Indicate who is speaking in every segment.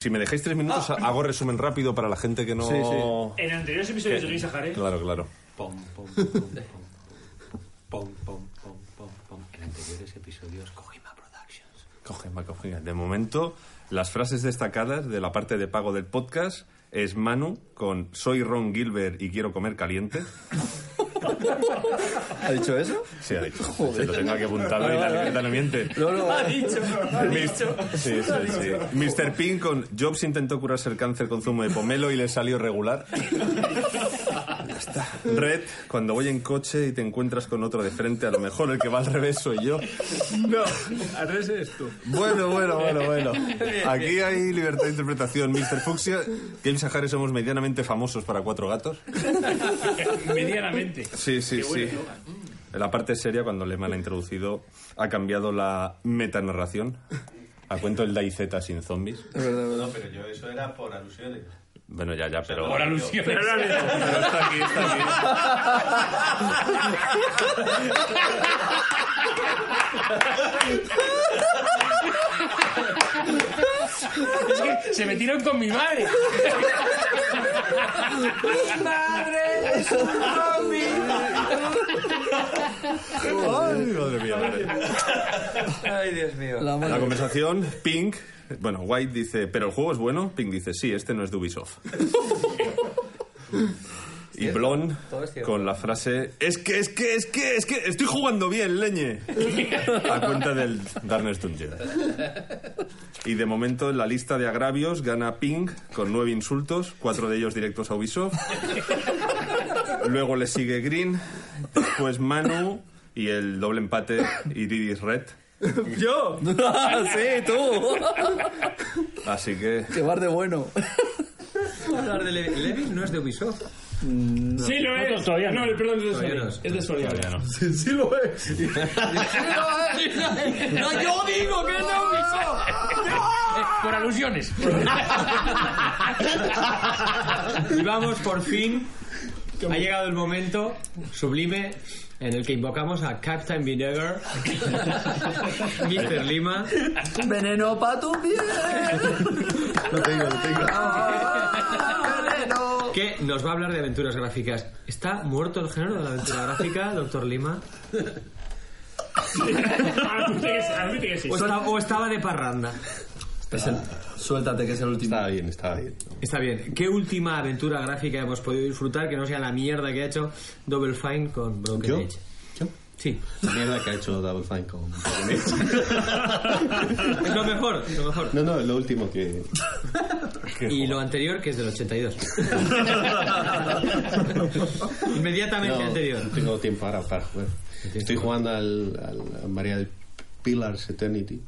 Speaker 1: Si me dejáis tres minutos, hago resumen rápido para la gente que no.
Speaker 2: Ah.
Speaker 1: Eh,
Speaker 2: Sí, sí.
Speaker 3: En anteriores episodios de Luis Sajaré.
Speaker 1: Claro, claro.
Speaker 4: Pom, pom, pom, pom, pom, pom, pom, pom, pom. En anteriores episodios, Kojima Productions.
Speaker 1: Cogema, cogema. De momento, las frases destacadas de la parte de pago del podcast es Manu con Soy Ron Gilbert y quiero comer caliente.
Speaker 2: ¿Ha dicho eso?
Speaker 1: Sí, ha dicho. Se lo tengo que apuntar y la libreta no miente.
Speaker 2: No, no.
Speaker 3: Ha dicho, ha dicho.
Speaker 1: Sí, sí, sí. Mr. Pink con Jobs intentó curarse el cáncer con zumo de pomelo y le salió regular. Ya está. Red, cuando voy en coche y te encuentras con otro de frente, a lo mejor el que va al revés soy yo.
Speaker 5: No, al revés eres tú.
Speaker 1: Bueno, bueno, bueno, bueno. Aquí hay libertad de interpretación. Mr. Fuxia, que en Sahara somos medianamente famosos para cuatro gatos.
Speaker 3: Medianamente.
Speaker 1: Sí, sí, sí. En la parte seria, cuando Lehmann ha introducido, ha cambiado la metanarración a cuento el Daizeta sin zombies.
Speaker 2: Es verdad, es verdad.
Speaker 6: Pero yo eso era por alusiones.
Speaker 1: Bueno, ya, ya, pero...
Speaker 3: Por alusiones.
Speaker 1: Pero está aquí, está aquí.
Speaker 3: Es que se metieron con mi madre.
Speaker 1: Ay, madre mía, madre.
Speaker 4: Ay, Dios mío.
Speaker 2: La madre.
Speaker 1: La conversación, Pink, bueno, White dice, pero el juego es bueno. Pink dice, sí, este no es de Ubisoft. y Blon
Speaker 4: todo es cierto.
Speaker 1: con la frase, es que, es que, es que, es que, estoy jugando bien, leñe. a cuenta del Darkness Dungeon. Y de momento en la lista de agravios gana Pink con nueve insultos, cuatro de ellos directos a Ubisoft. Luego le sigue Green, después Manu y el doble empate Iridis Red.
Speaker 2: ¡Yo! sí, tú.
Speaker 1: Así que
Speaker 2: Qué bar de bueno.
Speaker 4: Hablar de Levi. Levi no es de Ubisoft.
Speaker 3: Sí, lo es.
Speaker 5: todavía no.
Speaker 3: No, perdón, es de
Speaker 4: Todavía no
Speaker 3: Sony.
Speaker 4: es.
Speaker 3: Es de Sony.
Speaker 1: ya no.
Speaker 5: Sí, sí lo es.
Speaker 3: No, yo digo que no. Por alusiones.
Speaker 4: Y vamos, por fin. Ha llegado el momento sublime en el que invocamos a Captain Vinegar, Mr. Lima,
Speaker 2: Veneno pa' tu piel.
Speaker 1: Lo tengo, lo tengo.
Speaker 2: Veneno.
Speaker 4: que nos va a hablar de aventuras gráficas. ¿Está muerto el género de la aventura gráfica, doctor Lima?
Speaker 3: Admite que sí, admite que sí.
Speaker 4: ¿O, está- o estaba de parranda?
Speaker 2: Es el- Suéltate, que es el último.
Speaker 1: Está bien, está bien.
Speaker 4: Está bien. ¿Qué última aventura gráfica hemos podido disfrutar que no sea la mierda que ha hecho Double Fine con Broken
Speaker 6: ¿Yo?
Speaker 4: Age? Sí.
Speaker 6: La mierda que ha hecho Double Fine con...
Speaker 4: Es lo mejor, lo mejor.
Speaker 6: No, no, lo último que...
Speaker 4: Y lo anterior, que es del 82. Inmediatamente
Speaker 6: No,
Speaker 4: anterior.
Speaker 6: no tengo tiempo ahora para jugar. Estoy jugando al, al, al María del Pillars Eternity.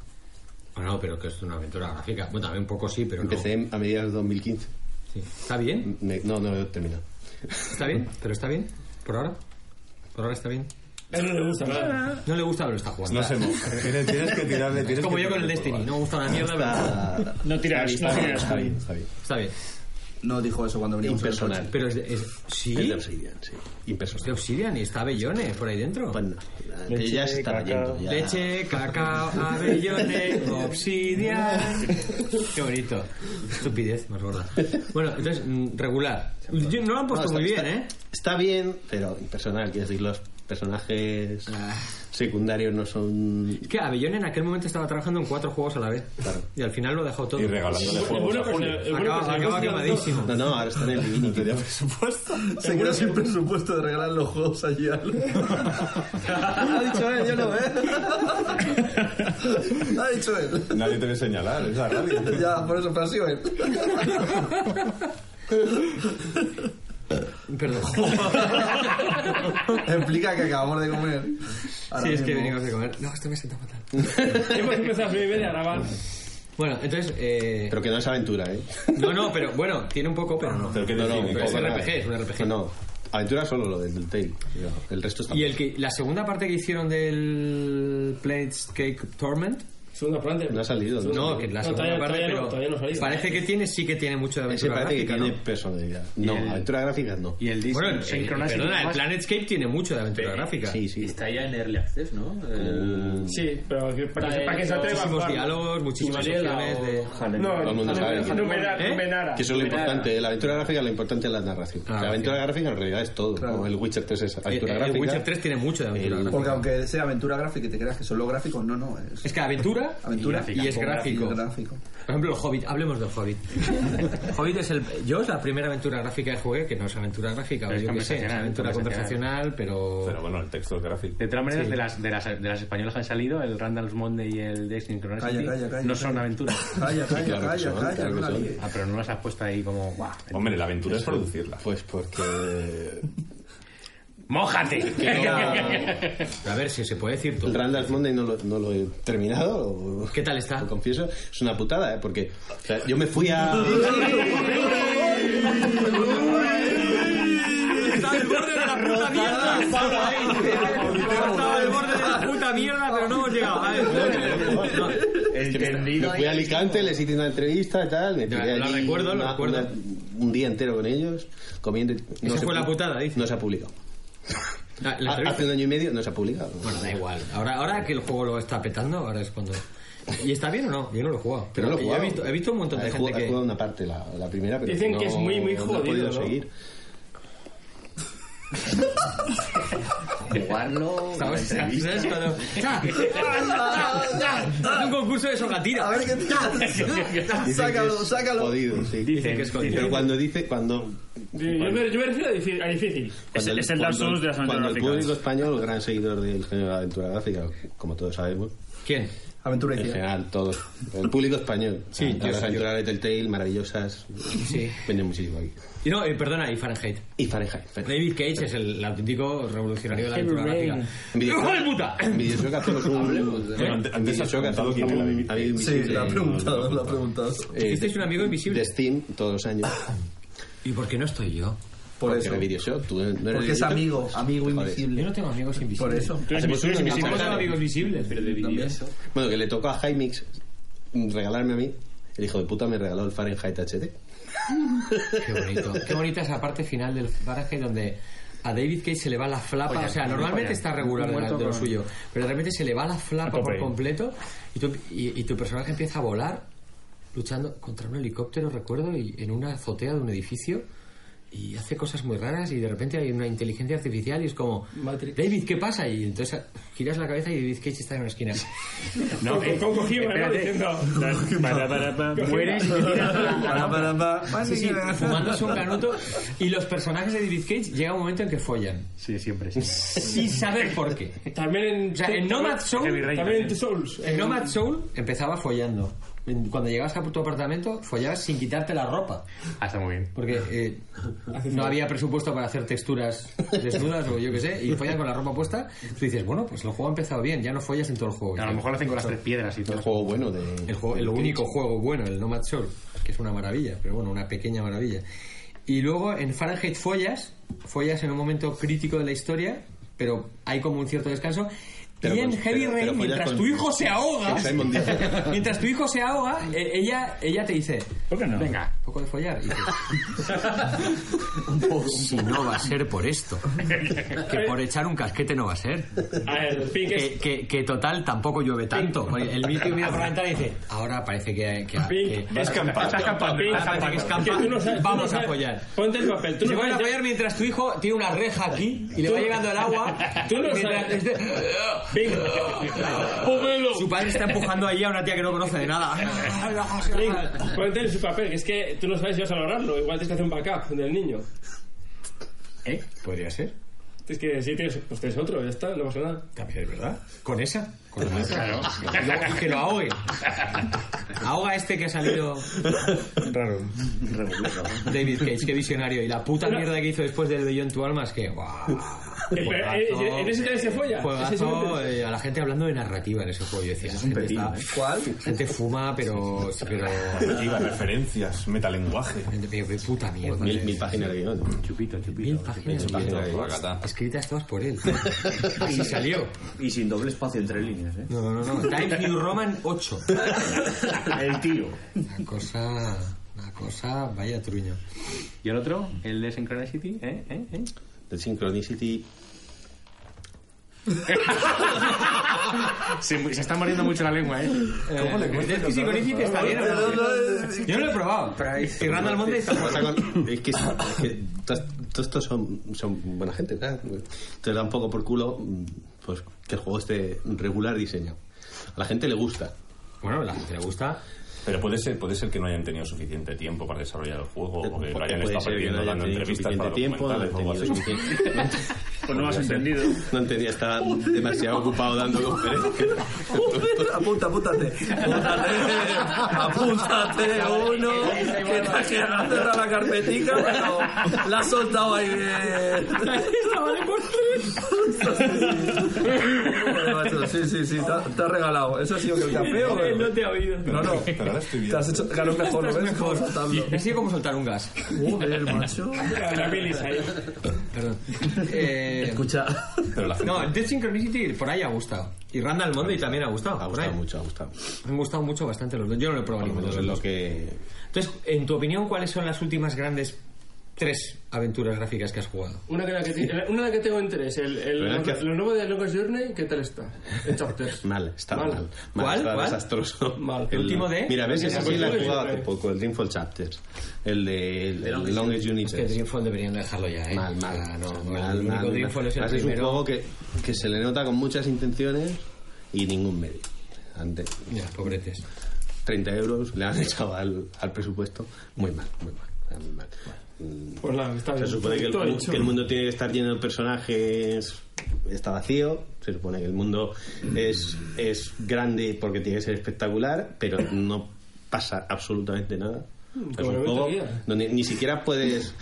Speaker 4: Bueno, Ah, pero que es una aventura gráfica. Bueno, también un poco sí, pero
Speaker 6: Empecé a mediados de 2015.
Speaker 4: no. Sí. ¿Está bien?
Speaker 6: Me- no, no lo he terminado.
Speaker 4: ¿Está bien? ¿Pero está bien? ¿Por ahora? ¿Por ahora está bien?
Speaker 3: Eso no le gusta nada.
Speaker 4: No le gusta, pero está jugando.
Speaker 1: No sé, mo- tienes, tienes que tirarle. Tienes
Speaker 4: es como
Speaker 1: que
Speaker 4: yo con el
Speaker 1: tirarle
Speaker 4: Destiny.
Speaker 1: por
Speaker 4: No me gusta una mierda, pero
Speaker 6: Ah,
Speaker 3: No tiras, no tiras.
Speaker 6: está bien, está bien.
Speaker 4: está bien.
Speaker 2: No dijo eso cuando veníamos. en el
Speaker 6: Impersonal.
Speaker 4: Pero es... de- es- ¿Sí?
Speaker 6: Es de Obsidian, sí.
Speaker 4: Es de
Speaker 6: Impersonal.
Speaker 4: Obsidian y está Bellone por ahí dentro.
Speaker 6: Bueno, eh, ya se estaba yendo. ya.
Speaker 4: Leche, cacao, abellone, obsidian. Qué bonito. Estupidez más gorda. Bueno, entonces, mm, regular. Yo- No lo han
Speaker 6: No,
Speaker 4: puesto
Speaker 6: está-
Speaker 4: muy bien,
Speaker 6: está-
Speaker 4: ¿eh?
Speaker 6: Está bien, pero impersonal. Quiero decir, los personajes secundarios no son...
Speaker 4: ¿eh? Es que Abellone en aquel momento estaba trabajando en cuatro juegos a la vez. Y al final lo dejó todo.
Speaker 1: Y regalándole
Speaker 3: El
Speaker 1: juegos
Speaker 3: bueno
Speaker 1: a
Speaker 3: que
Speaker 1: Julio.
Speaker 3: se- el bueno que
Speaker 4: Acaba,
Speaker 3: se-
Speaker 4: acaba quemadísimo.
Speaker 6: No, no, ahora están en el Divinity.
Speaker 2: Se quedó sin presupuesto de regalar los juegos allí al. ha dicho él, yo no, ¿eh? ha dicho él.
Speaker 1: Nadie te va a señalar, es la radio.
Speaker 2: Ya, por eso, pero ha sido él.
Speaker 4: Perdón.
Speaker 2: Explica que acabamos de comer. Ahora
Speaker 4: Sí, es que
Speaker 2: mismo.
Speaker 4: venimos de comer. No, esto me sienta fatal.
Speaker 3: Hemos empezado a beber y a grabar.
Speaker 4: Bueno, entonces... Eh...
Speaker 6: Pero que no es aventura, ¿eh?
Speaker 4: No, no, pero bueno, tiene un poco, pero no.
Speaker 1: Pero que
Speaker 6: No, no,
Speaker 1: define,
Speaker 4: pero es
Speaker 1: que-
Speaker 4: un RPG, es un RPG.
Speaker 6: No, no, aventura solo lo del Telltale. El resto está...
Speaker 4: Y el que, la segunda parte que hicieron del Planescape Torment
Speaker 7: Segunda parte.
Speaker 6: No ha salido,
Speaker 7: Segunda
Speaker 6: no,
Speaker 4: No,
Speaker 7: parte.
Speaker 4: que la segunda
Speaker 7: todavía-
Speaker 4: parte,
Speaker 7: todavía
Speaker 4: pero
Speaker 7: no, todavía no ha salido.
Speaker 4: parece que tiene, sí que tiene mucho de
Speaker 6: Ese
Speaker 4: aventura
Speaker 6: parece que
Speaker 4: gráfica,
Speaker 6: tiene
Speaker 4: ¿no?
Speaker 6: personalidad. No,
Speaker 4: el-
Speaker 6: aventura gráfica no.
Speaker 8: Y el disco
Speaker 4: Bueno, el, el-
Speaker 8: Synchronicity
Speaker 4: perdona, el
Speaker 8: nomás
Speaker 4: Planetscape tiene mucho de aventura gráfica. Eh,
Speaker 6: Sí, sí. Mm,
Speaker 8: Está ya en Early Access, ¿no? El-
Speaker 7: Sí, pero que- para, que,
Speaker 8: Está
Speaker 7: para que se
Speaker 8: en
Speaker 7: atrevan.
Speaker 4: Muchísimos
Speaker 7: Pablo.
Speaker 4: diálogos, muchísimas
Speaker 7: Mariela
Speaker 4: opciones
Speaker 7: o-
Speaker 4: de...
Speaker 7: No,
Speaker 6: Todo el mundo sabe que-
Speaker 7: Numenar,
Speaker 4: ¿Eh?
Speaker 7: Numenara.
Speaker 6: Que eso es lo importante, ¿eh? la aventura gráfica, lo importante es la narración.
Speaker 4: Ah,
Speaker 6: la aventura gráfica en realidad es todo.
Speaker 2: Claro.
Speaker 6: ¿no? El Witcher 3 es
Speaker 4: El,
Speaker 6: aventura
Speaker 4: eh, el
Speaker 6: gráfica.
Speaker 4: Witcher 3 tiene mucho de aventura
Speaker 6: El-
Speaker 4: gráfica.
Speaker 2: Porque aunque sea aventura gráfica y te creas que son los gráficos, no, no. Es
Speaker 4: Es que aventura
Speaker 2: aventura
Speaker 4: y es
Speaker 2: y
Speaker 4: gráfico.
Speaker 2: es gráfico.
Speaker 4: Por ejemplo, el Hobbit, hablemos del Hobbit. Hobbit es el. Yo es la primera aventura gráfica que jugué, que no es aventura gráfica,
Speaker 8: Pero es
Speaker 4: yo qué sé, es
Speaker 8: conversacional,
Speaker 4: aventura conversacional,
Speaker 8: conversacional.
Speaker 4: pero.
Speaker 9: Pero bueno, el texto es gráfico.
Speaker 8: De todas maneras, de, las, de, las, de las españolas que han salido, el Randall's Monday y el de Synchronicity,
Speaker 2: Calla, calla, calla,
Speaker 8: no son
Speaker 2: calla.
Speaker 8: aventuras.
Speaker 2: Calla,
Speaker 6: Sí,
Speaker 2: calla,
Speaker 6: claro que
Speaker 2: calla,
Speaker 6: son,
Speaker 2: calla,
Speaker 6: claro que
Speaker 2: no la
Speaker 6: son.
Speaker 2: líes.
Speaker 8: Ah, pero no las has puesto ahí como... ¡Guau!
Speaker 9: Hombre, la aventura es producirla.
Speaker 6: Pues porque.
Speaker 8: ¡Mójate!
Speaker 4: A ver si se puede decir
Speaker 6: El
Speaker 4: todo.
Speaker 6: Randall's Monday no lo, no lo he terminado. o-
Speaker 4: ¿Qué tal está?
Speaker 6: Lo confieso. Es una putada, ¿eh? Porque o sea, yo me fui a.
Speaker 4: Estaba al borde de la puta mierda. Estaba al borde de la puta mierda, pero no hemos llegado. A ver, no, no.
Speaker 6: Que me-
Speaker 8: Entendido.
Speaker 6: me fui a Alicante, les hice una entrevista y tal. Me tiré
Speaker 4: ¿eh? lo
Speaker 6: allí
Speaker 4: recuerdo, lo
Speaker 6: una-
Speaker 4: recuerdo.
Speaker 6: una- un día entero con ellos, comiendo. y-
Speaker 4: Esa
Speaker 6: se
Speaker 4: fue la
Speaker 6: pu-
Speaker 4: putada, dice.
Speaker 6: No se ha publicado.
Speaker 4: La- Ah, la
Speaker 6: Ha-
Speaker 4: entrevista-
Speaker 6: Hace un año y medio no se ha publicado.
Speaker 4: Bueno, da igual. Ahora, ahora que el juego lo está petando, ahora es cuando. ¿Y está bien o no? Yo no lo he jugado.
Speaker 6: Pero no lo he
Speaker 4: yo
Speaker 6: jugado.
Speaker 4: He, visto, he visto un montón de
Speaker 6: He
Speaker 4: gente
Speaker 6: jugado- he
Speaker 4: que.
Speaker 6: jugado una parte, la, la primera, pero
Speaker 7: Dicen
Speaker 6: no-
Speaker 7: que es muy, muy
Speaker 6: no he
Speaker 7: jodido,
Speaker 6: podido
Speaker 7: ¿no?
Speaker 6: seguir.
Speaker 8: Jugarlo...
Speaker 4: ¿Sabes? ¿Sabes? Cuando- ¡Ah, ¡Ta! Hace un concurso de socatina.
Speaker 2: A ver qué tal. Sácalo, sácalo.
Speaker 6: Jodido, sí.
Speaker 4: Dicen que es con-
Speaker 6: Pero cuando dice, cuando,
Speaker 7: Yo yo me, yo me refiero a difícil. A difícil.
Speaker 8: Es,
Speaker 6: cuando
Speaker 8: es el Dark
Speaker 6: cuando-
Speaker 8: Souls de las
Speaker 6: cuando el
Speaker 8: aventuras
Speaker 6: público
Speaker 8: gráficas.
Speaker 6: español, gran seguidor del género de aventura gráfica, como todos sabemos,
Speaker 4: ¿Quién?
Speaker 2: Aventura
Speaker 6: en
Speaker 2: y
Speaker 6: general, todos, el público español,
Speaker 4: Sí,
Speaker 6: Ah, todas
Speaker 4: yo-
Speaker 6: las aventuras de Telltale maravillosas,
Speaker 4: Sí.
Speaker 6: venden muchísimo aquí.
Speaker 4: Y no, eh, perdona, y Fahrenheit.
Speaker 6: Y Fahrenheit. Fahrenheit.
Speaker 4: David Cage es el auténtico revolucionario de la
Speaker 7: Heavy
Speaker 4: aventura
Speaker 7: Rain.
Speaker 4: gráfica.
Speaker 6: En
Speaker 4: ¡Hijo
Speaker 6: Videoshock-
Speaker 4: de puta!
Speaker 6: En Videoshock hacemos un...
Speaker 9: Bueno, ante-
Speaker 6: en
Speaker 9: antes has
Speaker 6: Videoshock
Speaker 9: preguntado
Speaker 6: hacemos
Speaker 9: quién era
Speaker 6: un...
Speaker 9: David
Speaker 6: amigo
Speaker 2: Sí,
Speaker 6: invisible,
Speaker 2: la ha preguntado, la ha preguntado.
Speaker 6: eh,
Speaker 4: Este es un amigo invisible.
Speaker 6: De Steam, todos los años.
Speaker 4: ¿Y por qué no estoy yo?
Speaker 2: Por
Speaker 6: Porque
Speaker 2: eso.
Speaker 6: era Videoshock, tú no eres
Speaker 2: Porque es
Speaker 6: Videoshock.
Speaker 2: amigo, amigo
Speaker 6: Joder.
Speaker 2: invisible.
Speaker 4: Yo no tengo amigos
Speaker 2: Por
Speaker 4: invisibles.
Speaker 8: Tú
Speaker 2: eso.
Speaker 8: eres, tú eres invisible.
Speaker 4: Tampoco tengo amigos visibles.
Speaker 6: Bueno, que le tocó a Hymix regalarme a mí. El hijo de puta me regaló el Fahrenheit HD.
Speaker 4: Qué bonito. Qué bonita esa parte final del paraje donde a David Cage se le va la flapa. o sea, normalmente
Speaker 8: oye,
Speaker 4: está regular de, la- de lo suyo, pero de repente se le va la flapa por completo y tu, y- y tu personaje empieza a volar luchando contra un helicóptero, recuerdo, y en una azotea de un edificio. Y hace cosas muy raras y de repente hay una inteligencia artificial y es como...
Speaker 7: Matrix.
Speaker 4: David, ¿qué pasa? Y entonces giras la cabeza y David Cage está en una esquina.
Speaker 8: No, eh,
Speaker 7: Con Kojima, ¿no?
Speaker 8: espérate.
Speaker 7: Diciendo...
Speaker 8: Para, para, para. Mueres y te tiras a la-
Speaker 2: Para, para, para.
Speaker 4: Sí, sí, fumándose un canuto. Y los personajes de David Cage llega un momento en que follan.
Speaker 8: Sí, siempre, sí.
Speaker 4: Sin saber por qué.
Speaker 7: También en...
Speaker 4: O sea, en
Speaker 8: Heavy
Speaker 4: Nomad Soul,
Speaker 8: Rain.
Speaker 7: También en The Souls. ¿eh?
Speaker 4: en Nomad Soul empezaba follando. En- Cuando llegabas a tu apartamento, follabas sin quitarte la ropa.
Speaker 8: Ah, está muy bien.
Speaker 4: Porque eh, no había presupuesto para hacer texturas desnudas o yo qué sé, y follas con la ropa puesta. Tú dices, bueno, pues el juego ha empezado bien, ya no follas en todo el juego.
Speaker 8: A lo mejor lo hacen con las tres piedras y
Speaker 6: El
Speaker 8: todo.
Speaker 6: juego bueno de.
Speaker 4: El, juego, el único juego bueno, el Nomad Soul, que es una maravilla, pero bueno, una pequeña maravilla. Y luego en Fahrenheit follas, follas en un momento crítico de la historia, pero hay como un cierto descanso.
Speaker 6: Pero
Speaker 4: y en
Speaker 6: con-
Speaker 4: Heavy
Speaker 6: pero-
Speaker 4: Rain,
Speaker 6: pero follas
Speaker 4: mientras
Speaker 6: con-
Speaker 4: tu hijo se ahoga,
Speaker 6: Que Simon dice.
Speaker 4: mientras tu hijo se ahoga, e- ella, ella te dice,
Speaker 8: ¿Por qué no? Venga.
Speaker 4: poco de follar. Y dices, si no va a ser por esto, que por echar un casquete no va a ser.
Speaker 7: A ver, Pink es...
Speaker 4: Que, que, que, total tampoco llueve tanto. Oye, El mítico mira por la ventana y dice, ahora parece que, que, que-
Speaker 7: Pink.
Speaker 8: Está escapando.
Speaker 7: Pink.
Speaker 4: ahora parece que escampa,
Speaker 7: Que tú no sabes- tú no
Speaker 4: vamos a
Speaker 7: sabes.
Speaker 4: follar.
Speaker 7: Ponte el papel. Tú
Speaker 4: Se
Speaker 7: no
Speaker 4: van a
Speaker 7: sabes-
Speaker 4: follar mientras tu hijo tiene una reja aquí y le va llegando el agua.
Speaker 7: Tú no
Speaker 4: mientras-
Speaker 7: sabes.
Speaker 4: este-
Speaker 7: Pink. Póngelo.
Speaker 4: Su padre está empujando ahí a una tía que no conoce de nada.
Speaker 7: Link, ponte en su papel, que es que tú no sabes si vas a lograrlo. Igual tienes que hacer un backup del niño.
Speaker 4: ¿Eh? Podría ser.
Speaker 7: Es que si tienes, pues tienes otro, ya está, no pasa nada.
Speaker 4: También es verdad. ¿Con esa? Con esa. Luego, que lo ahogue. Ahoga este que ha salido. Raro. David Cage, qué visionario. Y la puta mierda que hizo después del de Beyond Two Almas, que. guau.
Speaker 3: Eh, pero, eh, ¿En ese también se folla? Ese sí me
Speaker 4: Juegazo,
Speaker 3: interesa.
Speaker 4: eh, a la gente hablando de narrativa en ese juego. Yo decía, la gente, está-
Speaker 3: ¿eh?
Speaker 10: ¿Cuál?
Speaker 4: la gente fuma, pero. pero
Speaker 11: Iba referencias, metalenguaje.
Speaker 4: gente- pero qué puta mierda.
Speaker 6: Mil,
Speaker 4: eh.
Speaker 6: mil páginas de guión.
Speaker 2: Chupito,
Speaker 4: Mil
Speaker 2: chupito.
Speaker 4: páginas.
Speaker 6: Mil páginas de guión.
Speaker 1: Bacata.
Speaker 4: Escritas todas por él. Así salió.
Speaker 12: Y sin doble espacio entre líneas, ¿eh?
Speaker 4: No, no, no. Times New Roman 8.
Speaker 12: El tío.
Speaker 4: Una cosa. Una cosa. Vaya truño.
Speaker 2: ¿Y el otro? ¿El de Synchronicity? ¿Eh? ¿Eh? ¿Eh?
Speaker 6: The Synchronicity.
Speaker 2: Se, se está muriendo mucho la lengua, ¿eh?
Speaker 4: ¿Cómo le cuesta? Es que está bien. ¿o no? Yo no lo he probado. Y Randall Monday está
Speaker 6: O sea, con- es que, es que todos todos estos son, son buena gente, ¿verdad? Te da un poco por culo mm, pues, que el juego esté regular diseño. A la gente le gusta.
Speaker 4: Bueno, la gente le gusta.
Speaker 1: Pero puede ser, puede ser que no hayan tenido suficiente tiempo para desarrollar el juego o que lo hayan
Speaker 6: Puede
Speaker 1: estado
Speaker 6: ser que no
Speaker 1: perdiendo
Speaker 6: hayan
Speaker 1: dando
Speaker 6: tenido
Speaker 1: entrevistas para
Speaker 6: suficiente tiempo, no
Speaker 1: documentales o algo
Speaker 6: hayan
Speaker 1: así.
Speaker 6: tenido suficiente-
Speaker 12: Pues no lo has entendido.
Speaker 6: no entendía, estaba demasiado ocupado dando conferencias.
Speaker 10: Apunta, apúntate. Apúntate. Apúntate uno. Que está quedando en la carpetica, pero la has soltado ahí bien. Bueno, macho, Sí, sí, sí, te ha- te ha regalado. Eso ha sido que el campeón.
Speaker 3: Él no te ha oído.
Speaker 10: No, no.
Speaker 11: Pero ahora estoy bien.
Speaker 10: Te has hecho ganar mejor, ¿no ves? Cómo soltarlo.
Speaker 4: Ha sido como soltar un gas.
Speaker 10: Joder, macho.
Speaker 3: La bilis ahí.
Speaker 4: Perdón. Eh,
Speaker 10: Escucha.
Speaker 1: Pero la gente
Speaker 4: no, Dead Synchronicity por ahí ha gustado. Y Randall Monday también ha gustado.
Speaker 6: Ha
Speaker 4: por
Speaker 6: gustado
Speaker 4: ahí.
Speaker 6: mucho, ha gustado.
Speaker 4: Me han gustado mucho bastante los dos. Yo no lo he probado ninguno
Speaker 6: Bueno,
Speaker 4: de
Speaker 6: es
Speaker 4: los dos.
Speaker 6: lo que
Speaker 4: Entonces, en tu opinión, ¿cuáles son las últimas grandes tres aventuras gráficas que has jugado?
Speaker 3: Una de las que, te- una de las que tengo interés. El, el,
Speaker 6: Pero es que-
Speaker 3: Lo nuevo de Locust Journey, ¿qué tal está? En Chapters.
Speaker 6: Mal, está mal.
Speaker 3: Mal.
Speaker 6: mal.
Speaker 4: ¿Cuál?
Speaker 6: Está
Speaker 4: ¿Cuál?
Speaker 6: desastroso.
Speaker 3: Mal.
Speaker 4: ¿El último de?
Speaker 6: Mira, ves, ese sí
Speaker 3: Pues
Speaker 6: la he
Speaker 3: yo,
Speaker 6: jugado
Speaker 3: yo,
Speaker 6: hace
Speaker 3: eh.
Speaker 6: poco, el Dreamfall Chapters. El de el, el Longest
Speaker 4: Es que
Speaker 6: United.
Speaker 4: Dreamfall deberían dejarlo ya, ¿eh?
Speaker 6: Mal, mal.
Speaker 4: O sea, no,
Speaker 6: O sea,
Speaker 4: no,
Speaker 6: mal,
Speaker 4: el único
Speaker 6: mal, mal.
Speaker 4: Dreamfall es el
Speaker 6: Además, un
Speaker 4: primero.
Speaker 6: juego que, que se le nota con muchas intenciones y ningún medio. Ante
Speaker 4: Ya, pobretes.
Speaker 6: 30 euros le han echado al, al presupuesto. Muy mal, muy mal. muy mal. Mm,
Speaker 3: Pues nada, está bien.
Speaker 6: Se supone que el,
Speaker 3: Todo
Speaker 6: mu-
Speaker 3: hecho.
Speaker 6: que el mundo tiene que estar lleno de personajes. Está vacío. Se supone que el mundo es, es grande porque tiene que ser espectacular, pero no pasa absolutamente nada. Es
Speaker 3: como
Speaker 6: un
Speaker 3: el
Speaker 6: juego
Speaker 3: Metal Gear.
Speaker 6: donde ni siquiera puedes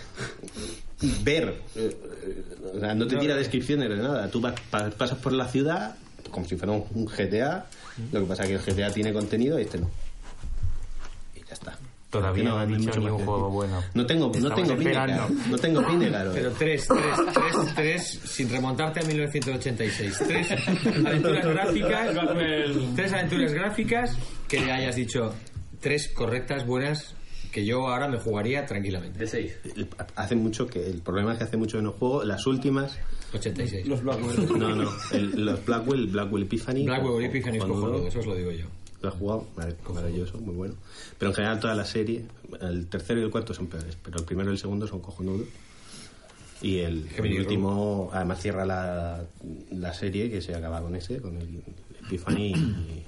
Speaker 6: ver. eh, eh, o sea, no te tira descripciones de nada. Tú vas- pa- pasas por la ciudad como si fuera un- un GTA. Lo que pasa es que el GTA tiene contenido y este no. Y ya está.
Speaker 2: Todavía
Speaker 6: Que
Speaker 2: no ha
Speaker 6: hay
Speaker 2: dicho
Speaker 6: mucho
Speaker 2: ni
Speaker 6: más
Speaker 2: un
Speaker 6: que
Speaker 2: juego
Speaker 6: decir.
Speaker 2: bueno.
Speaker 6: No tengo, no
Speaker 2: Estamos
Speaker 6: tengo pine,
Speaker 2: esperando.
Speaker 6: claro. No tengo pine, claro.
Speaker 4: Pero tres, tres, tres, tres, sin remontarte a 1986. Tres aventuras gráficas. tres aventuras gráficas que le hayas dicho tres correctas, buenas, que yo ahora me jugaría tranquilamente.
Speaker 2: De 6.
Speaker 6: El- Hace mucho que el problema es que hace mucho que no juego. Las últimas,
Speaker 4: 86.
Speaker 3: Los Blackwell.
Speaker 6: no, no. el- los Blackwell, Blackwell Epiphany.
Speaker 4: Blackwell Epiphany es
Speaker 6: Cuando
Speaker 4: cojonudo, eso os lo digo yo.
Speaker 6: Lo he jugado, mar- maravilloso, muy bueno. Pero en general toda la serie, el tercero y el cuarto son peores, pero el primero y el segundo son cojonudos. Y el,
Speaker 4: Gemini
Speaker 6: el último, además cierra la, la serie que se acaba con ese, con el Epiphany y-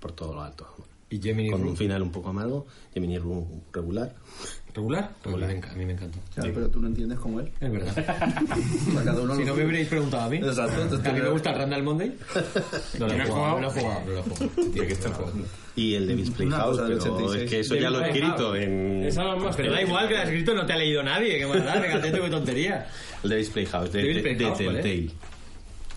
Speaker 6: por todo lo alto.
Speaker 4: Y Gemini
Speaker 6: Con un
Speaker 4: Room.
Speaker 6: final un poco amargo, Gemini Room regular.
Speaker 4: ¿Regular? A mí me enca- A mí me encantó.
Speaker 10: Claro, pero tú no entiendes como él.
Speaker 4: Es verdad.
Speaker 10: O sea, cada uno
Speaker 4: Si
Speaker 10: lo-
Speaker 4: no me hubierais preguntado a mí.
Speaker 10: Exacto, entonces
Speaker 4: A mí
Speaker 10: tú-
Speaker 4: me gusta el Randall Monday. No lo he jugado, no lo he jugado, no lo he jugado. Tiene que estar jugando.
Speaker 6: Y el de Display
Speaker 10: Una
Speaker 6: House,
Speaker 10: cosa del
Speaker 6: pero
Speaker 10: 86.
Speaker 6: es que eso ya lo he
Speaker 4: Playhouse.
Speaker 6: escrito en...
Speaker 3: Esa va más.
Speaker 4: Pero da igual que lo has escrito, no te ha leído nadie. Qué maldad, fíjate tú, qué tontería.
Speaker 6: El de Display House, de,
Speaker 4: De
Speaker 6: de,
Speaker 4: Display
Speaker 6: de
Speaker 4: House, ¿vale?
Speaker 6: Telltale.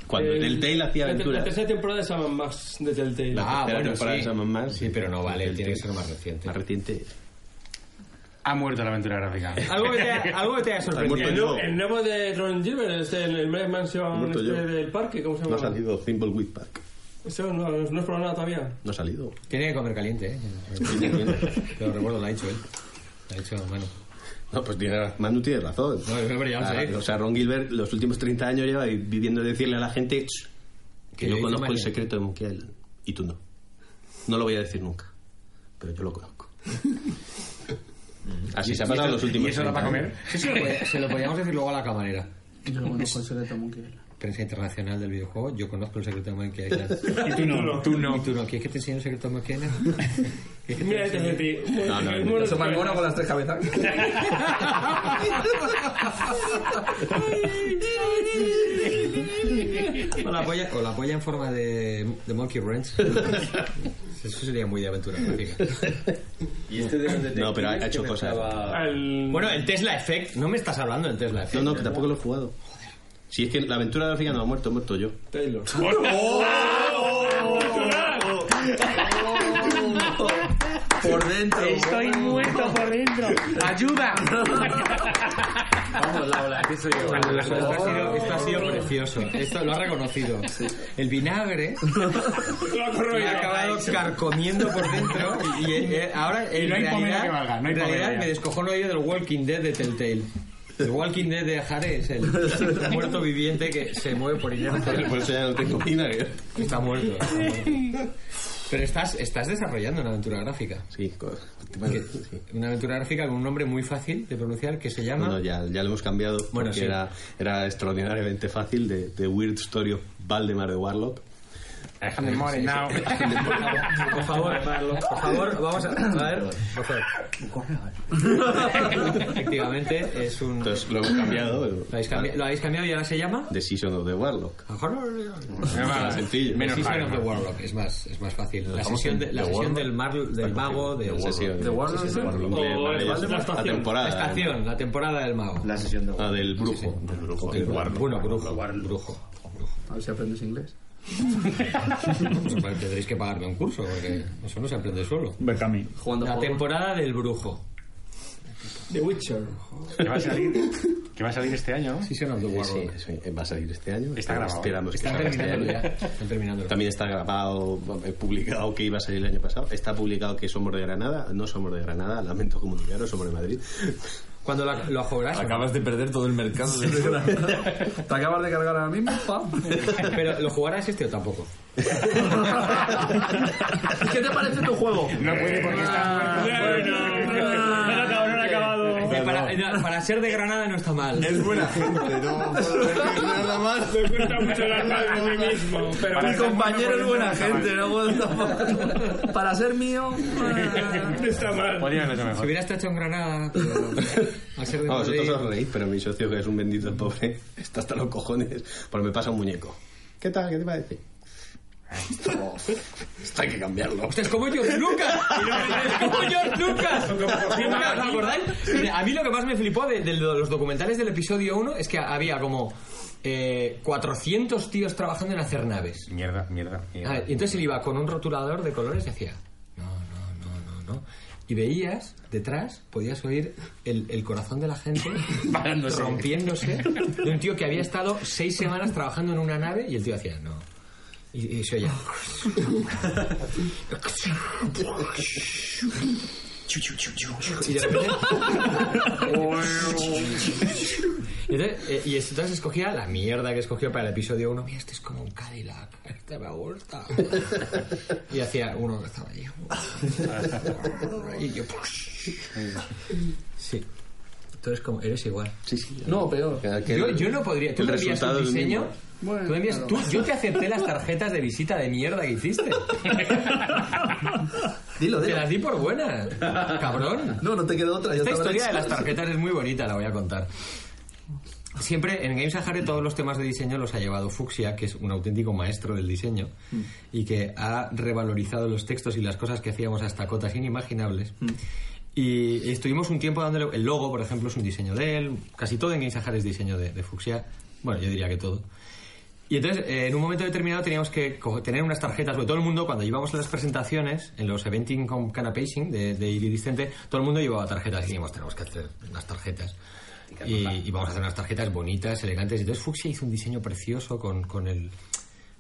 Speaker 6: Cuando
Speaker 3: El-
Speaker 6: Telltale hacía
Speaker 3: la te- La
Speaker 6: aventuras...
Speaker 3: tercera temporada es Saman Max de Telltale.
Speaker 6: La tercera temporada
Speaker 4: Ah, sí.
Speaker 6: se llama más.
Speaker 4: Sí, pero no vale, tiene que ser más
Speaker 6: Más
Speaker 4: reciente.
Speaker 6: reciente.
Speaker 2: Ha muerto la aventura gráfica.
Speaker 4: Algo que te ha, algo que te haya sorprendido.
Speaker 3: el,
Speaker 6: Muerto
Speaker 3: nuevo,
Speaker 6: yo.
Speaker 3: el nuevo de Ron Gilbert, este, el, el Maniac Mansion
Speaker 6: Muerto
Speaker 3: este
Speaker 6: yo.
Speaker 3: del parque, ¿cómo se
Speaker 6: No ha
Speaker 3: llama?
Speaker 6: salido Simple Whitpack.
Speaker 3: Eso no, no es por nada todavía.
Speaker 6: No ha salido.
Speaker 4: Tiene que comer caliente, ¿eh? Pero recuerdo, lo ha dicho él. Lo ha dicho, bueno.
Speaker 6: No, pues tiene razón. Manu tiene razón.
Speaker 4: No, es verdad, ya lo
Speaker 6: Ah,
Speaker 4: sé.
Speaker 6: O sea, Ron Gilbert los últimos 30 años lleva viviendo de decirle a la gente "Shh,
Speaker 4: Que
Speaker 6: que
Speaker 4: yo
Speaker 6: yo
Speaker 4: hice
Speaker 6: conozco el
Speaker 4: Maniac".
Speaker 6: secreto de Monkey Island. Y tú no. No lo voy a decir nunca. Pero yo lo conozco. Así se ha pasado los últimos
Speaker 2: ¿Y eso da
Speaker 6: 30
Speaker 2: para comer?
Speaker 6: años.
Speaker 4: Eso lo pod- se lo podíamos decir luego a la camarera.
Speaker 10: Yo no conozco el secreto de Monkey Island.
Speaker 4: Prensa internacional del videojuego, yo conozco el secreto de Monkey Island.
Speaker 2: Y tú no. Tú no.
Speaker 4: ¿Y tú no? ¿Quieres que te enseñe el secreto de Monkey Island? ¿Quieres que te
Speaker 3: Mira este
Speaker 4: enseñe?
Speaker 3: de ti.
Speaker 6: No, no,
Speaker 3: El
Speaker 6: no.
Speaker 3: mono
Speaker 10: Eso más
Speaker 3: de-
Speaker 10: bueno con las tres cabezas.
Speaker 4: O la polla, o la polla en forma de, de Monkey Wrench. Eso sería muy de aventura gráfica.
Speaker 12: Y este de donde te
Speaker 6: No, pero ha- ha hecho
Speaker 12: que
Speaker 6: cosas.
Speaker 12: estaba-
Speaker 3: Al-
Speaker 4: Bueno, el Tesla Effect. No me estás hablando del Tesla Effect.
Speaker 6: No, no, que tampoco lo he jugado. Si es que la aventura gráfica no ha muerto, he muerto yo.
Speaker 2: Taylor. Por dentro.
Speaker 13: Estoy muerto por dentro. ¡Ayuda!
Speaker 4: Vamos, Laura, aquí soy yo. esto, ha sido, esto ha sido precioso. Esto lo ha reconocido. El vinagre me ha acabado carcomiendo por dentro y, y, eh, ahora en
Speaker 13: Y no hay
Speaker 4: realidad,
Speaker 13: comida que valga, no hay
Speaker 4: en
Speaker 13: comida
Speaker 4: realidad
Speaker 13: ya.
Speaker 4: me descojono yo del Walking Dead de Telltale. El Walking Dead de Jare es el muerto viviente que se mueve por inercia.
Speaker 6: Por eso ya no tengo vinagre.
Speaker 4: Está muerto. está muerto. Pero estás, estás desarrollando una aventura gráfica.
Speaker 6: Sí, co-
Speaker 4: Que- Una aventura gráfica con un nombre muy fácil de pronunciar que se llama...
Speaker 6: No, no, ya, ya lo hemos cambiado porque
Speaker 4: Bueno, sí.
Speaker 6: era, era extraordinariamente fácil de, de Weird Story of Valdemar de Warlock.
Speaker 13: Alejandro More, now.
Speaker 4: Por favor, por favor, vamos a, a ver. por favor. Efectivamente, es un.
Speaker 6: Entonces lo hemos cambiado. eh,
Speaker 4: ¿Lo habéis, cambi- lo habéis cambiado y ahora se llama?
Speaker 6: The Season of the Warlock.
Speaker 4: A lo mejor-
Speaker 6: sencillo.
Speaker 4: The
Speaker 6: Menos
Speaker 4: Season
Speaker 6: mal,
Speaker 4: of the Warlock, es más, es más fácil. La sesión, de- la
Speaker 1: The
Speaker 4: sesión
Speaker 1: Warlock.
Speaker 4: del, mar, del mago de
Speaker 6: No sé si-
Speaker 4: Warlock.
Speaker 6: de
Speaker 2: Warlock, sí.
Speaker 7: O
Speaker 6: Warlock.
Speaker 7: es
Speaker 6: La-
Speaker 7: la
Speaker 6: la
Speaker 7: estación.
Speaker 6: temporada.
Speaker 4: La estación, la temporada del mago.
Speaker 14: La sesión de
Speaker 6: Ah, del brujo.
Speaker 1: Del brujo.
Speaker 6: Del
Speaker 1: Del
Speaker 6: Warlock.
Speaker 4: Bueno, brujo, brujo.
Speaker 2: A ver si aprendes inglés.
Speaker 4: Pues, bueno, Tendréis que pagarme un curso, porque eso no se aprende solo.
Speaker 3: Berkami.
Speaker 2: Jugando a
Speaker 4: La
Speaker 2: juegos.
Speaker 4: temporada del brujo.
Speaker 2: The Witcher.
Speaker 8: Que va a salir, que va a salir este año. ¿no?
Speaker 4: Season of the
Speaker 6: Sí,
Speaker 4: Warlock.
Speaker 6: sí, va a salir este año.
Speaker 8: Está grabado.
Speaker 6: Esperamos que
Speaker 4: Están
Speaker 6: salga este
Speaker 4: terminando ya.
Speaker 6: año.
Speaker 4: Están terminando.
Speaker 6: También está grabado, eh, publicado que iba a salir el año pasado. Está publicado que somos de Granada. No somos de Granada, lamento comunicaros, somos de Madrid.
Speaker 4: Cuando la- lo jugarás,
Speaker 1: Acabas de perder todo el mercado.
Speaker 2: ¿Te acabas de cargar ahora mismo? Pam.
Speaker 4: pero lo jugarás este o tampoco.
Speaker 2: ¿Qué te parece tu juego? Ah,
Speaker 13: No puede porque está
Speaker 7: Bueno, bueno, cabrón, ha acabado.
Speaker 4: Eh, para, eh, para ser de Granada no está mal.
Speaker 1: Es buena gente, no puedo decir nada más.
Speaker 7: Me cuesta mucho hablar de mí mismo. Pero
Speaker 2: Mi compañero es buena
Speaker 7: está
Speaker 2: gente, no puedo tampoco. Para ser mío. eh,
Speaker 7: mal. Está mal.
Speaker 8: Podrían haberlo hecho
Speaker 4: Si
Speaker 8: mejor.
Speaker 4: hubieras estado en Granada, pero al ser de
Speaker 6: No, vosotros os
Speaker 4: Madrid-
Speaker 6: reís, pero mi socio, que es un bendito pobre, está hasta los cojones, porque me pasa un muñeco. ¿Qué tal? ¿Qué te parece? Esto, esto hay que cambiarlo.
Speaker 4: Hostia, es como George Lucas. Es como George Lucas. Lucas, ¿Os acordáis? Mira, A mí lo que más me flipó de, de los documentales del episodio 1 es que había como eh, 400 tíos trabajando en hacer naves.
Speaker 8: Mierda, mierda,
Speaker 4: Ah,
Speaker 8: mierda.
Speaker 4: y entonces él iba con un rotulador de colores y hacía no, no, no, no, no. Y veías detrás, podías oír el, el corazón de la gente
Speaker 13: Parándose.
Speaker 4: rompiéndose de un tío que había estado seis semanas trabajando en una nave y el tío hacía no. Y, y se oía. Y de repente. Y entonces, eh, y entonces escogía la mierda que escogió para el episodio 1. Mira, este es como un Cadillac. Este me gusta. Y hacía uno que estaba allí. Y yo. Sí. Tú eres como. Eres igual.
Speaker 2: No, peor.
Speaker 6: Que-
Speaker 4: Yo, yo no podría. Tú
Speaker 6: el
Speaker 4: me envías tu
Speaker 6: resultado es el
Speaker 4: diseño.
Speaker 6: mismo.
Speaker 2: Bueno,
Speaker 4: tú me envías-
Speaker 2: claro.
Speaker 4: tú- yo te acepté las tarjetas de visita de mierda que hiciste.
Speaker 2: Dilo,
Speaker 4: Te
Speaker 2: dilo.
Speaker 4: las di por buena. Cabrón.
Speaker 2: No, no te queda otra. ya te
Speaker 4: Esta
Speaker 2: habrán
Speaker 4: historia de las
Speaker 2: hecho.
Speaker 4: tarjetas es muy bonita, la voy a contar. Siempre en Games Sahara todos los temas de diseño los ha llevado Fuxia, que es un auténtico maestro del diseño
Speaker 2: Mm.
Speaker 4: y que ha revalorizado los textos y las cosas que hacíamos hasta cotas inimaginables.
Speaker 2: Mm.
Speaker 4: Y estuvimos un tiempo dándole. El logo, por ejemplo, es un diseño de él. Casi todo en Games Sahara es diseño de, de Fuxia. Bueno, yo diría que todo. Y entonces, eh, en un momento determinado teníamos que co- tener unas tarjetas, porque todo el mundo, cuando íbamos a las presentaciones, en los eventing con canapacing de, de Iridiscente, todo el mundo llevaba tarjetas y dijimos, tenemos que hacer unas tarjetas. Y, y vamos a hacer unas tarjetas bonitas, elegantes. Y entonces Fuxia hizo un diseño precioso con, con el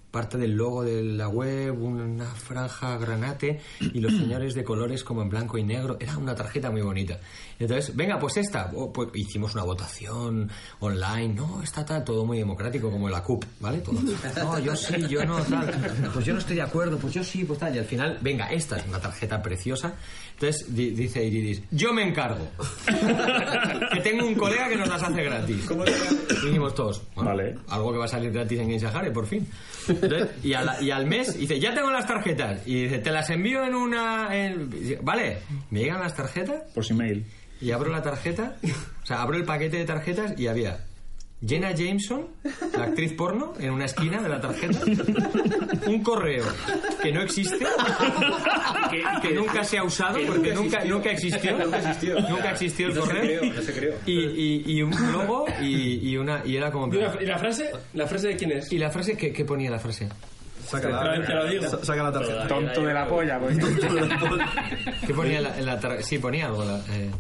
Speaker 4: parte del logo de la web, una franja granate y los señores de colores como en blanco y negro. Era una tarjeta muy bonita. Y entonces, venga, pues esta. O, pues, hicimos una votación online. No, está tal, todo muy democrático, como la CUP, ¿vale? Todo. No, yo sí, yo no, tal. Pues yo no estoy de acuerdo, pues yo sí, pues tal. Y al final, venga, esta es una tarjeta preciosa. Entonces di- dice Iridis, yo me encargo. que tengo un colega que nos las hace gratis. Y dijimos todos, bueno,
Speaker 3: Vale.
Speaker 4: algo que va a salir gratis en Gensahare, por fin. Entonces, y, a la- y al mes dice, ya tengo las tarjetas. Y dice, te las envío en una... en- dice, Vale, me llegan las tarjetas
Speaker 3: Por si mail.
Speaker 4: y abro la tarjeta, o sea, abro el paquete de tarjetas y había Jenna Jameson, la actriz porno, en una esquina de la tarjeta, un correo que no existe, que, que nunca se ha usado,
Speaker 8: que
Speaker 4: porque
Speaker 8: nunca
Speaker 4: nunca,
Speaker 8: existió.
Speaker 4: nunca existió,
Speaker 8: Nunca existió.
Speaker 4: nunca existió el
Speaker 8: No se
Speaker 4: correo,
Speaker 8: creó, no se creó.
Speaker 4: Y, y- y un globo y, y una y era como
Speaker 7: ¿Y la- y la frase? ¿La frase de quién es?
Speaker 4: ¿Y la frase qué, qué ponía la frase?
Speaker 7: Te lo digo.
Speaker 2: Saca la tarjeta.
Speaker 8: Tonto de la polla, pues.
Speaker 4: ¿Qué ponía en la, en la tar- Sí, ponía algo. la- eh,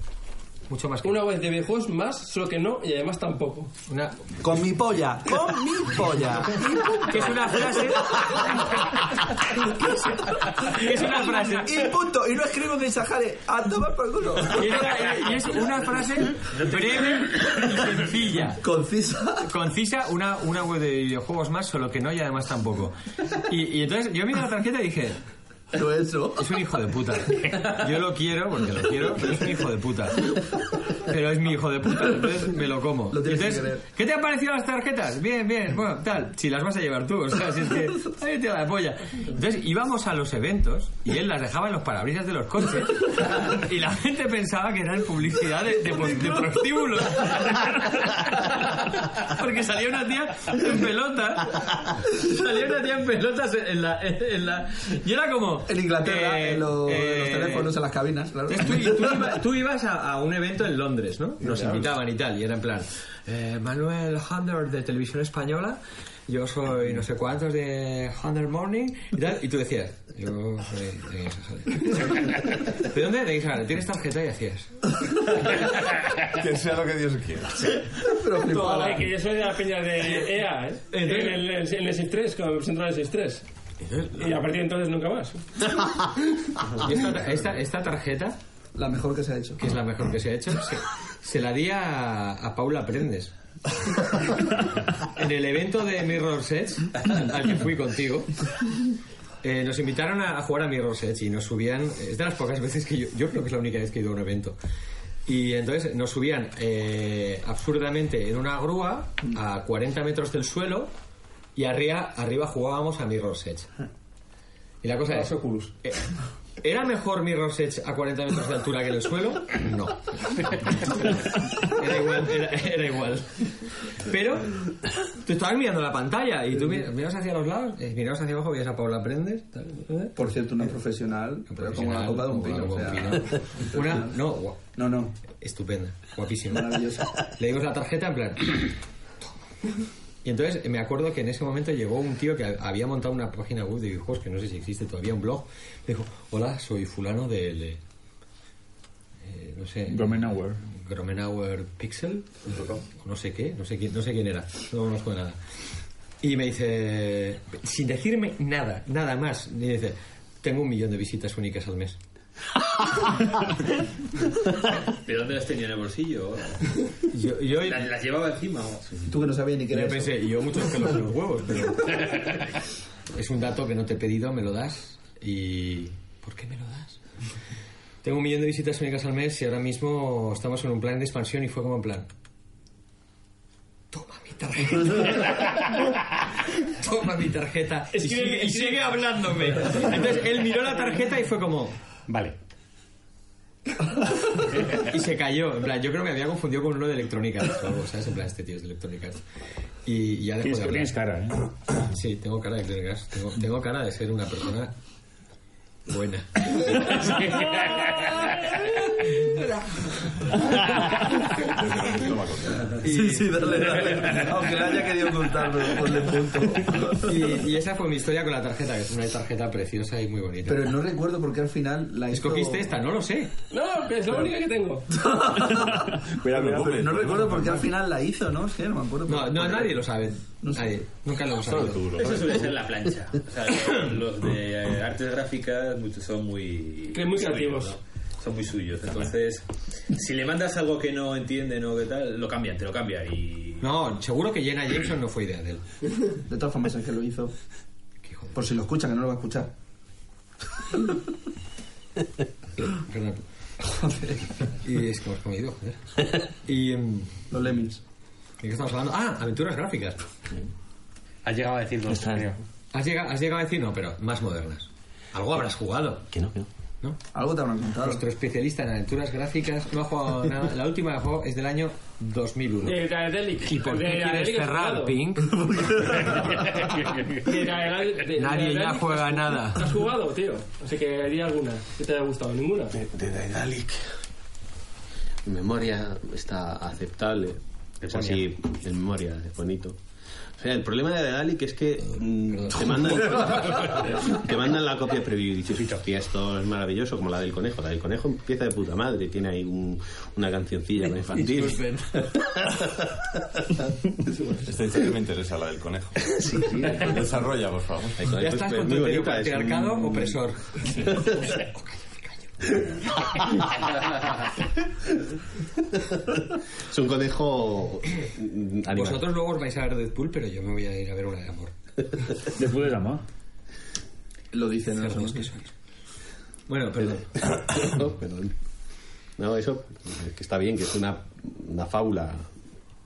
Speaker 4: mucho más que
Speaker 7: Una web de videojuegos más, solo que no, y además tampoco.
Speaker 4: una,
Speaker 2: Con mi polla, con mi polla.
Speaker 4: que es una frase. que es una frase.
Speaker 2: Y punto. Y no escribo mensajes a tomar por culo.
Speaker 4: Y es una- y es una frase breve y sencilla.
Speaker 2: Concisa.
Speaker 4: concisa una, una web de videojuegos más, solo que no y además tampoco. Y, y entonces yo miré la tarjeta y dije,
Speaker 2: Lo he hecho.
Speaker 4: es un hijo de puta. Yo lo quiero porque lo quiero, pero es un hijo de puta. Pero es mi hijo de puta, entonces me lo como.
Speaker 2: Lo tienes que
Speaker 4: Entonces,
Speaker 2: querer.
Speaker 4: ¿Qué te han parecido las tarjetas? Bien, bien, bueno, tal. Si las vas a llevar tú, o sea, si es que. Ahí te la polla. Entonces íbamos a los eventos y él las dejaba en los parabrisas de los coches y la gente pensaba que eran publicidad de, de, pos- de prostíbulos. Porque salía una tía en pelotas. Salía una tía en pelotas en la. En la y era como.
Speaker 2: En Inglaterra,
Speaker 4: eh,
Speaker 2: en, lo- en los
Speaker 4: eh,
Speaker 2: teléfonos, en las cabinas, claro.
Speaker 4: entonces tú, tú iba- tú ibas a, a un evento en Londres, ¿no? Nos invitaban y tal, y era en plan, eh, Manuel Hunter de Televisión Española, yo soy no sé cuántos de Hunter Morning y tal, y tú decías, yo soy de Guisajares. ¿De dónde? De Guisajares. ¿Tienes tarjeta? Y hacías.
Speaker 9: Quien sea lo que Dios quiera.
Speaker 2: Pero flipaba.
Speaker 7: Vale, que yo soy de la peña de EA, ¿eh? En el, en el, en el 6-3, con el central del 6-3. Y a partir de entonces nunca más.
Speaker 4: Y esta, esta- esta tarjeta,
Speaker 2: La mejor que se ha hecho.
Speaker 4: que es la mejor que se ha hecho, se, se la di a, a Paula Prendes. En el evento de Mirror Sets, al que fui contigo, eh, nos invitaron a, a jugar a Mirror Sets y nos subían. Es de las pocas veces que yo. Yo creo que es la única vez que he ido a un evento. Y entonces nos subían eh, absurdamente en una grúa a 40 metros del suelo y arriba, arriba jugábamos a Mirror Sets. Y la cosa es. eh, ¿Era mejor Mirror's Edge a 40 metros de altura que en el suelo? No. Era igual, era, era igual. Pero tú estabas mirando la pantalla y tú mi- mirabas hacia los lados, eh, mirabas hacia abajo, veías a Paula Prendes. tal, eh,
Speaker 2: Por cierto, una profesional, pero como la copa de un pino.
Speaker 4: como
Speaker 2: o
Speaker 4: la
Speaker 2: sea,
Speaker 4: copa de un pino. Una, no, gua-
Speaker 2: No, no.
Speaker 4: estupenda, guapísima.
Speaker 2: Maravillosa.
Speaker 4: Le dimos la tarjeta en plan. Y entonces eh, me acuerdo que en ese momento llegó un tío que ha- había montado una página web de videojuegos, que no sé si existe todavía, un blog. Me dijo, hola, soy fulano del... eh, eh, no sé...
Speaker 3: Gromenauer.
Speaker 4: Gromenauer Pixel, eh, o no sé qué, no sé quién, no sé quién era, no conozco de nada. Y me dice, sin decirme nada, nada más, me dice, tengo un millón de visitas únicas al mes.
Speaker 14: ¿De dónde las tenía en el bolsillo?
Speaker 4: Y Yo, y yo,
Speaker 14: ¿Las, las llevaba encima? o?
Speaker 2: Tú que no sabías ni qué
Speaker 4: yo
Speaker 2: era eso.
Speaker 4: pensé, y yo muchos pelos en los huevos, pero es un dato que no te he pedido, me lo das y... ¿Por qué me lo das? Tengo un millón de visitas únicas al mes y ahora mismo estamos en un plan de expansión y fue como en plan... Toma mi tarjeta. Toma mi tarjeta. Y
Speaker 7: Escribe-
Speaker 4: sigue, y
Speaker 7: escribe-
Speaker 4: sigue hablándome. Entonces él miró la tarjeta y fue como...
Speaker 8: Vale.
Speaker 4: y se cayó. En plan, yo creo que me había confundido con uno de Electronic Arts o algo, ¿sabes? En plan, este tío es de Electronic Arts. Y, y ya dejó
Speaker 3: Tienes,
Speaker 4: de hablar.
Speaker 3: tienes cara, ¿eh?
Speaker 4: Sí, tengo cara de Electronic Arts. Tengo, tengo cara de ser una persona buena.
Speaker 2: Sí, sí, dale, dale. Aunque la haya querido contarlo, ponle punto.
Speaker 4: Y, y esa fue mi historia con la tarjeta, que es una tarjeta preciosa y muy bonita.
Speaker 2: Pero no recuerdo por qué al final la hizo-
Speaker 4: ¿Escogiste esta? No lo sé.
Speaker 7: No, que es la única que tengo.
Speaker 9: Cuidado, cuidado.
Speaker 2: No recuerdo por qué al final la hizo, ¿no? Es que no me acuerdo.
Speaker 4: No, no nadie lo sabe.
Speaker 2: No sé.
Speaker 4: Nadie. Nunca lo hemos
Speaker 1: Solo
Speaker 4: sabido.
Speaker 1: tú lo
Speaker 14: Eso
Speaker 1: sabes.
Speaker 14: suele ser la plancha. O sea, los de eh, artes gráficas muchos son muy...
Speaker 7: Que muy
Speaker 14: suyos,
Speaker 7: creativos.
Speaker 14: ¿no? Son muy suyos. Entonces, si le mandas algo que no entienden o que tal, lo cambian, te lo cambian y...
Speaker 4: No, seguro que Jenna Jameson no fue idea de él.
Speaker 2: De todas formas, es que lo hizo.
Speaker 4: Qué hijo
Speaker 2: Por si lo escucha, que no lo va a escuchar.
Speaker 4: de- Perdón.
Speaker 2: Joder,
Speaker 4: Y es que hemos comido, joder. Y... mm,
Speaker 2: los lemmings.
Speaker 4: ¿De qué estamos hablando? Ah, aventuras gráficas.
Speaker 8: Has llegado a decir dos, creo.
Speaker 4: Has llegado, has llegado a decir, no, pero más modernas. Algo habrás jugado.
Speaker 6: Que no, que no.
Speaker 4: ¿no?
Speaker 2: Algo te habrán contado.
Speaker 4: Nuestro especialista en aventuras gráficas no ha jugado nada. La última que jugó es del año 2001.
Speaker 3: Eh,
Speaker 7: De Daedalic.
Speaker 4: ¿Y por
Speaker 7: De
Speaker 4: qué
Speaker 7: Daedalic
Speaker 4: quieres
Speaker 7: he
Speaker 4: cerrar,
Speaker 7: jugado.
Speaker 4: Pink?
Speaker 7: De Daedalic- de- de
Speaker 4: Nadie ya
Speaker 7: Daedalic
Speaker 4: juega
Speaker 7: has-
Speaker 4: nada.
Speaker 7: ¿Has jugado, tío? Así que di alguna que te haya gustado. Ninguna.
Speaker 6: De Daedalic. Mi memoria está aceptable. Es así, en memoria, es bonito. O sea, el problema de Daedalic es que mm, te mandan, te mandan la copia preview y dices, hostia, esto es maravilloso, como la del conejo. La del conejo empieza de puta madre, tiene ahí un- una cancioncilla para infantil.
Speaker 4: Disculpen.
Speaker 1: Esta historia me interesa, la del conejo.
Speaker 6: Sí, sí.
Speaker 1: Desarrolla, por favor.
Speaker 6: El conejo
Speaker 4: ¿Ya
Speaker 6: es
Speaker 4: estás
Speaker 6: Pues muy
Speaker 4: con tu tío
Speaker 6: bonita, es un-
Speaker 4: patriarcado opresor?
Speaker 6: Es un conejo mm, animal.
Speaker 4: Vosotros luego os vais a ver Deadpool, pero yo me voy a ir a ver una de amor.
Speaker 3: Después de la mano.
Speaker 2: Lo dicen en los
Speaker 4: Cerdos que sois. Bueno,
Speaker 6: Eh.
Speaker 4: perdón.
Speaker 6: No, perdón. No, eso es que está bien, que es una, una fábula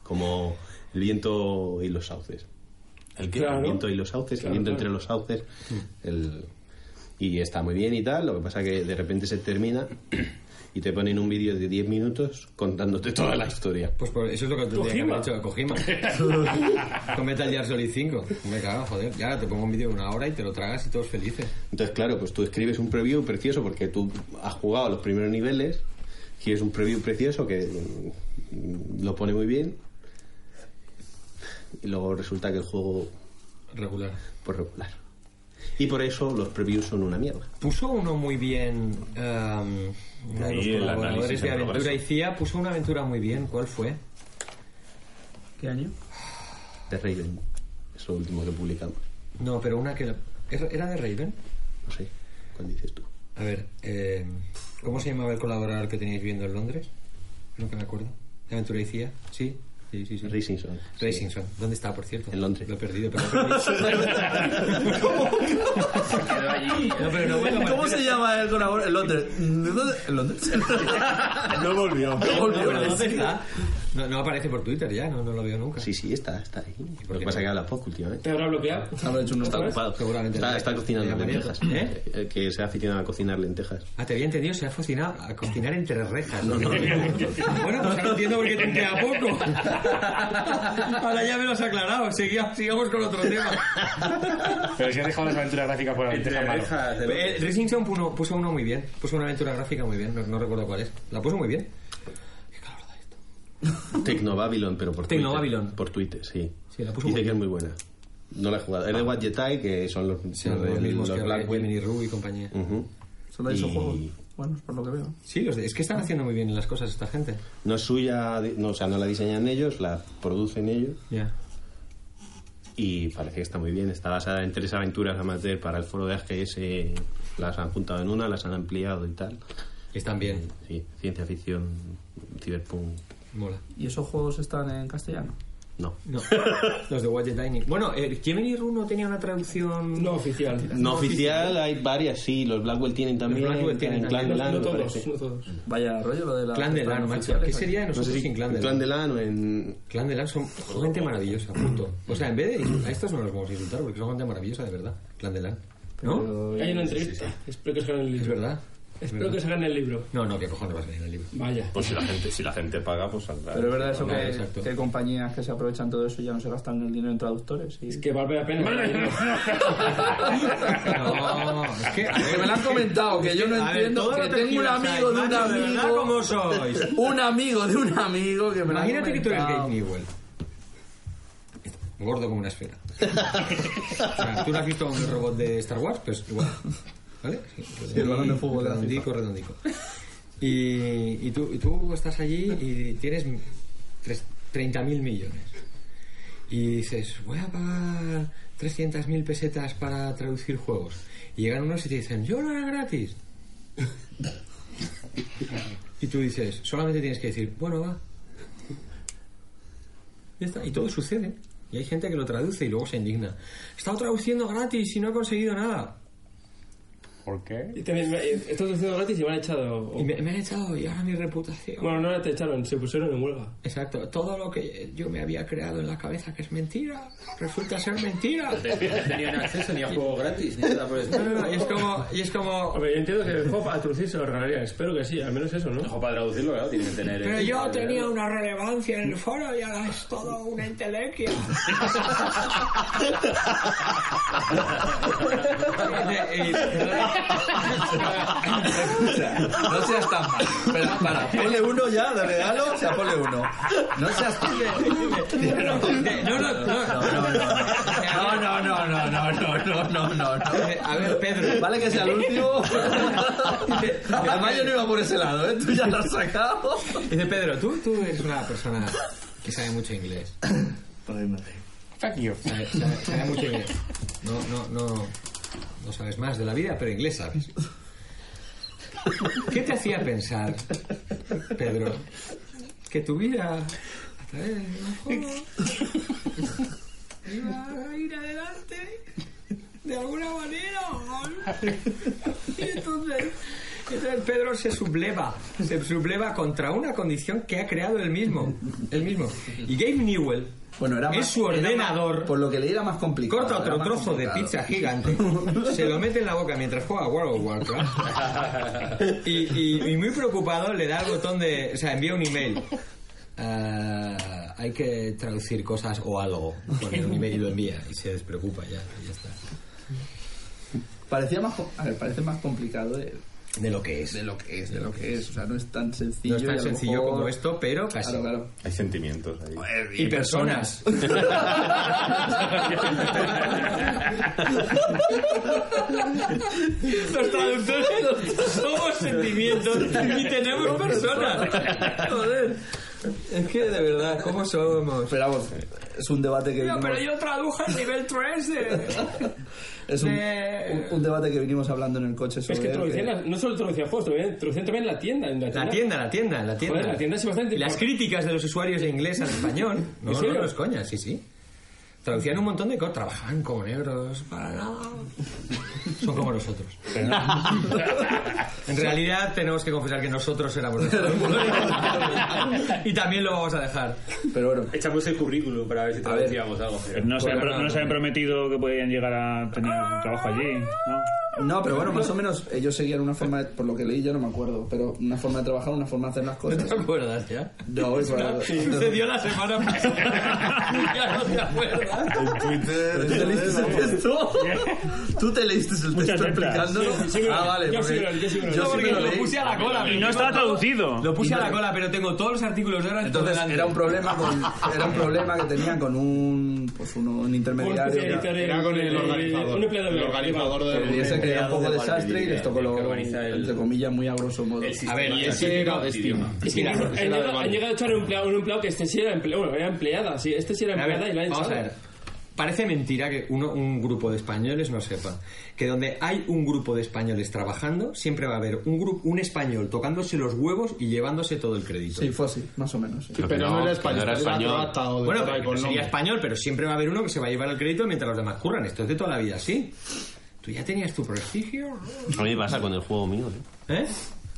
Speaker 6: como el viento y los sauces.
Speaker 1: El que
Speaker 6: El
Speaker 7: Claro.
Speaker 6: viento y los sauces, el
Speaker 7: Claro,
Speaker 6: viento
Speaker 7: claro.
Speaker 6: entre los sauces.
Speaker 4: Mm.
Speaker 6: el- y está muy bien y tal, lo que pasa que de repente se termina y te ponen un vídeo de 10 minutos contándote toda la historia.
Speaker 4: Pues por- eso es lo que tendría que haber
Speaker 7: Kojima.
Speaker 4: hecho Kojima. Con Metal Gear Solid 5. Me cago, joder. Y ahora te pongo un vídeo de una hora y te lo tragas y todos felices.
Speaker 6: Entonces, claro, pues tú escribes un preview precioso porque tú has jugado los primeros niveles, quieres un preview precioso que mm, lo pone muy bien y luego resulta que el juego
Speaker 4: Regular.
Speaker 6: por regular. Y por eso los previews son una mierda.
Speaker 4: Puso uno muy bien. em, uno de los
Speaker 1: Ahí el
Speaker 4: colaboradores
Speaker 1: análisis en
Speaker 4: de Aventura y
Speaker 1: progreso.
Speaker 4: CIA puso una aventura muy bien. ¿Cuál fue?
Speaker 2: ¿Qué año?
Speaker 6: De Raven. Es lo último que publicamos.
Speaker 4: No, pero una que. la- ¿era- ¿Era de Raven?
Speaker 6: No sé. ¿Cuál dices tú?
Speaker 4: A ver, em, ¿cómo se llamaba el colaborador que teníais viendo en Londres? Nunca me acuerdo. ¿De Aventura y CIA? Sí. Sí, sí, sí.
Speaker 6: Racing Son.
Speaker 4: Racing Son. ¿Dónde está, por cierto?
Speaker 6: En Londres.
Speaker 4: Lo he perdido, pero... No, pero no vuelvo a
Speaker 2: ¿Cómo se llama el colaborador? En Londres. ¿De dónde? ¿En Londres?
Speaker 9: No volvió.
Speaker 2: Volvió.
Speaker 4: No, no aparece por Twitter ya, no, no lo veo nunca.
Speaker 6: Ah, Sí, sí, está, está ahí.
Speaker 4: por
Speaker 6: Lo
Speaker 4: qué
Speaker 6: que pasa
Speaker 4: no?
Speaker 6: es que habla poco últimamente.
Speaker 7: ¿Te habrá bloqueado?
Speaker 2: Habrá hecho un
Speaker 6: Está ocupado.
Speaker 4: Seguramente
Speaker 6: Está,
Speaker 4: no.
Speaker 6: está cocinando
Speaker 4: ¿Le llamaría?
Speaker 6: lentejas.
Speaker 4: ¿Eh?
Speaker 6: Eh, Que se ha aficionado a cocinar lentejas.
Speaker 4: Ah, te había entendido, se ha cocinado a cocinar entre rejas. Bueno, pues ahora entiendo por qué te queda poco. Ahora ya me lo has aclarado, Seguía- sigamos con otro tema.
Speaker 8: Pero si has dejado las aventuras gráficas por la lenteja en mano.
Speaker 14: Orejas de-
Speaker 4: Eh, Racing Son puso, puso uno muy bien, puso una aventura gráfica muy bien, no, no recuerdo cuál es. La puso muy bien.
Speaker 6: Tecno Babylon, pero por
Speaker 4: Tecno
Speaker 6: Twitter.
Speaker 4: Babylon.
Speaker 6: Por Twitter, sí.
Speaker 4: Sí, la puso
Speaker 6: Dice
Speaker 4: muy
Speaker 6: que
Speaker 4: bien. Ah.
Speaker 6: es muy buena. No la he jugado. Es de What Jedi, que son los,
Speaker 4: Sí,
Speaker 6: los,
Speaker 4: los,
Speaker 6: de-
Speaker 4: mismos
Speaker 6: los
Speaker 4: que
Speaker 6: Blackwell.
Speaker 4: Rayman y Ruby y compañía.
Speaker 6: Ujú.
Speaker 2: Solo hay esos
Speaker 6: Y-
Speaker 2: juegos. Bueno, por lo que veo.
Speaker 4: Sí, los de- es que están haciendo muy bien las cosas esta gente.
Speaker 6: No es suya, di- no, o sea, no la diseñan ellos, la producen ellos.
Speaker 4: Ya.
Speaker 6: Y parece que está muy bien. Está basada en tres aventuras amateur para el foro de AGS. Las han juntado en una, las han ampliado y tal.
Speaker 4: Y están bien,
Speaker 6: Sí, ciencia ficción, cyberpunk.
Speaker 4: mola.
Speaker 2: ¿Y esos juegos están en castellano?
Speaker 6: No.
Speaker 4: No, los de Widget Dining. Bueno, eh, Gemini Rue no tenía una traducción.
Speaker 7: No oficial.
Speaker 6: No oficial, hay varias, sí. Los Blackwell tienen también.
Speaker 4: Blackwell tienen
Speaker 6: Clan
Speaker 4: también.
Speaker 6: de
Speaker 7: No,
Speaker 6: Lan,
Speaker 7: no
Speaker 6: me
Speaker 7: todos,
Speaker 6: parece.
Speaker 7: no todos.
Speaker 2: Vaya rollo lo de la.
Speaker 4: Clan de Lan, macho. ¿Qué sería de
Speaker 6: No
Speaker 4: nosotros
Speaker 6: sé si
Speaker 4: sin Clan de
Speaker 6: Clan
Speaker 4: Lan?
Speaker 6: de Lan o en,
Speaker 4: Clan de Lan son gente maravillosa, punto. O sea, en vez de. insult- A estos no los vamos a insultar porque son gente maravillosa, de verdad. Clan de Lan. ¿No?
Speaker 7: Hay una entrevista. Espero que salga en el libro.
Speaker 4: Es verdad.
Speaker 7: Espero que salga en el libro.
Speaker 4: No, no, que cojones vas a leer el libro.
Speaker 7: Vaya.
Speaker 1: Pues si la gente, si la gente paga, pues saldrá.
Speaker 2: Pero es verdad eso
Speaker 4: No,
Speaker 2: que,
Speaker 4: exacto.
Speaker 2: que hay compañías que se aprovechan todo eso y ya no se gastan el dinero en traductores. y-
Speaker 7: Es que vale la pena.
Speaker 4: No, es que. a ver,
Speaker 2: Que me lo han comentado, que yo no
Speaker 4: a ver,
Speaker 2: entiendo.
Speaker 4: todo
Speaker 2: Que
Speaker 4: lo
Speaker 2: tengo un
Speaker 4: tergiversáis,
Speaker 2: amigo de un
Speaker 4: macho, de verdad,
Speaker 2: amigo.
Speaker 4: ¿Cómo sois?
Speaker 2: Un amigo de un amigo que me lo ha
Speaker 4: Imagínate que tú eres
Speaker 2: comentado.
Speaker 4: Gabe Newell. Gordo como una esfera. o sea, tú no has visto un robot de Star Wars, pues igual. ¿Vale? Sí,
Speaker 2: el balón de fútbol de la
Speaker 4: Redondico, redondico. Y, y, tú, y tú estás allí y tienes tres- 30.000 millones. Y dices, voy a pagar 300.000 pesetas para traducir juegos. Y llegan unos y te dicen, yo lo haré gratis. Y tú dices, solamente tienes que decir, bueno, va. Y, ya está, y todo sucede. Y hay gente que lo traduce y luego se indigna. He estado traduciendo gratis y no he conseguido nada.
Speaker 15: ¿por qué?
Speaker 3: Y te- me-
Speaker 7: eh,
Speaker 3: me- Estás haciendo gratis y me han echado.
Speaker 4: Y me, me han echado y ahora mi reputación.
Speaker 3: Bueno, no te echaron, se pusieron en huelga.
Speaker 4: Exacto, todo lo que yo me había creado en la cabeza que es mentira, resulta ser mentira.
Speaker 7: Tenían acceso ni a juego gratis, ni nada por el
Speaker 4: No, no, no, y es como, y es como
Speaker 3: Hombre, yo entiendo que el juego para traducir se lo regalaría, espero que sí, al menos eso, ¿no? El
Speaker 7: juego para traducirlo, claro, tiene que tener.
Speaker 4: Pero yo tenía una relevancia en el foro y ahora es todo una intelequia.
Speaker 10: Escucha, no seas tan malo. Pero, para, ponle uno ya, de regalo, o sea, ponle uno. No seas tan malo.
Speaker 4: No, no, no,
Speaker 10: No, no, no, no, no, no, no, no, no, no.
Speaker 4: A ver, Pedro.
Speaker 10: Vale que sea el último. Además yo no iba por ese lado, ¿eh? Tú ya lo has sacado.
Speaker 4: Dice Pedro, tú, tú eres una persona que sabe mucho inglés.
Speaker 15: Fuck you.
Speaker 4: Sabe, sabe- sabe mucho inglés. No, no, no, no sabes más de la vida, pero inglés sabes. ¿Qué te hacía pensar, Pedro, que tu vida a través de un juego iba a ir adelante de alguna manera? Y entonces, entonces Pedro se subleva, se subleva contra una condición que ha creado él mismo, él mismo. Y Gabe Newell
Speaker 10: Bueno, era más...
Speaker 4: es su ordenador.
Speaker 10: Por lo que leí era más complicado.
Speaker 4: Corta
Speaker 10: era
Speaker 4: otro
Speaker 10: más
Speaker 4: trozo de
Speaker 10: complicado.
Speaker 4: pizza gigante, se lo mete en la boca mientras juega a World of Warcraft y, y- y muy preocupado le da el botón de... O sea, envía un email. Ah, hay que traducir cosas o algo. Pone un email y lo envía y se despreocupa ya. y ya está.
Speaker 10: Parecía más, co- a ver, parece más complicado de,
Speaker 4: De lo que es.
Speaker 10: de lo que es, de lo que es. O sea, no es tan sencillo.
Speaker 4: No es
Speaker 10: y a
Speaker 4: tan
Speaker 10: lo
Speaker 4: sencillo
Speaker 10: mejor-
Speaker 4: como esto, pero casi.
Speaker 10: Claro, claro.
Speaker 1: Hay sentimientos ahí.
Speaker 4: Y personas. Los traductores somos sentimientos y tenemos personas. Joder. Es que de verdad, ¿cómo somos?
Speaker 10: Pero vamos, es un debate que vinimos,
Speaker 4: yo traduje el nivel 3
Speaker 7: eh.
Speaker 4: de...
Speaker 10: es un,
Speaker 4: eh,
Speaker 10: un- un debate que vinimos hablando en el coche sobre
Speaker 3: Es que
Speaker 10: el
Speaker 3: traducían, la- no solo traducían juegos, también, traducían también la tienda. En la,
Speaker 4: La
Speaker 3: tienda.
Speaker 4: tienda, la tienda, la tienda.
Speaker 3: Joder, la tienda es bastante
Speaker 4: Y Las
Speaker 3: importante.
Speaker 4: críticas de los usuarios de inglés al español. No,
Speaker 3: ¿En
Speaker 4: no,
Speaker 3: serio?
Speaker 4: no es coña, sí, sí. Traducían un montón de cosas, trabajaban como negros, para nada. Son como nosotros. en realidad tenemos que confesar que nosotros éramos nosotros. y también lo vamos a dejar.
Speaker 10: Pero bueno,
Speaker 7: Echamos el currículum para ver si traducíamos algo. pero-
Speaker 16: No se, han, pro- no se han prometido que podían llegar a tener un trabajo allí, ¿no?
Speaker 10: no, pero bueno, más o menos ellos seguían una forma, de- por lo que leí yo no me acuerdo, pero una forma de trabajar, una forma de hacer las
Speaker 4: ¿No te
Speaker 10: cosas.
Speaker 4: acuerdas ya?
Speaker 10: No, es verdad.
Speaker 4: Sucedió la semana pasada. ya no te acuerdas.
Speaker 17: En Twitter.
Speaker 10: ¿Tú te leíste el texto? ¿Tú te leíste el
Speaker 16: Muchas
Speaker 10: texto
Speaker 16: letras.
Speaker 10: explicándolo?
Speaker 3: sí, sí,
Speaker 10: ah, vale,
Speaker 3: yo sí
Speaker 10: porque
Speaker 3: me lo- yo sí me lo- No,
Speaker 10: yo sí me
Speaker 4: Porque
Speaker 10: lo
Speaker 4: lo
Speaker 10: leí.
Speaker 4: puse a la cola.
Speaker 16: Y no estaba traducido.
Speaker 4: Lo puse a la cola, pero tengo todos los artículos de ahora en todo
Speaker 10: Entonces
Speaker 4: delante.
Speaker 10: era un problema con, era un problema que tenían con un pues uno- un
Speaker 3: Pues,
Speaker 10: intermediario que-
Speaker 3: Era
Speaker 1: con el organizador.
Speaker 3: Un empleador
Speaker 1: El organizador del-
Speaker 10: y ese que era un poco desastre y les tocó lo
Speaker 7: organiza el-
Speaker 10: entre comillas muy a grosso modo.
Speaker 4: A ver,
Speaker 7: Y
Speaker 4: ese
Speaker 7: el
Speaker 4: era-
Speaker 7: idioma.
Speaker 3: Es que incluso han llegado, han llegado a echar a un empleado, un empleado que este sí era empleado, bueno, era empleada, sí, este sí era
Speaker 4: A ver,
Speaker 3: empleada y la han
Speaker 4: vamos a
Speaker 3: echado.
Speaker 4: ver. Parece mentira que uno, un grupo de españoles no sepa que donde hay un grupo de españoles trabajando, siempre va a haber un, grupo, un español tocándose los huevos y llevándose todo el crédito.
Speaker 10: Sí, fue así, más o menos. sí.
Speaker 1: Pero no era español. era español.
Speaker 4: Bueno, pero sería español, pero siempre va a haber uno que se va a llevar el crédito mientras los demás curran. Esto es de toda la vida, ¿sí? ¿Tú ya tenías tu prestigio?
Speaker 6: A mí me pasa con el juego mío, ¿eh?
Speaker 4: ¿Eh?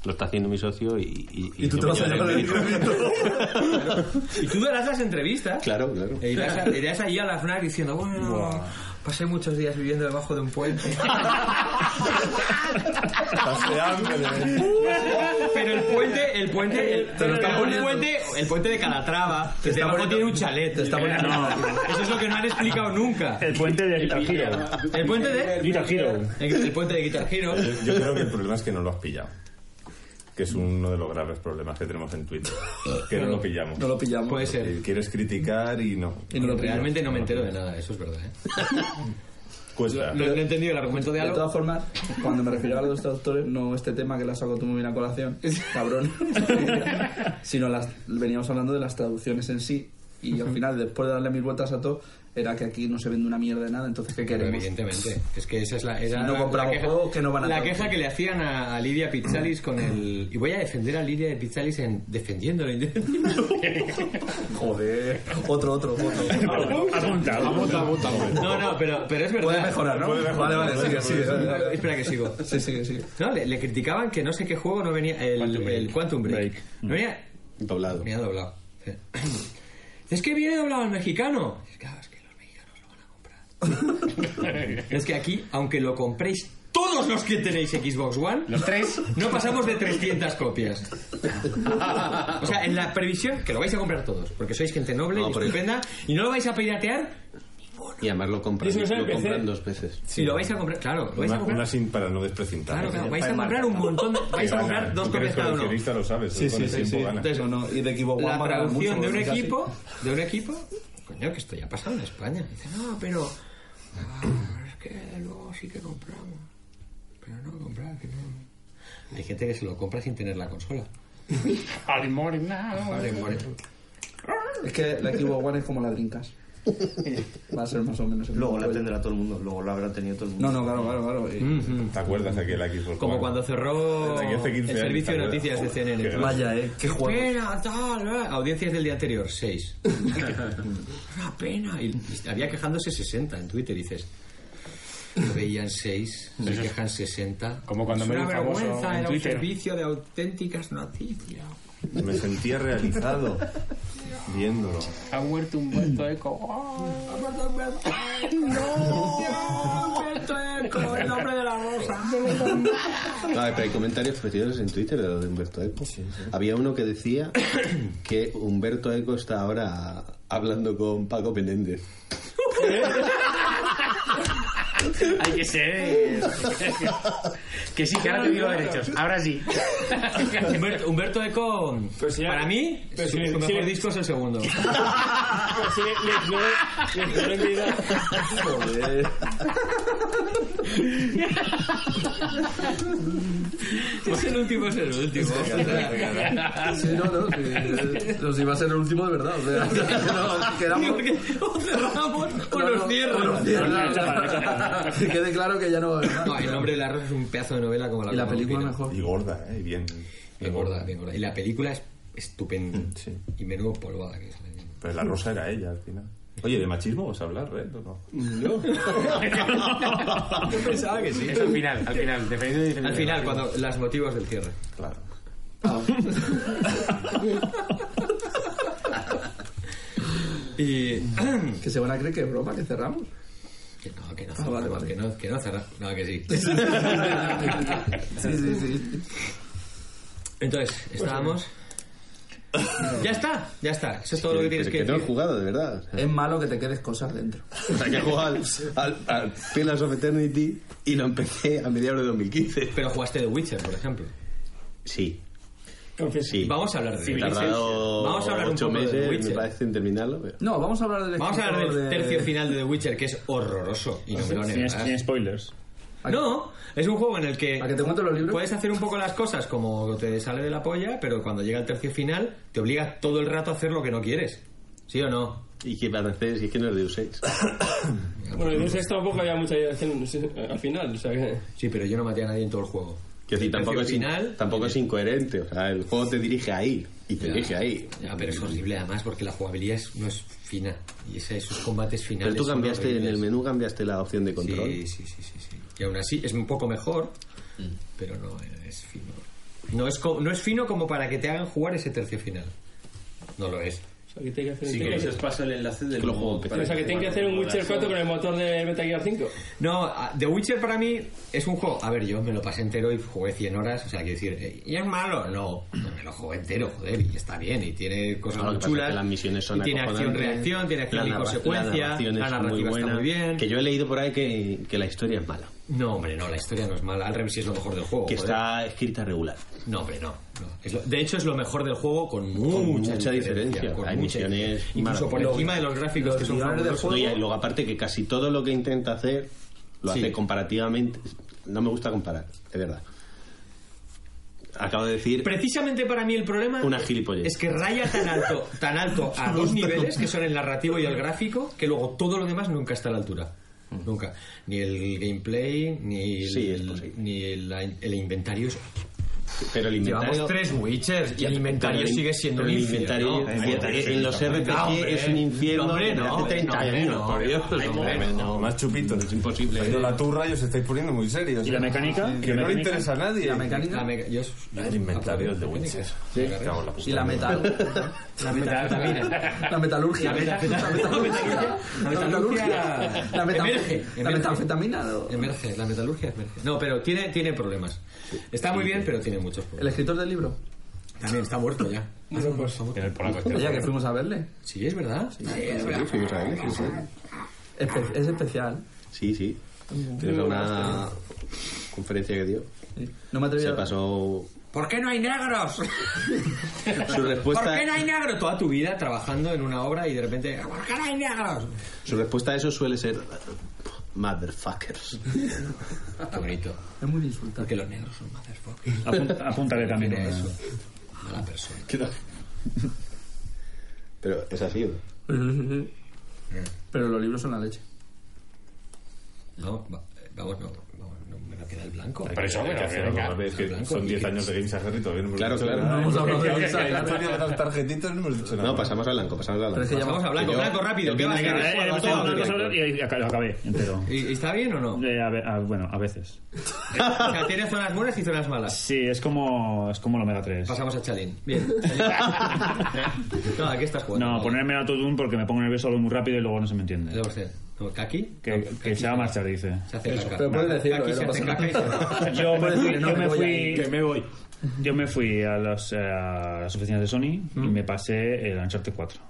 Speaker 6: Lo está haciendo mi socio y... Y, y
Speaker 10: Y tú te
Speaker 6: no
Speaker 10: vas a
Speaker 6: me
Speaker 10: llevar
Speaker 6: llevan
Speaker 10: el crédito.
Speaker 4: Y tú darás las entrevistas.
Speaker 6: Claro, claro. Eh,
Speaker 4: E irás, a- irás ahí a la FNAC diciendo, bueno, pasé muchos días viviendo debajo de un puente. Pero el puente, el puente, el,
Speaker 10: Te lo está
Speaker 4: pero el
Speaker 10: poniendo.
Speaker 4: puente, el puente de Calatrava, que
Speaker 10: está
Speaker 4: debajo
Speaker 10: poniendo-
Speaker 4: tiene un chalet.
Speaker 10: te está poniendo-
Speaker 4: No, eso es lo que no han explicado nunca.
Speaker 16: El puente de Guitar Hero.
Speaker 4: El puente de,
Speaker 16: Guitar Hero.
Speaker 4: el, el puente de Guitar Hero.
Speaker 1: Yo, yo creo que el problema es que no lo has pillado. Que es uno de los graves problemas que tenemos en Twitter. Que no lo pillamos.
Speaker 10: No lo pillamos.
Speaker 4: Puede ser.
Speaker 1: Eh, Quieres criticar y no.
Speaker 10: Y no lo pillas.
Speaker 4: Realmente no me entero de nada, eso es verdad. ¿eh?
Speaker 1: Cuesta.
Speaker 4: No, no he entendido el argumento de
Speaker 10: De
Speaker 4: algo.
Speaker 10: todas formas, cuando me refiero a los traductores, no este tema que la saco tú muy bien a colación, cabrón, sino las, veníamos hablando de las traducciones en sí
Speaker 2: Y al final, después de darle mil vueltas a todo, era que aquí no se vende una mierda de nada, entonces ¿qué
Speaker 4: Pero
Speaker 2: queremos?
Speaker 4: evidentemente. Es que esa es la.
Speaker 2: Si
Speaker 4: Era
Speaker 2: no
Speaker 4: la-
Speaker 2: compramos
Speaker 4: la queja,
Speaker 2: juegos, que no van a
Speaker 4: La
Speaker 2: tener.
Speaker 4: queja que le hacían a, a Lidia Pizzalis con el. Y voy a defender a Lidia Pizzalis en defendiendo la independencia.
Speaker 2: Joder, otro, otro, otro.
Speaker 1: Apunta,
Speaker 3: Apunta,
Speaker 1: apunta, apunta.
Speaker 4: No, no, pero, pero es verdad.
Speaker 2: Puede mejorar, ¿no?
Speaker 1: Puede mejorar,
Speaker 2: vale, vale,
Speaker 1: puede
Speaker 2: sigue, sigue.
Speaker 1: mejorar.
Speaker 2: dale, dale.
Speaker 4: Espera que sigo.
Speaker 2: Sí, sigue, sigue.
Speaker 4: No, le, le criticaban que no sé qué juego no venía. El Quantum Break. El Quantum Break.
Speaker 3: Break.
Speaker 4: No venía.
Speaker 6: Doblado.
Speaker 4: Venía doblado. Es que viene doblado al mexicano. Es que, ah, es que los mexicanos lo van a comprar. es que aquí, aunque lo compréis todos los que tenéis Xbox One,
Speaker 13: Los tres.
Speaker 4: no pasamos de 300 copias. O sea, en la previsión que lo vais a comprar todos, porque sois gente noble
Speaker 6: No,
Speaker 4: y
Speaker 6: pero-
Speaker 4: estupenda, y no lo vais a piratear,
Speaker 6: Y además lo compran,
Speaker 7: Y eso no sabe
Speaker 6: lo
Speaker 7: PC.
Speaker 6: compran dos veces.
Speaker 4: si lo vais a comprar, claro, lo vais
Speaker 1: Una,
Speaker 4: a
Speaker 1: una
Speaker 4: comprar.
Speaker 1: sin para no desprecintar.
Speaker 4: Claro, claro, vais a
Speaker 1: Para
Speaker 4: comprar
Speaker 1: marcar.
Speaker 4: un montón, de- vais a
Speaker 1: Gana.
Speaker 4: comprar dos
Speaker 1: Tú que eres
Speaker 4: copias cada uno.
Speaker 1: coleccionista lo sabes. tú con el tiempo ganas.
Speaker 2: No, no, y de equipo
Speaker 4: la
Speaker 2: One va a ganar
Speaker 4: traducción
Speaker 2: mucho, ¿eh?
Speaker 4: de un
Speaker 2: casi.
Speaker 4: equipo de un equipo coño que esto ya ha pasado en España dice no pero ah, es que luego sí que compramos pero no comprar que no hay gente que se lo compra sin tener la consola
Speaker 13: Al morinado.
Speaker 4: Vale, vale.
Speaker 2: Es que la Xbox One es como la Dreamcast. Va a ser más o menos. el
Speaker 6: Luego
Speaker 2: mismo
Speaker 6: la
Speaker 2: rollo.
Speaker 6: tendrá todo el mundo, luego la habrá tenido todo el
Speaker 2: No,
Speaker 6: mundo.
Speaker 2: no, claro, claro, claro. y-
Speaker 1: ¿Te acuerdas de aquel Xbox One?
Speaker 4: como cuando cerró
Speaker 1: Desde
Speaker 4: el
Speaker 1: aquí hace 15 años,
Speaker 4: servicio de
Speaker 1: ¿te
Speaker 4: noticias de
Speaker 1: acuerdas? Qué
Speaker 4: CNN
Speaker 1: grande.
Speaker 2: Vaya, eh, qué juego.
Speaker 4: pena tal eh. Pues audiencias del día anterior 6 una pena y había quejándose 60 en Twitter dices lo veían 6 se quejan 60
Speaker 8: Como cuando
Speaker 4: es
Speaker 8: me
Speaker 4: una
Speaker 8: vi famoso
Speaker 4: vergüenza
Speaker 8: en
Speaker 4: era un
Speaker 8: Twitter.
Speaker 4: servicio de auténticas noticias
Speaker 1: Me sentía realizado viéndolo.
Speaker 8: Ha muerto un muerto eco.
Speaker 6: A ver, Ah, pero hay comentarios preciosos en Twitter de lo de Humberto Eco. Había uno que decía que Humberto Eco está ahora hablando con Paco Menéndez.
Speaker 8: Hay que ser. eh. que sí, que ahora te digo derechos. Ahora sí.
Speaker 4: Humberto, Humberto Eco
Speaker 7: Pero si ya-
Speaker 4: para mí
Speaker 7: pero
Speaker 4: su,
Speaker 7: si-
Speaker 4: su
Speaker 7: si
Speaker 4: mejor
Speaker 7: le-
Speaker 4: disco es el segundo
Speaker 7: Así Pues le, le, le, le, le,
Speaker 2: Joder.
Speaker 4: es el último es el último
Speaker 2: Sí, no, no. sí, eh, no, si va a ser el último de verdad. O sea, no,
Speaker 4: Digo,
Speaker 2: quedamos.
Speaker 4: porque o cerramos o
Speaker 2: No,
Speaker 4: nos
Speaker 2: no,
Speaker 4: cierran.
Speaker 2: o nos cierran. Que quede claro que ya no va a haber más.
Speaker 4: No, el nombre de la rosa es un pedazo de novela como la
Speaker 2: Y la
Speaker 4: como
Speaker 2: película
Speaker 4: Pino.
Speaker 2: mejor.
Speaker 1: Y gorda, ¿eh? Y bien.
Speaker 4: Bien gorda, bien gorda. Y la película es estupenda.
Speaker 2: Mm,
Speaker 1: Sí.
Speaker 4: Y menudo polvada que es.
Speaker 1: Pero Pues la rosa era ella al final. Oye, ¿de machismo vas a hablar, eh? ¿O no?
Speaker 4: Yo pensaba que sí.
Speaker 8: Eso al final, al final. Dependiendo de
Speaker 4: Al final, cuando las motivos del cierre.
Speaker 1: Claro.
Speaker 4: Y.
Speaker 2: Que se van a creer que es broma, que cerramos.
Speaker 4: Que no, que no,
Speaker 2: Ah, vale, vale.
Speaker 4: que no, que no cerra- No, que sí.
Speaker 2: Sí, sí, sí.
Speaker 4: Entonces, estábamos. Ya está, ya está. Eso es todo lo que tienes que
Speaker 6: Pero no he
Speaker 4: decir.
Speaker 6: jugado, de verdad.
Speaker 2: Es malo que te quedes cosas dentro.
Speaker 6: O sea, que he jugado al, al- al Pillars of Eternity y lo empecé a mediados de 2015.
Speaker 4: Pero jugaste The Witcher, por ejemplo.
Speaker 6: Sí,
Speaker 7: Confieso.
Speaker 6: sí.
Speaker 4: Vamos a hablar de
Speaker 6: He tardado
Speaker 4: Vamos a hablar un
Speaker 6: ocho
Speaker 4: poco de The
Speaker 6: meses, me
Speaker 4: Witcher.
Speaker 6: parece, en terminarlo. pero-
Speaker 2: No, vamos a hablar del
Speaker 4: Vamos a hablar
Speaker 2: escritor
Speaker 4: del
Speaker 2: de-
Speaker 4: tercio final de The Witcher, que es horroroso. Y no me lo
Speaker 3: Sin,
Speaker 4: negarás.
Speaker 3: sin spoilers.
Speaker 4: No, es un juego en el que...
Speaker 2: ¿A que te cuento los libros?
Speaker 4: Puedes hacer un poco las cosas como te sale de la polla, pero cuando llega el tercio final te obliga todo el rato a hacer lo que no quieres. ¿Sí o no?
Speaker 6: ¿Y qué van a hacer si es que no es Deus Ex?
Speaker 7: Bueno, entonces tampoco había mucha acción al final, o sea que...
Speaker 4: Sí, pero yo no maté a nadie en todo el juego.
Speaker 6: Que sí,
Speaker 4: El
Speaker 6: tampoco,
Speaker 4: tercio
Speaker 6: es, in-
Speaker 4: final...
Speaker 6: tampoco es incoherente. O sea, el juego te dirige ahí. Y te
Speaker 4: Ya.
Speaker 6: dirige ahí.
Speaker 4: Ya, pero es horrible además porque la jugabilidad es- no es fina. Y ese- esos combates finales...
Speaker 6: Pero tú
Speaker 4: son
Speaker 6: cambiaste, en
Speaker 4: horribles.
Speaker 6: el menú cambiaste la opción de control.
Speaker 4: Sí, sí, sí, sí, sí. Y aún así es un poco mejor,
Speaker 6: Mm.
Speaker 4: pero no es fino. No es, co- no es fino como para que te hagan jugar ese tercio final. No lo es.
Speaker 7: O sea, que tiene que hacer
Speaker 14: Si
Speaker 7: un
Speaker 14: queréis os paso el enlace del
Speaker 6: lo juego en
Speaker 14: para
Speaker 6: PC.
Speaker 7: O sea, que tiene que hacer un Witcher 4 con el motor de Metal Gear 5.
Speaker 4: No, a- The Witcher para mí es un juego. A ver, yo me lo pasé entero y jugué 100 horas. O sea, quiero decir, eh, ¿y es malo? No, no me lo jugué entero, joder, y está bien, y tiene cosas
Speaker 6: No, lo
Speaker 4: muy
Speaker 6: que pasa es
Speaker 4: chulas.
Speaker 6: que las misiones son
Speaker 4: y tiene
Speaker 6: acojonantes.
Speaker 4: acción-reacción, tiene acción
Speaker 6: La
Speaker 4: y
Speaker 6: narra-
Speaker 4: consecuencia.
Speaker 6: la narración
Speaker 4: la
Speaker 6: es
Speaker 4: narrativa
Speaker 6: muy buena.
Speaker 4: está muy bien.
Speaker 6: Que yo he leído por ahí que, que la historia es mala.
Speaker 4: No, hombre, no, la historia no es mala. Al revés, sí es lo mejor del juego.
Speaker 6: Que
Speaker 4: joder.
Speaker 6: está escrita regular.
Speaker 4: No, hombre, no. no. Es lo- de hecho, es lo mejor del juego con mucha,
Speaker 6: mucha diferencia.
Speaker 4: con
Speaker 6: Hay
Speaker 4: mucha
Speaker 6: misiones
Speaker 4: diferencia. Incluso por
Speaker 6: maravillosas.
Speaker 4: encima de los gráficos que son
Speaker 2: guiones del
Speaker 4: fabulosos.
Speaker 6: No, y luego aparte que casi todo lo que intenta hacer lo
Speaker 4: Sí.
Speaker 6: hace comparativamente... No me gusta comparar, de verdad. acaba de decir
Speaker 4: Precisamente para mí el problema
Speaker 6: una gilipollez.
Speaker 4: es que raya tan alto, tan alto a dos niveles, que son el narrativo y el gráfico, que luego todo lo demás nunca está a la altura. Nunca. Ni el gameplay, ni el,
Speaker 6: Sí, es posible.
Speaker 4: ni el, el inventario. es-
Speaker 6: Pero el inventario...
Speaker 4: Llevamos tres Witchers y el
Speaker 6: Pero
Speaker 4: inventario
Speaker 6: el-
Speaker 4: sigue siendo
Speaker 6: pero
Speaker 4: un
Speaker 6: el
Speaker 4: infierno.
Speaker 6: inventario, el inventario en los RPG
Speaker 4: No, hombre.
Speaker 6: es un infierno
Speaker 4: No, hombre,
Speaker 6: desde
Speaker 4: no,
Speaker 6: hace 30
Speaker 4: no, hombre,
Speaker 6: años.
Speaker 4: no.
Speaker 6: por Dios,
Speaker 4: Ay,
Speaker 6: hombre,
Speaker 4: hombre,
Speaker 6: no.
Speaker 1: Más chupitos.
Speaker 6: es imposible.
Speaker 1: Pero la turra y os estáis poniendo muy serios. ¿eh?
Speaker 3: ¿Y la mecánica?
Speaker 1: Que no le
Speaker 3: mecánica?
Speaker 1: interesa a nadie.
Speaker 2: La mecánica.
Speaker 4: La meca- yo- yo-
Speaker 1: El inventario es de Witcher.
Speaker 4: Sí.
Speaker 1: Me cago en la puta.
Speaker 2: Y la metal. La metal. La metalurgia.
Speaker 4: La meta-
Speaker 2: La metalurgia. La
Speaker 4: Emerge,
Speaker 2: metalurgia. La
Speaker 4: emerge.
Speaker 2: metanfetamina. ¿no?
Speaker 4: Emerge, la metalurgia emerge. No, pero tiene, tiene problemas. Está muy bien, pero tiene muchos
Speaker 2: El
Speaker 4: problemas.
Speaker 2: escritor del libro.
Speaker 4: También está muerto ya.
Speaker 2: Ya que fuimos a verle.
Speaker 4: Sí, es verdad.
Speaker 2: Espe- Es especial.
Speaker 6: Sí, sí. Tienes una conferencia que dio.
Speaker 2: No me atreví
Speaker 6: Se
Speaker 2: a...
Speaker 6: pasó...
Speaker 4: ¿Por qué no hay negros?
Speaker 6: Su respuesta-
Speaker 4: ¿Por qué no hay negros? Toda tu vida trabajando en una obra y de repente... ¿Por qué no hay negros?
Speaker 6: Su respuesta a eso suele ser... Motherfuckers.
Speaker 4: Qué bonito.
Speaker 2: Es muy insultante.
Speaker 4: Porque los negros son motherfuckers.
Speaker 3: Apunta- apúntale también
Speaker 4: Mira
Speaker 3: una.
Speaker 4: eso. Mala persona.
Speaker 6: Pero es así. ¿no?
Speaker 2: Pero los libros son la leche.
Speaker 4: No, va- vamos, no. Vamos, no me lo queda el blanco.
Speaker 1: Por eso,
Speaker 4: Hay que hacer algo.
Speaker 1: es que
Speaker 4: Blanco
Speaker 1: son
Speaker 4: y-
Speaker 1: 10 años de Games Ager y todavía no hemos
Speaker 6: Claro,
Speaker 1: dicho
Speaker 6: claro.
Speaker 1: nada.
Speaker 6: No
Speaker 2: hemos hablado de Games
Speaker 1: La historia de las tarjetitas no hemos
Speaker 2: Ah,
Speaker 1: dicho nada.
Speaker 6: No, pasamos al blanco, pasamos al blanco.
Speaker 2: que ya
Speaker 4: Vamos a blanco,
Speaker 6: Que yo-
Speaker 4: blanco, rápido. ¿Qué va a
Speaker 3: Eh,
Speaker 4: hacer?
Speaker 3: eh, hemos hablado de cosas y y ac- lo acabé entero.
Speaker 4: ¿Y- y ¿Está bien o no?
Speaker 3: Eh, a ve- a- bueno, a veces.
Speaker 4: O sea, tiene zonas buenas y zonas malas.
Speaker 3: Sí, es como, es como el Omega 3.
Speaker 4: Pasamos a Chalín. Bien. no, aquí estás jugando.
Speaker 3: No, ponerme autotune porque me pongo nervioso, hablo muy rápido y luego no se me entiende.
Speaker 4: Debo ser. No, ¿Kaki?
Speaker 3: Que, que se va a marchar, dice.
Speaker 4: Se hace caca.
Speaker 2: pero puedes decirlo,
Speaker 4: Kaki
Speaker 2: eh,
Speaker 4: se
Speaker 2: no
Speaker 4: hace
Speaker 2: pasa
Speaker 4: caca y se va.
Speaker 3: Yo me fui, yo me fui-
Speaker 14: me voy.
Speaker 3: yo me fui a, los, eh, a las oficinas de Sony y
Speaker 4: Mm.
Speaker 3: me pasé el Uncharted 4.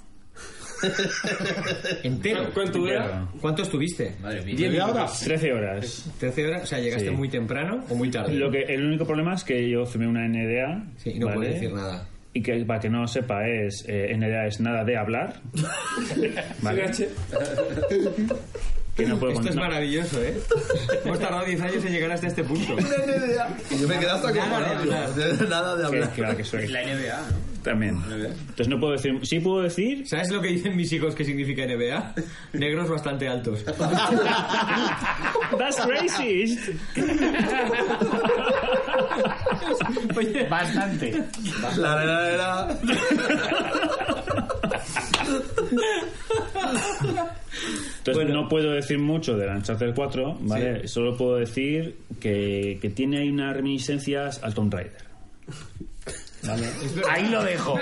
Speaker 4: Entero.
Speaker 7: ¿Cuánto era?
Speaker 4: ¿Cuánto estuviste?
Speaker 8: Madre mía.
Speaker 3: ¿10 horas? 13 horas.
Speaker 4: 13 horas, o sea, llegaste
Speaker 3: Sí.
Speaker 4: muy temprano o muy tarde.
Speaker 3: Lo que, el único problema es que yo firmé una NDA.
Speaker 4: Sí, y no
Speaker 3: ¿vale?
Speaker 4: puedes decir nada.
Speaker 3: Y que para que no lo sepa es eh, NDA es nada de hablar. ¿Vale? Que no puedo
Speaker 4: Esto es
Speaker 3: contar-
Speaker 4: maravilloso, ¿eh? Hemos tardado 10 años en llegar hasta este punto.
Speaker 2: Y yo me quedé hasta
Speaker 4: Nada de
Speaker 2: como Nada de
Speaker 3: que-
Speaker 2: hablar.
Speaker 3: que- que soy.
Speaker 14: La NBA, ¿no?
Speaker 3: También. Entonces no puedo decir. Sí puedo decir.
Speaker 4: ¿Sabes lo que dicen mis hijos que significa NBA? Negros bastante altos.
Speaker 3: That's racist.
Speaker 4: Oye,
Speaker 8: Bastante.
Speaker 2: La verdad era...
Speaker 3: Entonces no puedo decir mucho del Uncharted 4, ¿vale? Solo puedo decir que, que tiene ahí unas reminiscencias al Tomb Raider.
Speaker 8: Ahí lo dejo.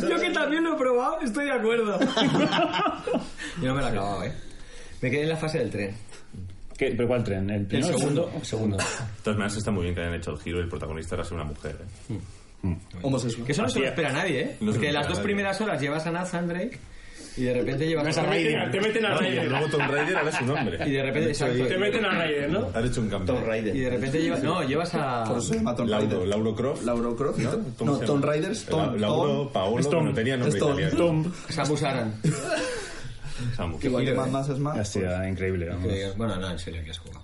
Speaker 4: Yo que también lo he probado, estoy de acuerdo. Yo no me lo he acabado, ¿eh? Me quedé en la fase del tren.
Speaker 3: ¿Qué- ¿Pero cuál tren? ¿El
Speaker 4: El
Speaker 3: primero?
Speaker 4: segundo. segundo.
Speaker 1: De todas maneras, está muy bien que hayan hecho el giro y el protagonista era ser una mujer. ¿eh?
Speaker 2: Homosexual.
Speaker 4: Que eso no se lo espera nadie, ¿eh?
Speaker 1: No se lo
Speaker 4: Porque
Speaker 1: espera
Speaker 4: las dos
Speaker 1: nadie.
Speaker 4: primeras horas llevas a Nathan Drake y de repente llevas a
Speaker 7: Te meten- te meten a
Speaker 1: No, y el
Speaker 7: Raider.
Speaker 1: nuevo Tomb Raider ahora es un
Speaker 4: Y
Speaker 1: hombre.
Speaker 4: de repente, exacto,
Speaker 7: Te meten a Raider, ¿no?
Speaker 1: Han hecho un cambio.
Speaker 6: Tomb Raider.
Speaker 4: y de repente llevas... No, llevas a...
Speaker 1: Lauro, Lauro Croft.
Speaker 2: Lauro Croft.
Speaker 1: ¿no? ¿Cómo
Speaker 2: No,
Speaker 1: se llama?
Speaker 2: Tomb Raiders.
Speaker 1: La-
Speaker 2: Tom,
Speaker 1: Lauro,
Speaker 2: Tom.
Speaker 1: Paolo,
Speaker 3: Es Tom.
Speaker 1: bueno, tenía nombre
Speaker 2: Es Tom.
Speaker 1: italiano.
Speaker 3: Tom.
Speaker 4: Samus Aran.
Speaker 1: Samu.
Speaker 2: Igual que más, más pues, es
Speaker 3: Ha
Speaker 2: más.
Speaker 3: sido increíble, vamos.
Speaker 4: Que- Bueno, no, en serio, que has jugado.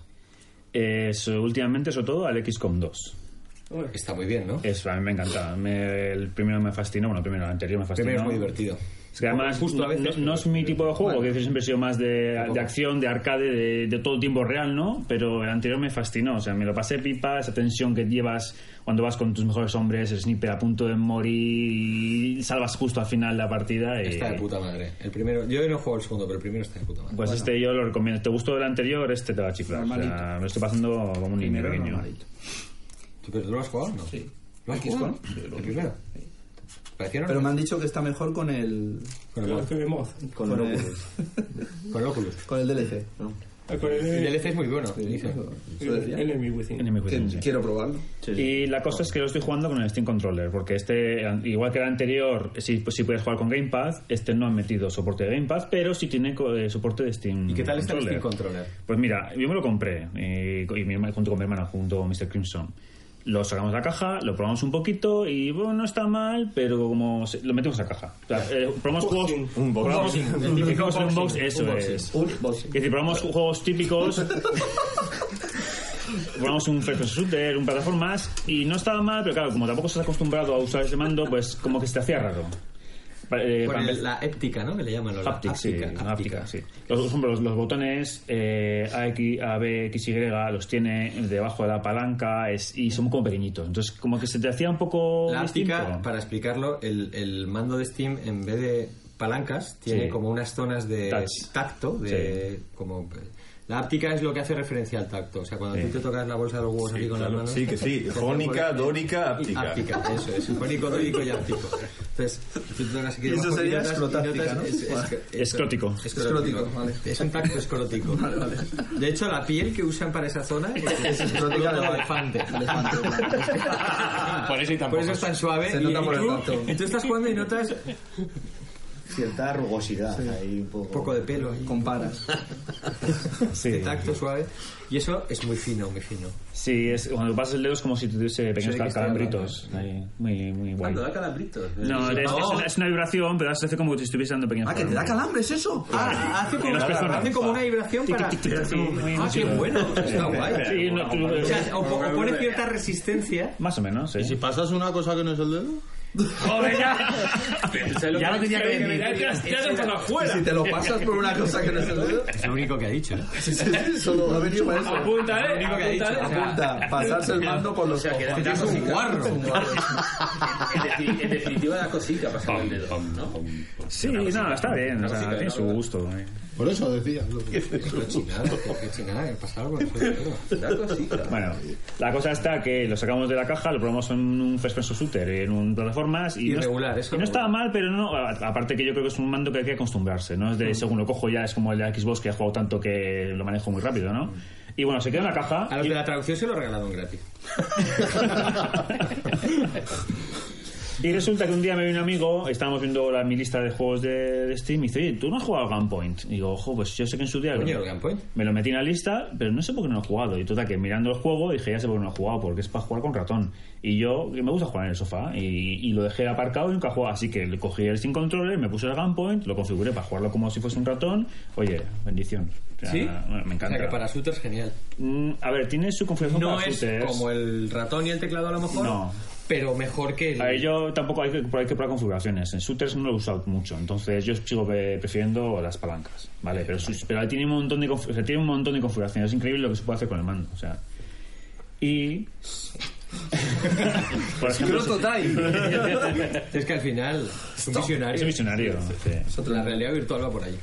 Speaker 3: Eh, so- últimamente, sobre todo, al XCOM 2.
Speaker 4: Está muy bien, ¿no?
Speaker 3: Eso, a mí me encanta. Me- el primero me fascinó, bueno, primero, el anterior me fascinó.
Speaker 4: Primero es muy divertido.
Speaker 3: Es que además,
Speaker 4: Justo a veces,
Speaker 3: no, no- no es mi tipo de juego, que siempre he sido más de, de acción, de arcade, de, de todo tiempo real, ¿no? Pero el anterior me fascinó, o sea, me lo pasé pipa, esa tensión que llevas cuando vas con tus mejores hombres, el sniper a punto de morir, y salvas justo al final la partida. Y,
Speaker 4: Está de puta madre. El primero... Yo no juego el segundo, pero el primero está de puta madre.
Speaker 3: Pues este yo lo recomiendo. ¿Te gustó el anterior? Este te va a chiflar. O sea, me lo estoy pasando como un niño pequeño.
Speaker 4: ¿Tú, pero tú lo has jugado, no? Sí. ¿Lo has jugado? ¿El primero? Parecía
Speaker 2: Pero
Speaker 4: normal.
Speaker 2: me han dicho que está mejor con el...
Speaker 4: Con el,
Speaker 7: Que me moz.
Speaker 2: Con, el,
Speaker 4: con el Oculus.
Speaker 2: con el DLC.
Speaker 7: Con
Speaker 4: El
Speaker 7: el
Speaker 4: DLC es muy bueno. dice.
Speaker 2: Eso, eso decía.
Speaker 7: Enemy Within.
Speaker 3: Enemy Within,
Speaker 2: Que
Speaker 3: sí.
Speaker 2: quiero probarlo.
Speaker 3: Y la cosa es que lo estoy jugando con el Steam Controller, porque este, igual que el anterior, si, pues, si puedes jugar con Gamepad, este no han metido soporte de Gamepad, pero sí tiene co- eh, soporte de Steam
Speaker 4: ¿Y qué tal está el Steam
Speaker 3: Controller.
Speaker 4: Mm. Controller?
Speaker 3: Pues mira, yo me lo compré, eh, y mi herma- junto con mi hermana, junto a Mr. Crimson. Lo sacamos de la caja, lo probamos un poquito y bueno, no está mal, pero como se- lo metemos a la caja. O sea, eh, probamos juegos.
Speaker 1: Un box.
Speaker 3: probamos- Identificamos un box, eso
Speaker 4: unboxing.
Speaker 3: es.
Speaker 2: Un boss.
Speaker 3: Es decir, probamos juegos típicos. Jugamos un first person shooter, un plataformas, y no estaba mal, pero claro, como tampoco estás acostumbrado a usar ese mando, pues como que se te hacía raro. Pa- eh,
Speaker 4: Por
Speaker 3: para
Speaker 4: el-
Speaker 3: empezar-
Speaker 4: la éptica, ¿no? Que le llaman. ¿no? La
Speaker 3: Haptic, sí,
Speaker 4: áptica,
Speaker 3: háptica,
Speaker 4: áptica.
Speaker 3: sí. Los, por ejemplo, los, los botones eh, A, X, A, B, X, Y los tiene debajo de la palanca es, y son como pequeñitos. Entonces, como que se te hacía un poco.
Speaker 4: La áptica,
Speaker 3: distinto.
Speaker 4: para explicarlo, el, el mando de Steam, en vez de palancas, tiene
Speaker 3: Sí.
Speaker 4: como unas zonas de
Speaker 3: Touch.
Speaker 4: tacto. De, como, la áptica es lo que hace referencia al tacto. O sea, cuando tú te tocas la bolsa de los huevos aquí con
Speaker 1: claro.
Speaker 4: las manos...
Speaker 1: Sí, que sí.
Speaker 4: te hace
Speaker 1: Jónica,
Speaker 4: por-
Speaker 1: dórica,
Speaker 4: y
Speaker 1: áptica.
Speaker 4: Áptica, eso es. Jónico, dórico y áptico. Entonces, tú te tocas aquí
Speaker 2: Eso sería
Speaker 4: debajo y notas- y notas-
Speaker 2: escrotáctica, ¿no?
Speaker 4: es- es- es-
Speaker 3: Escrótico.
Speaker 2: Escrótico, vale.
Speaker 4: Es un tacto escrotico. De hecho, la piel que usan para esa zona es, es
Speaker 2: escrótica
Speaker 4: escroto
Speaker 2: de-
Speaker 4: de elefante.
Speaker 2: elefante,
Speaker 13: Por eso y
Speaker 4: Por
Speaker 13: tampoco.
Speaker 4: eso es tan suave.
Speaker 2: Se
Speaker 4: y-
Speaker 2: nota
Speaker 4: y
Speaker 2: por el
Speaker 4: tú-
Speaker 2: tacto.
Speaker 4: Y tú estás jugando y notas un
Speaker 18: Cierta rugosidad ahí un poco.
Speaker 4: poco de pelo ahí.
Speaker 2: Comparas.
Speaker 3: Sí.
Speaker 4: de tacto suave. Y eso es muy fino, muy fino.
Speaker 3: Sí, es, cuando pasas el dedo es como si tuviese pequeños
Speaker 4: Sí, que
Speaker 3: cal-
Speaker 4: estoy
Speaker 3: calambritos. Ahí, muy, muy guay.
Speaker 14: Cuando Ah, da calambritos. eh.
Speaker 3: No, es, es una, es una vibración, pero hace como si estuviese dando pequeños
Speaker 2: Ah, que te da
Speaker 3: calambres.
Speaker 2: calambres eso. Ah,
Speaker 4: hace
Speaker 3: En
Speaker 4: como,
Speaker 3: las personas.
Speaker 4: hace como una vibración para.
Speaker 3: Sí, muy
Speaker 4: Ah, qué
Speaker 3: chulo.
Speaker 4: bueno. Está guay.
Speaker 3: Sí, no, tú-
Speaker 4: O sea, o, po- o pone cierta resistencia.
Speaker 3: más o menos, ¿eh? ¡Oh, sí.
Speaker 6: pasas una cosa que no es el dedo?
Speaker 13: ¡Joder, ya! Ya lo tenía que decir.
Speaker 2: si te lo pasas por una cosa que no es el dedo.
Speaker 4: Es lo único que ha dicho. ¿eh?
Speaker 2: Solo ha venido para eso.
Speaker 14: Apunta, eh.
Speaker 4: único que ha dicho,
Speaker 14: apunta,
Speaker 4: o
Speaker 14: eh.
Speaker 4: sea,
Speaker 2: Apunta, pasarse el mando con los
Speaker 14: O sea, que
Speaker 2: ojos.
Speaker 14: da
Speaker 4: Es un
Speaker 14: cosica.
Speaker 4: guarro.
Speaker 14: En defi- En definitiva, da cosica pasar el dedo, ¿no?
Speaker 3: Sí, no, está bien, o sea,
Speaker 14: cosita,
Speaker 3: tiene
Speaker 14: ¿no?
Speaker 3: su gusto. eh.
Speaker 18: Por eso decía. lo que-
Speaker 4: Qué chingada, qué chingada, que pasa algo. no sé, pero-
Speaker 14: Da cosica.
Speaker 3: Bueno, la cosa está que lo sacamos de la caja, lo probamos en un first person shooter, en un plataformas y
Speaker 4: Irregular,
Speaker 3: no,
Speaker 4: eso
Speaker 3: y no estaba mal, pero no, a- aparte que yo creo que es un mando que hay que acostumbrarse, no es
Speaker 4: Mm.
Speaker 3: de según lo cojo ya es como el de Xbox que ha jugado tanto que lo manejo muy rápido, ¿no? Y bueno, se quedó en la caja.
Speaker 4: A los de la traducción se lo regalaron gratis.
Speaker 3: Y resulta que un día me vino un amigo, estábamos viendo la, mi lista de juegos de, de Steam y dice, oye, ¿tú no has jugado a Gunpoint? Y digo, ojo, pues yo sé que en su día...
Speaker 4: Coño, el Gunpoint.
Speaker 3: Me lo metí en la lista, pero no sé por qué no lo he jugado. Y total, que mirando el juego dije, ya sé por qué no lo he jugado, porque es para jugar con ratón. Y yo, que me gusta jugar en el sofá, y, y lo dejé aparcado y nunca jugaba. Así que le cogí el Steam Controller, me puse el Gunpoint, lo configuré para jugarlo como si fuese un ratón. Oye, bendición. O sea,
Speaker 4: ¿Sí?
Speaker 3: bueno, Me
Speaker 4: O
Speaker 3: encanta.
Speaker 4: sea que para shooters genial.
Speaker 3: Mm, a ver, tiene su configuración
Speaker 4: No
Speaker 3: para
Speaker 4: es
Speaker 3: shooters.
Speaker 4: como el ratón y el teclado a lo mejor,
Speaker 3: No.
Speaker 4: pero mejor que el...
Speaker 3: A ver, yo tampoco hay que, hay que probar configuraciones. En shooters no lo he usado mucho, entonces yo sigo pre- prefiriendo las palancas, ¿vale? Pero, sus- pero tiene, un montón de, conf- o sea, tiene un montón de configuraciones. Es increíble lo que se puede hacer con el mando, o sea... Y... Por ejemplo,
Speaker 4: Es que al final es un
Speaker 3: es
Speaker 4: visionario.
Speaker 3: un visionario. sí.
Speaker 4: La realidad virtual va por ahí.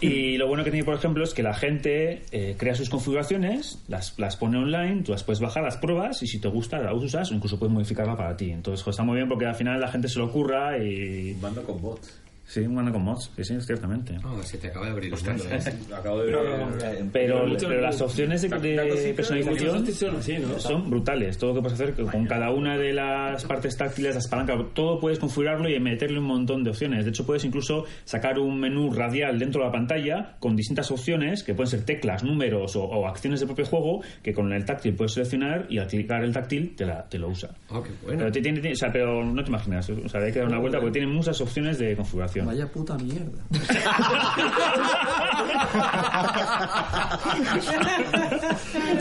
Speaker 3: Y lo bueno que tiene, por ejemplo, es que la gente eh, crea sus configuraciones, las, las pone online, tú las puedes bajar, las pruebas y si te gusta la usas o incluso puedes modificarla para ti. Entonces, jo, está muy bien porque al final la gente se lo ocurra y...
Speaker 14: Mando con bots.
Speaker 3: Sí, un mando con mods, sí, sí, ciertamente.
Speaker 4: No, se te acaba de abrir el mundo. ¿eh?
Speaker 14: Acabo de ver.
Speaker 3: Pero,
Speaker 7: Mucho
Speaker 3: pero las
Speaker 7: gusto.
Speaker 3: opciones de, de
Speaker 14: Tacos y muchos
Speaker 3: personalización
Speaker 7: antes son así, ¿no?
Speaker 3: son brutales. Todo lo que puedes hacer con cada una de las partes táctiles, las palancas, todo puedes configurarlo y meterle un montón de opciones. De hecho, puedes incluso sacar un menú radial dentro de la pantalla con distintas opciones que pueden ser teclas, números o, o acciones del propio juego que con el táctil puedes seleccionar y al clicar el táctil te, la- te lo usa.
Speaker 4: Ah, qué bueno.
Speaker 3: Pero, te- tiene- tiene- o sea, pero no te imaginas, o sea, hay que dar una vuelta porque tiene muchas opciones de configuración.
Speaker 2: Vaya puta mierda.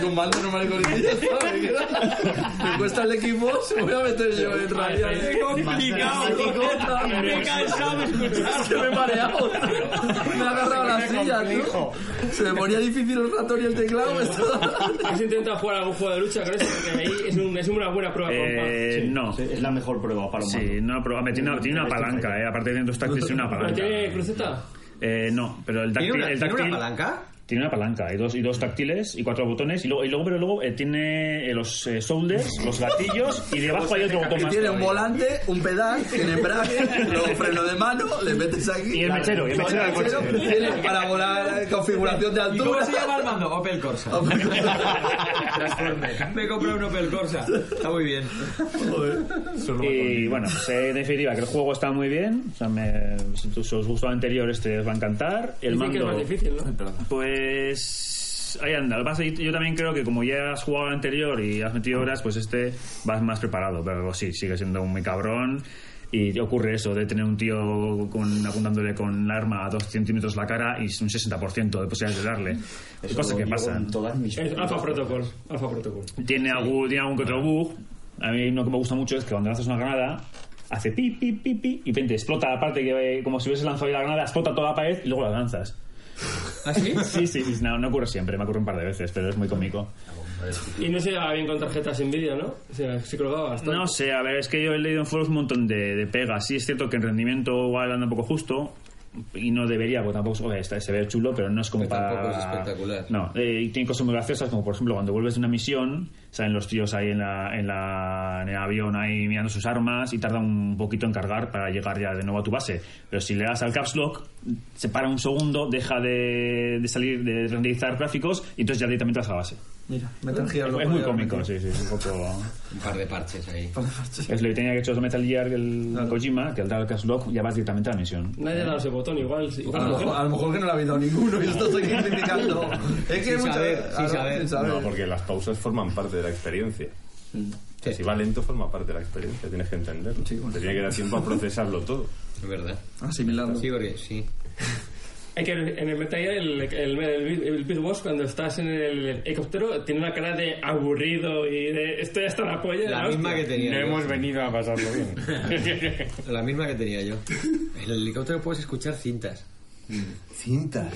Speaker 2: Con mando normal y corriente ya está, me queda. Me cuesta el equipo, se voy a meter yo en rabia. ¡Qué complicado! ¡Me he cansado de escuchar! ¡Que me he mareado! tío. Me ha agarrado la silla, tío. Se me ponía difícil el ratón y el teclado. me estaba-
Speaker 7: ¿Has intentado jugar algún juego de lucha con eso? Porque ahí es, un- es una buena prueba. compa.
Speaker 3: Eh, no,
Speaker 18: Es la mejor prueba para un mando.
Speaker 3: Sí, no, pero hombre, tiene una, tiene una palanca, eh, aparte de los táctiles, tiene una
Speaker 7: ¿Pero
Speaker 3: palanca.
Speaker 7: tiene cruceta?
Speaker 3: Eh, no, pero el táctil.
Speaker 4: ¿Tiene una,
Speaker 3: el
Speaker 4: tiene una
Speaker 3: táctil
Speaker 4: palanca?
Speaker 3: tiene una palanca, y dos, y dos táctiles y cuatro botones, y luego, y luego pero luego eh, tiene eh, los eh, shoulders, los gatillos, y debajo hay otro botón
Speaker 2: Que
Speaker 3: más.
Speaker 2: tiene un
Speaker 3: todavía.
Speaker 2: volante, un pedal, tiene embrague, luego freno de mano, le metes aquí.
Speaker 3: Y el mechero, y el mechero del coche.
Speaker 2: Tiene para volar eh, configuración de
Speaker 4: ¿Y cómo
Speaker 2: altura.
Speaker 4: se llama el mando? Opel Corsa. Me compré un Opel Corsa. Está muy bien.
Speaker 3: Y bueno, pues, eh, en definitiva, que el juego está muy bien. O sea, me- si, tú- si os gustó el anterior, este os va a encantar. El
Speaker 7: Dicen que es
Speaker 3: mando.
Speaker 7: más difícil, ¿no?
Speaker 3: Pues ahí anda. Lo que pasa es que yo también creo que como ya has jugado al anterior y has metido horas, pues este vas más preparado. Pero sí, sigue siendo un muy cabrón. Y ocurre eso de tener un tío con, apuntándole con el arma a dos centímetros la cara y un 60% de posibilidades de darle.
Speaker 18: Eso
Speaker 3: cosas
Speaker 18: lo
Speaker 3: que
Speaker 18: llevo
Speaker 3: pasan.
Speaker 18: en todas mis-
Speaker 7: Es Alpha Protocol. Alpha Protocol.
Speaker 3: Tiene algún, tiene algún que otro bug. A mí uno que me gusta mucho es que cuando lanzas una granada, hace pi, pi, pi, pi, y de repente explota la parte que, eh, como si hubiese lanzado ahí la granada, explota toda la pared y luego la lanzas.
Speaker 4: ¿Ah, sí?
Speaker 3: Sí, sí, sí, no, no ocurre siempre, me ocurre un par de veces, pero es muy cómico.
Speaker 7: Y no se llevaba bien con tarjetas Nvidia, ¿no? O sea, se colgaba bastante.
Speaker 3: No sé, a ver, es que yo he leído en foros un montón de, de pegas. Sí, es cierto que en rendimiento igual anda un poco justo y no debería, porque tampoco oye, está- se ve chulo, pero no es como para.
Speaker 4: tampoco es espectacular.
Speaker 3: No, eh, y tiene cosas muy graciosas, como por ejemplo cuando vuelves de una misión, salen los tíos ahí en, la, en, la- en el avión ahí mirando sus armas y tarda un poquito en cargar para llegar ya de nuevo a tu base. Pero si le das al caps lock, se para un segundo, deja de, de salir, de renderizar gráficos y entonces ya directamente vas a la base.
Speaker 10: Mira, Metal Gear
Speaker 3: Es
Speaker 10: lo
Speaker 3: muy
Speaker 10: podía
Speaker 3: cómico,
Speaker 10: meter.
Speaker 3: sí, sí, es un poco.
Speaker 4: Un par de parches ahí.
Speaker 3: Es lo que tenía que hecho Metal Gear el
Speaker 4: Ah.
Speaker 3: Kojima, que al dar el cash lock ya vas directamente a la misión.
Speaker 7: Nadie le ha dado ese botón, igual. sí.
Speaker 10: A lo, mejor, a lo mejor que no lo ha habido ninguno y estás aquí criticando. Es que muchas veces. ahora, sin saber.
Speaker 1: No, porque las pausas forman parte de la experiencia. O sea, Si va lento, forma parte de la experiencia, tienes que entenderlo. Te tiene que dar tiempo a procesarlo todo.
Speaker 4: Es verdad.
Speaker 10: Asimilarlo.
Speaker 4: Sí, porque sí.
Speaker 7: Es que en en el Metal Gear, el, el, el, el Big Boss, cuando estás en el helicóptero, tiene una cara de aburrido y de estoy hasta la polla.
Speaker 4: La
Speaker 7: hostia".
Speaker 4: misma que tenía. yo.
Speaker 8: venido a pasarlo bien.
Speaker 4: La misma que tenía yo. En el helicóptero puedes escuchar cintas.
Speaker 10: Cintas.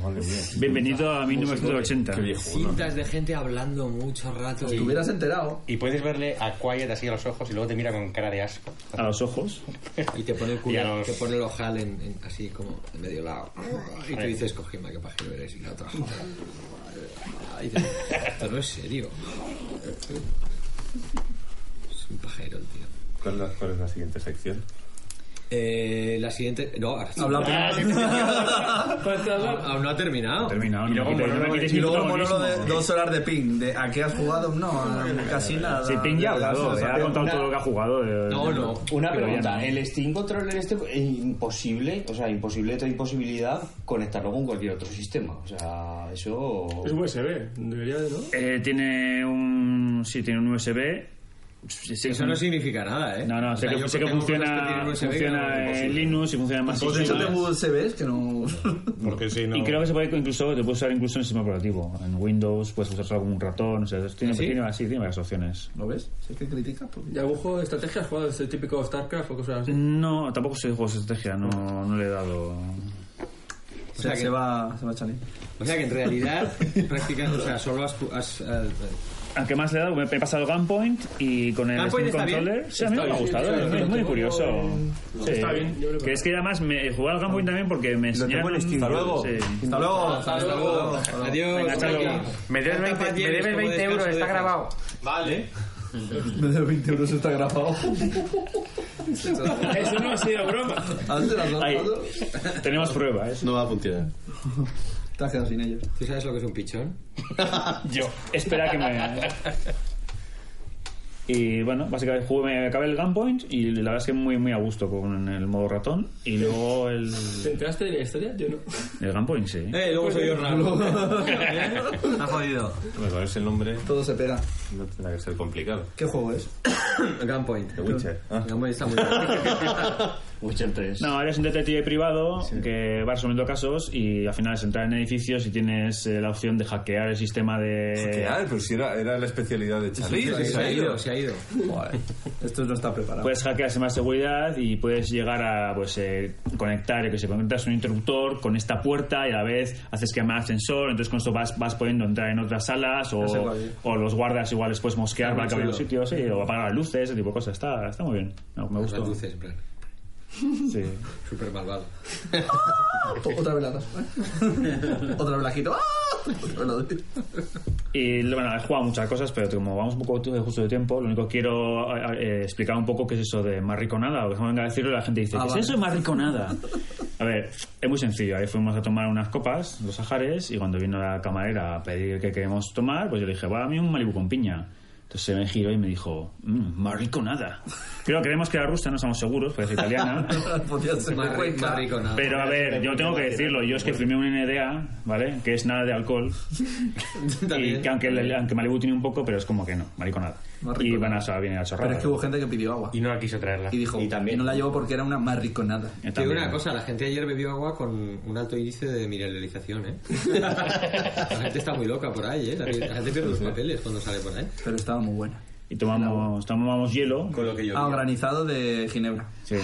Speaker 1: Madre mía.
Speaker 3: Bienvenido a 1980.
Speaker 4: Cintas de gente hablando mucho rato.
Speaker 10: Te hubieras enterado.
Speaker 8: Y puedes verle a Quiet así a los ojos y luego te mira con cara de asco.
Speaker 3: A los ojos.
Speaker 4: Y te pone el
Speaker 8: Y a
Speaker 4: culo,
Speaker 8: los-
Speaker 4: te pone el ojal en, en- así como en medio lado. Y tú dices, Kojima, qué pajero eres. Y la otra. Y dices, Esto no es serio. Es un pajero el tío.
Speaker 1: ¿Cuál, es la- cuál es la siguiente sección?
Speaker 4: Eh, la siguiente. No, ahora sí.
Speaker 10: Habla-
Speaker 4: Ah, sí, sí.
Speaker 18: Pues
Speaker 4: Aún no ha terminado.
Speaker 3: Terminado, no
Speaker 4: Y luego
Speaker 3: me quites- no me
Speaker 4: un
Speaker 18: eh,
Speaker 4: monólogo
Speaker 3: quites
Speaker 10: Y
Speaker 3: mi
Speaker 10: luego un
Speaker 3: protagonismo.
Speaker 10: monólogo de dos horas de ping. De, ¿A qué has jugado? No, a- casi nada.
Speaker 3: Sí, Ping ya ha hablado,
Speaker 10: Gracias,
Speaker 3: ya ha
Speaker 10: adiós.
Speaker 3: contado todo lo que ha jugado. eh,
Speaker 4: No, no.
Speaker 18: Una
Speaker 3: Pero ya
Speaker 18: pregunta,
Speaker 3: no.
Speaker 18: ¿el Steam Controller este es imposible, o sea, imposible otra imposibilidad conectarlo con cualquier otro sistema? O sea, eso...
Speaker 7: Es USB, debería de, ¿no?
Speaker 3: Eh, tiene un. Sí, tiene un USB. Sí, sí,
Speaker 4: Eso no significa nada, ¿eh?
Speaker 3: Mm. No, no,
Speaker 4: O
Speaker 3: sé
Speaker 4: sea,
Speaker 3: que,
Speaker 4: yo
Speaker 3: sé que
Speaker 4: tengo cosas que
Speaker 3: funciona,
Speaker 4: tienen USB que no
Speaker 3: funciona
Speaker 4: es
Speaker 3: en
Speaker 4: posible.
Speaker 3: Linux y funciona en más
Speaker 10: Pues de hecho
Speaker 3: sistemas.
Speaker 10: tengo USBs que no.
Speaker 1: Porque si
Speaker 3: Y creo que se puede incluso, te puedes usar incluso en el sistema operativo. En Windows puedes usar solo como un ratón, o sea, tiene,
Speaker 4: ¿Ah, ¿Sí?
Speaker 3: tiene, sí, tiene varias opciones.
Speaker 10: ¿Lo ves? Si es que criticas. porque-
Speaker 7: ¿Y algún juego de estrategia has jugado este típico StarCraft o cosas así?
Speaker 3: No, tampoco soy de juegos de estrategia, no, no le he dado.
Speaker 10: O sea,
Speaker 4: que-
Speaker 10: se va, se va a chalir.
Speaker 4: O sea que en realidad, prácticamente, o sea, solo has. has, eh, has
Speaker 3: Al que más le he dado, me me he pasado Gunpoint y con el
Speaker 4: Gunpoint
Speaker 3: Steam
Speaker 4: está bien.
Speaker 3: Controller. Sí, a mí
Speaker 7: Está
Speaker 3: me ha
Speaker 7: bien,
Speaker 3: gustado,
Speaker 7: sí, sí,
Speaker 3: es muy,
Speaker 7: lo
Speaker 3: muy
Speaker 7: tengo
Speaker 3: curioso.
Speaker 7: en-
Speaker 3: Sí.
Speaker 7: Está bien, yo lo he
Speaker 3: Que es que además me jugué al Gunpoint también porque me enseñaron.
Speaker 1: Hasta luego.
Speaker 3: Sí.
Speaker 10: Hasta luego.
Speaker 4: Adiós.
Speaker 3: Venga, hasta luego.
Speaker 8: Me debes 20, me debes 20 euros, está grabado.
Speaker 4: ¿Eh?
Speaker 10: Me de 20 euros está grabado.
Speaker 7: Eso no ha sido broma.
Speaker 10: Antes las dos
Speaker 3: Ahí.
Speaker 10: fotos,
Speaker 3: Tenemos ¿eh? pruebas.
Speaker 6: No va a funcionar.
Speaker 10: te has quedado sin ellos.
Speaker 4: ¿Tú sabes lo que es un pichón?
Speaker 3: Yo. Espera que me. Y bueno, básicamente jugué, me acabé el Gunpoint y la verdad es que muy, muy a gusto con el modo ratón. Y luego el.
Speaker 7: ¿Te enteraste de la historia? Yo no.
Speaker 3: El Gunpoint, sí.
Speaker 4: Eh, luego soy yo raro. Ha jodido.
Speaker 1: Hombre, con ese nombre
Speaker 10: Todo se pega.
Speaker 1: no tendrá que ser complicado.
Speaker 10: ¿Qué juego es?
Speaker 4: Gunpoint.
Speaker 1: The Witcher. Ah.
Speaker 4: Gunpoint está muy bien.
Speaker 18: Witcher 3.
Speaker 3: No, eres un detective privado que va resolviendo casos y al final es entrar en edificios y tienes eh, la opción de hackear el sistema de.
Speaker 1: Hackear, pero si pues era, era la especialidad de Charlie.
Speaker 4: Se ha ido, se ha ido.
Speaker 10: Joder, Esto no está preparado.
Speaker 3: Puedes hackearse más seguridad y puedes llegar a pues, eh, conectar, yo que se conectas un interruptor con esta puerta y a la vez haces que más ascensor, entonces con eso vas, vas pudiendo entrar en otras salas o,
Speaker 10: sé cuál es.
Speaker 3: o los guardas igual les puedes mosquear para que vayan a los
Speaker 10: chulo.
Speaker 3: sitios sí, o apagar las luces, ese tipo de cosas. Está, está muy bien. No, me
Speaker 4: Las
Speaker 3: gustó.
Speaker 4: luces, en plan.
Speaker 3: Sí.
Speaker 4: Súper malvado.
Speaker 10: Otra velada. Otra velajito. ¡Ah! Otra velada.
Speaker 3: Y lo- bueno, he jugado muchas cosas, pero como vamos un poco de justo de tiempo, lo único que quiero eh, eh, explicar un poco qué es eso de marriconada, o que venga a decirlo y la gente dice,
Speaker 10: Ah,
Speaker 3: ¿qué
Speaker 10: vale.
Speaker 3: es eso de marriconada? A ver, es muy sencillo, ahí fuimos a tomar unas copas, los ajares, y cuando vino la camarera a pedir qué queremos tomar, pues yo le dije, va a mí un Malibu con piña. Entonces se me giró y me dijo, mmm, marriconada. Creo, creemos que era rusa, no estamos seguros, pues es italiana.
Speaker 10: Podía ser
Speaker 4: Más, ri-
Speaker 10: Cuenca.
Speaker 4: más rico nada.
Speaker 3: Pero a ver, yo tengo que decirlo, yo es que firmé un NDA, ¿vale? Que es nada de alcohol. y que aunque, aunque Malibu tiene un poco, pero es como que no, mariconada. y van a saber bien la chorrada.
Speaker 10: Pero es que hubo gente que pidió agua.
Speaker 3: Y no la quiso traerla.
Speaker 10: Y dijo, y también no la llevo porque era una marriconada.
Speaker 4: Te digo una cosa, la gente ayer bebió agua con un alto índice de mineralización, ¿eh? la gente está muy loca por ahí, ¿eh? La, la gente pierde los papeles cuando sale por ahí.
Speaker 10: Pero estaba muy buena.
Speaker 3: Y tomamos, tomamos hielo. Con lo que
Speaker 10: Ah, granizado de Ginebra.
Speaker 3: Sí.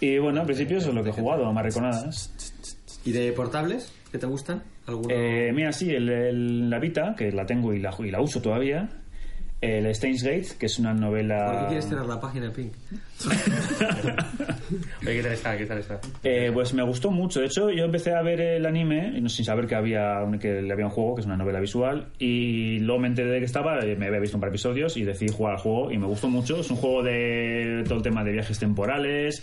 Speaker 3: Y bueno, al principio eso es lo que he jugado, marreconadas.
Speaker 4: ¿Y de portables? ¿Qué te gustan? ¿Alguno?
Speaker 3: Eh, mira, sí, el, el- la Vita, que la tengo y la, y la uso todavía. El Stains Gate, que es una
Speaker 4: ¿Por qué
Speaker 3: novela...
Speaker 4: quieres cerrar la página en Pink?
Speaker 8: Oye, ¿qué tal está? ¿Qué tal está?
Speaker 3: Eh, pues me gustó mucho. De hecho, yo empecé a ver el anime y no- sin saber que había, un- que le había un juego, que es una novela visual, y luego me enteré de que estaba, eh, me había visto un par de episodios y decidí jugar al juego y me gustó mucho. Es un juego de todo el tema de viajes temporales.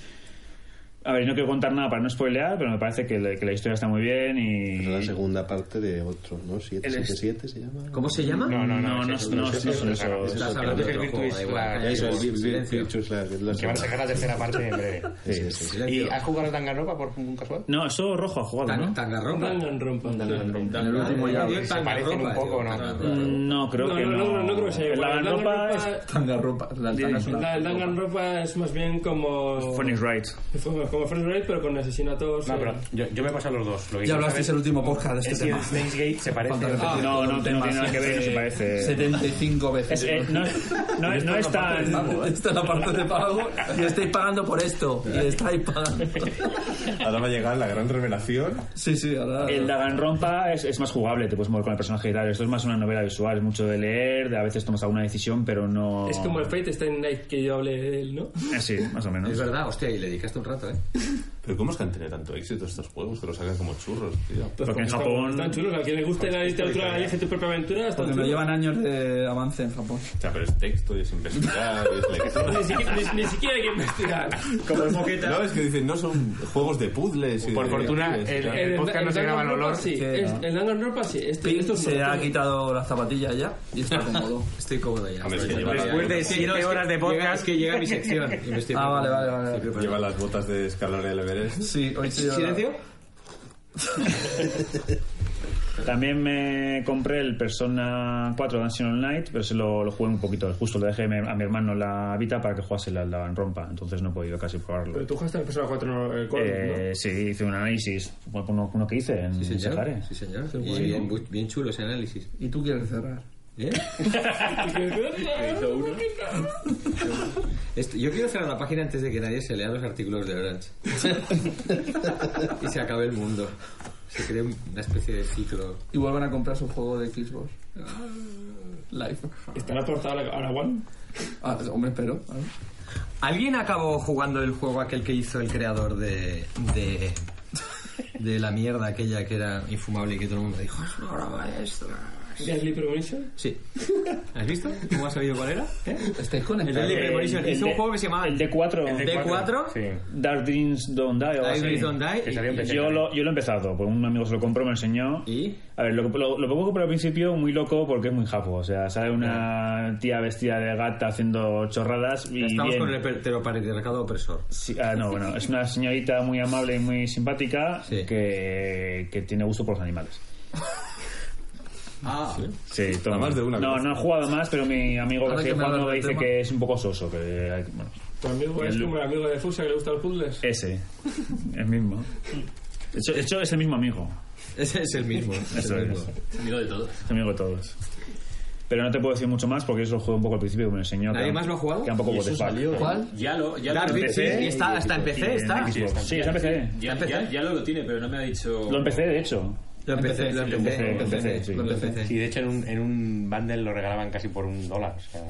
Speaker 3: A ver, no quiero contar nada para no spoilear, pero me parece que, le- que la historia está muy bien y...
Speaker 6: Es la segunda parte de otro, ¿no? 777 se llama.
Speaker 4: ¿Cómo se llama?
Speaker 3: No, no, no, no, no, no, no, no, no, no,
Speaker 6: Eso es
Speaker 3: no,
Speaker 6: otro,
Speaker 8: hablando
Speaker 6: otro
Speaker 8: del
Speaker 6: juego,
Speaker 8: Virtuis
Speaker 6: da
Speaker 4: Ah,
Speaker 6: igual.
Speaker 8: Flash.
Speaker 6: Eso, el Vir- Vir-
Speaker 8: Silencio.
Speaker 6: Virtuis Flash, que es
Speaker 8: Que van a
Speaker 6: la segunda.
Speaker 8: sacar la tercera parte en breve.
Speaker 6: Sí, sí, sí.
Speaker 8: ¿Y has jugado a Tanganropa por un casual?
Speaker 3: No, eso rojo ha jugado, ¿no?
Speaker 4: Tangarropa.
Speaker 7: Danganronpa.
Speaker 10: En el último ya.
Speaker 8: Se parecen un poco, ¿no?
Speaker 3: No, creo
Speaker 7: No,
Speaker 3: que
Speaker 7: no,
Speaker 3: no.
Speaker 7: no, no, no creo que sea
Speaker 3: El
Speaker 7: igual. El
Speaker 3: lavarropa es...
Speaker 7: Danganronpa-
Speaker 10: Tangarropa. La
Speaker 3: Sí.
Speaker 10: tanga es una-
Speaker 7: La- El Danganronpa es más bien como...
Speaker 3: Funny Right.
Speaker 7: Como como Friends Raid, pero con asesinatos.
Speaker 8: No,
Speaker 7: eh,
Speaker 8: pero yo, yo me he pasado los dos. Lo que
Speaker 10: Ya
Speaker 8: quiero
Speaker 10: hablaste en
Speaker 8: saber
Speaker 10: el último podcast de
Speaker 8: es
Speaker 10: este
Speaker 8: si el
Speaker 10: tema.
Speaker 8: Snake's Gate se parece.
Speaker 10: Falta
Speaker 7: Ah,
Speaker 10: repetir
Speaker 3: no,
Speaker 10: todo el
Speaker 3: no, no
Speaker 10: tema.
Speaker 3: tiene nada que ver, no se parece.
Speaker 10: 75 veces.
Speaker 3: Es- eh, no, no, no es tan...
Speaker 10: Vamos, Esta es la parte de pago y estáis pagando por esto. Y estáis pagando.
Speaker 1: Ahora va a llegar la gran revelación.
Speaker 10: Sí, sí, ahora.
Speaker 3: El Danganronpa es, es más jugable, te puedes mover con el personaje y tal. Esto es más una novela visual, es mucho de leer, de a veces tomas alguna decisión, pero no...
Speaker 7: Es como el Fate está en Night que yo hablé de él, ¿no?
Speaker 3: Eh, Sí, más o menos.
Speaker 4: Es verdad, hostia, y le dedicaste un rato, ¿eh?
Speaker 1: Pero ¿cómo es que han tenido tanto éxito estos juegos? Que los sacan como churros, tío.
Speaker 7: Pues
Speaker 3: Porque en
Speaker 7: están-
Speaker 3: Japón-
Speaker 7: Están chulos. A quien le guste la literatura, elige tu propia aventura. Están
Speaker 10: Porque no
Speaker 7: chulos.
Speaker 10: llevan años de avance en Japón.
Speaker 1: O sea, pero es texto y es investigar y es lectura.
Speaker 7: Ni siquiera, ni- ni siquiera hay que investigar.
Speaker 1: Como el moqueta. No, es que dicen, no son juegos de puzzles. y
Speaker 8: Por
Speaker 1: de-
Speaker 8: fortuna,
Speaker 1: de-
Speaker 8: el-
Speaker 7: El,
Speaker 8: podcast no se graba el
Speaker 7: Danganronpa
Speaker 8: olor.
Speaker 7: Sí,
Speaker 10: Que
Speaker 7: es-
Speaker 10: no.
Speaker 7: el Danganronpa sí. Este,
Speaker 10: Pink
Speaker 7: estos no,
Speaker 10: se ha
Speaker 7: estos-
Speaker 10: quitado las zapatillas ya y está cómodo.
Speaker 4: Estoy cómoda ya.
Speaker 1: Hombre, es que lleva,
Speaker 8: Después de
Speaker 1: la-
Speaker 8: siete horas de
Speaker 4: Llega- es
Speaker 8: podcast,
Speaker 4: que llega mi sección. y me estoy
Speaker 10: Ah, vale, vale,
Speaker 4: preparando.
Speaker 10: vale.
Speaker 1: lleva las botas de escalar el Everest.
Speaker 10: Sí, hoy sí.
Speaker 4: ¿Silencio?
Speaker 3: También me compré el Persona 4 Dancing Night, pero se lo, lo jugué un poquito. Justo le dejé a mi a mi hermano la Vita para que jugase la Danganronpa, entonces no he podido casi probarlo.
Speaker 7: Pero tú jugaste en Persona 4, no, el cuatro,
Speaker 3: Eh, Sí, hice un análisis, uno, uno que hice en
Speaker 4: Sí,
Speaker 3: Sahare.
Speaker 4: señor. Sí, señor. Y bien, bu- bien chulo ese análisis.
Speaker 10: Y tú quieres cerrar.
Speaker 4: ¿Eh?
Speaker 7: ¿no?
Speaker 4: Esto- yo quiero cerrar la página antes de que nadie se lea los artículos de Orange. y se acabe el mundo. Se cree una especie de ciclo.
Speaker 10: Y vuelvan a comprar su juego de Xbox. Live.
Speaker 7: ¿Estará portada a la- a la One?
Speaker 10: Ah, hombre, espero. a ver.
Speaker 4: ¿Alguien acabó jugando el juego aquel que hizo el creador de. de. de la mierda aquella que era infumable y que todo el mundo dijo, es una obra maestra"?
Speaker 7: ¿Deadly Premonition?
Speaker 4: Sí. ¿Has visto? ¿Cómo has sabido cuál era? ¿Eh?
Speaker 10: Estáis
Speaker 4: El
Speaker 10: conectados.
Speaker 4: Deadly Premonition. Hizo un
Speaker 3: D-
Speaker 4: juego que se llamaba
Speaker 3: el D4.
Speaker 8: El
Speaker 4: D4.
Speaker 8: Sí.
Speaker 3: Dark Dreams Don't Die. o algo
Speaker 4: Die,
Speaker 3: así.
Speaker 4: Breathe, Don't Die,
Speaker 8: Que salió en PC
Speaker 3: Yo
Speaker 8: también.
Speaker 3: lo, yo lo he empezado, porque un amigo se lo compró, me enseñó.
Speaker 4: ¿Y?
Speaker 3: A ver, lo, lo, lo poco que por al principio, muy loco porque es muy japo. O sea, sale una tía vestida de gata haciendo chorradas y.
Speaker 4: Estamos
Speaker 3: bien.
Speaker 4: con el heteropatriarcado opresor.
Speaker 3: Sí, ah, no, bueno, es una señorita muy amable y muy simpática
Speaker 4: Sí.
Speaker 3: que, que tiene gusto por los animales.
Speaker 4: Ah,
Speaker 3: Sí, toma.
Speaker 1: más de una
Speaker 3: No,
Speaker 1: vez.
Speaker 3: no he jugado más, pero mi amigo que
Speaker 10: Ahora
Speaker 3: sigue
Speaker 10: que me
Speaker 3: jugando
Speaker 10: hablas del
Speaker 3: dice
Speaker 10: tema.
Speaker 3: que es un poco soso. Que hay- bueno,
Speaker 7: Tu amigo es
Speaker 3: El-
Speaker 7: como el amigo de Fusa que le gustan los puzzles.
Speaker 3: ese, el mismo. De hecho, de hecho, es el mismo amigo.
Speaker 4: ese es el mismo. es
Speaker 3: Eso
Speaker 4: el
Speaker 3: es.
Speaker 4: mismo.
Speaker 14: Amigo de todo.
Speaker 3: Es amigo de todos. Pero no te puedo decir mucho más porque eso lo juego un poco al principio que me lo enseñó.
Speaker 4: ¿Nadie
Speaker 3: que-
Speaker 4: más lo ha jugado?
Speaker 3: Que era un poco bote
Speaker 10: ¿Cuál?
Speaker 14: Ya lo, ya
Speaker 4: Dark
Speaker 14: lo
Speaker 4: Dreams, sí,
Speaker 3: PC,
Speaker 4: sí, está, está en PC, está.
Speaker 3: Sí, ya empecé.
Speaker 14: Ya, ya, ya lo, lo tiene, pero no me ha dicho.
Speaker 3: Lo empecé, de hecho.
Speaker 4: Lo empecé, lo empecé,
Speaker 3: Lo empecé, sí.
Speaker 4: lo empecé.
Speaker 8: Sí, de hecho en un, en un bundle lo regalaban casi por un dólar. O sea,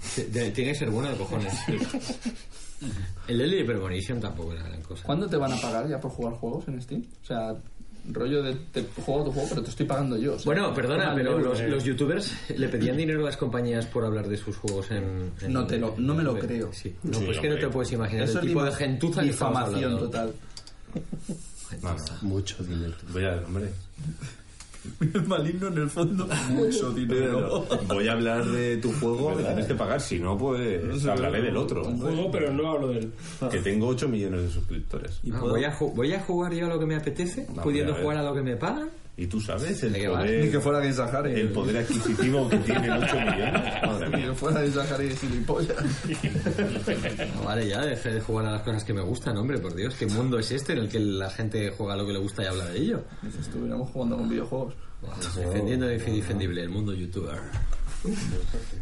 Speaker 4: Sí, de- Tiene que ser bueno de cojones. El Deadly Premonition tampoco era gran cosa.
Speaker 10: ¿Cuándo te van a pagar ya por jugar juegos en Steam? O sea, rollo de te juego tu juego, pero te estoy pagando yo. o sea,
Speaker 4: Bueno, perdona,
Speaker 10: toma el
Speaker 4: pero
Speaker 10: euro.
Speaker 4: los, los youtubers le pedían dinero a las compañías por hablar de sus juegos en... en-
Speaker 10: No te lo- no me lo creo.
Speaker 4: Sí, no, pues es que no te puedes imaginar
Speaker 10: Eso
Speaker 4: el
Speaker 10: es
Speaker 4: tipo
Speaker 10: difama-
Speaker 4: de gentuza que estamos
Speaker 10: difamación
Speaker 4: hablando. Ah,
Speaker 10: total.
Speaker 6: Mucho dinero.
Speaker 1: Voy a, hombre,
Speaker 10: El maligno en el fondo. Mucho dinero.
Speaker 1: voy a hablar de tu juego que tienes que pagar. Si no, pues hablaré del otro.
Speaker 7: Juego, pero no hablo de él.
Speaker 1: Que tengo 8 millones de suscriptores.
Speaker 4: Ah, ¿voy, a ju- voy a jugar yo a lo que me apetece,
Speaker 1: Vamos
Speaker 4: pudiendo
Speaker 1: a ver.
Speaker 4: jugar a lo que me pagan.
Speaker 1: Y tú sabes el
Speaker 10: Ni
Speaker 1: poder,
Speaker 10: que fuera de Sahari.
Speaker 1: el poder adquisitivo que tienen 8 millones. Madre
Speaker 10: Ni
Speaker 1: mía.
Speaker 10: que fuera de Sahari de gilipollas.
Speaker 4: No, vale, ya, dejé de jugar a las cosas que me gustan, hombre, por Dios, ¿qué mundo es este en el que la gente juega lo que le gusta y habla de ello?
Speaker 10: Estuviéramos jugando con videojuegos.
Speaker 4: Defendiendo lo indefendible, el mundo youtuber.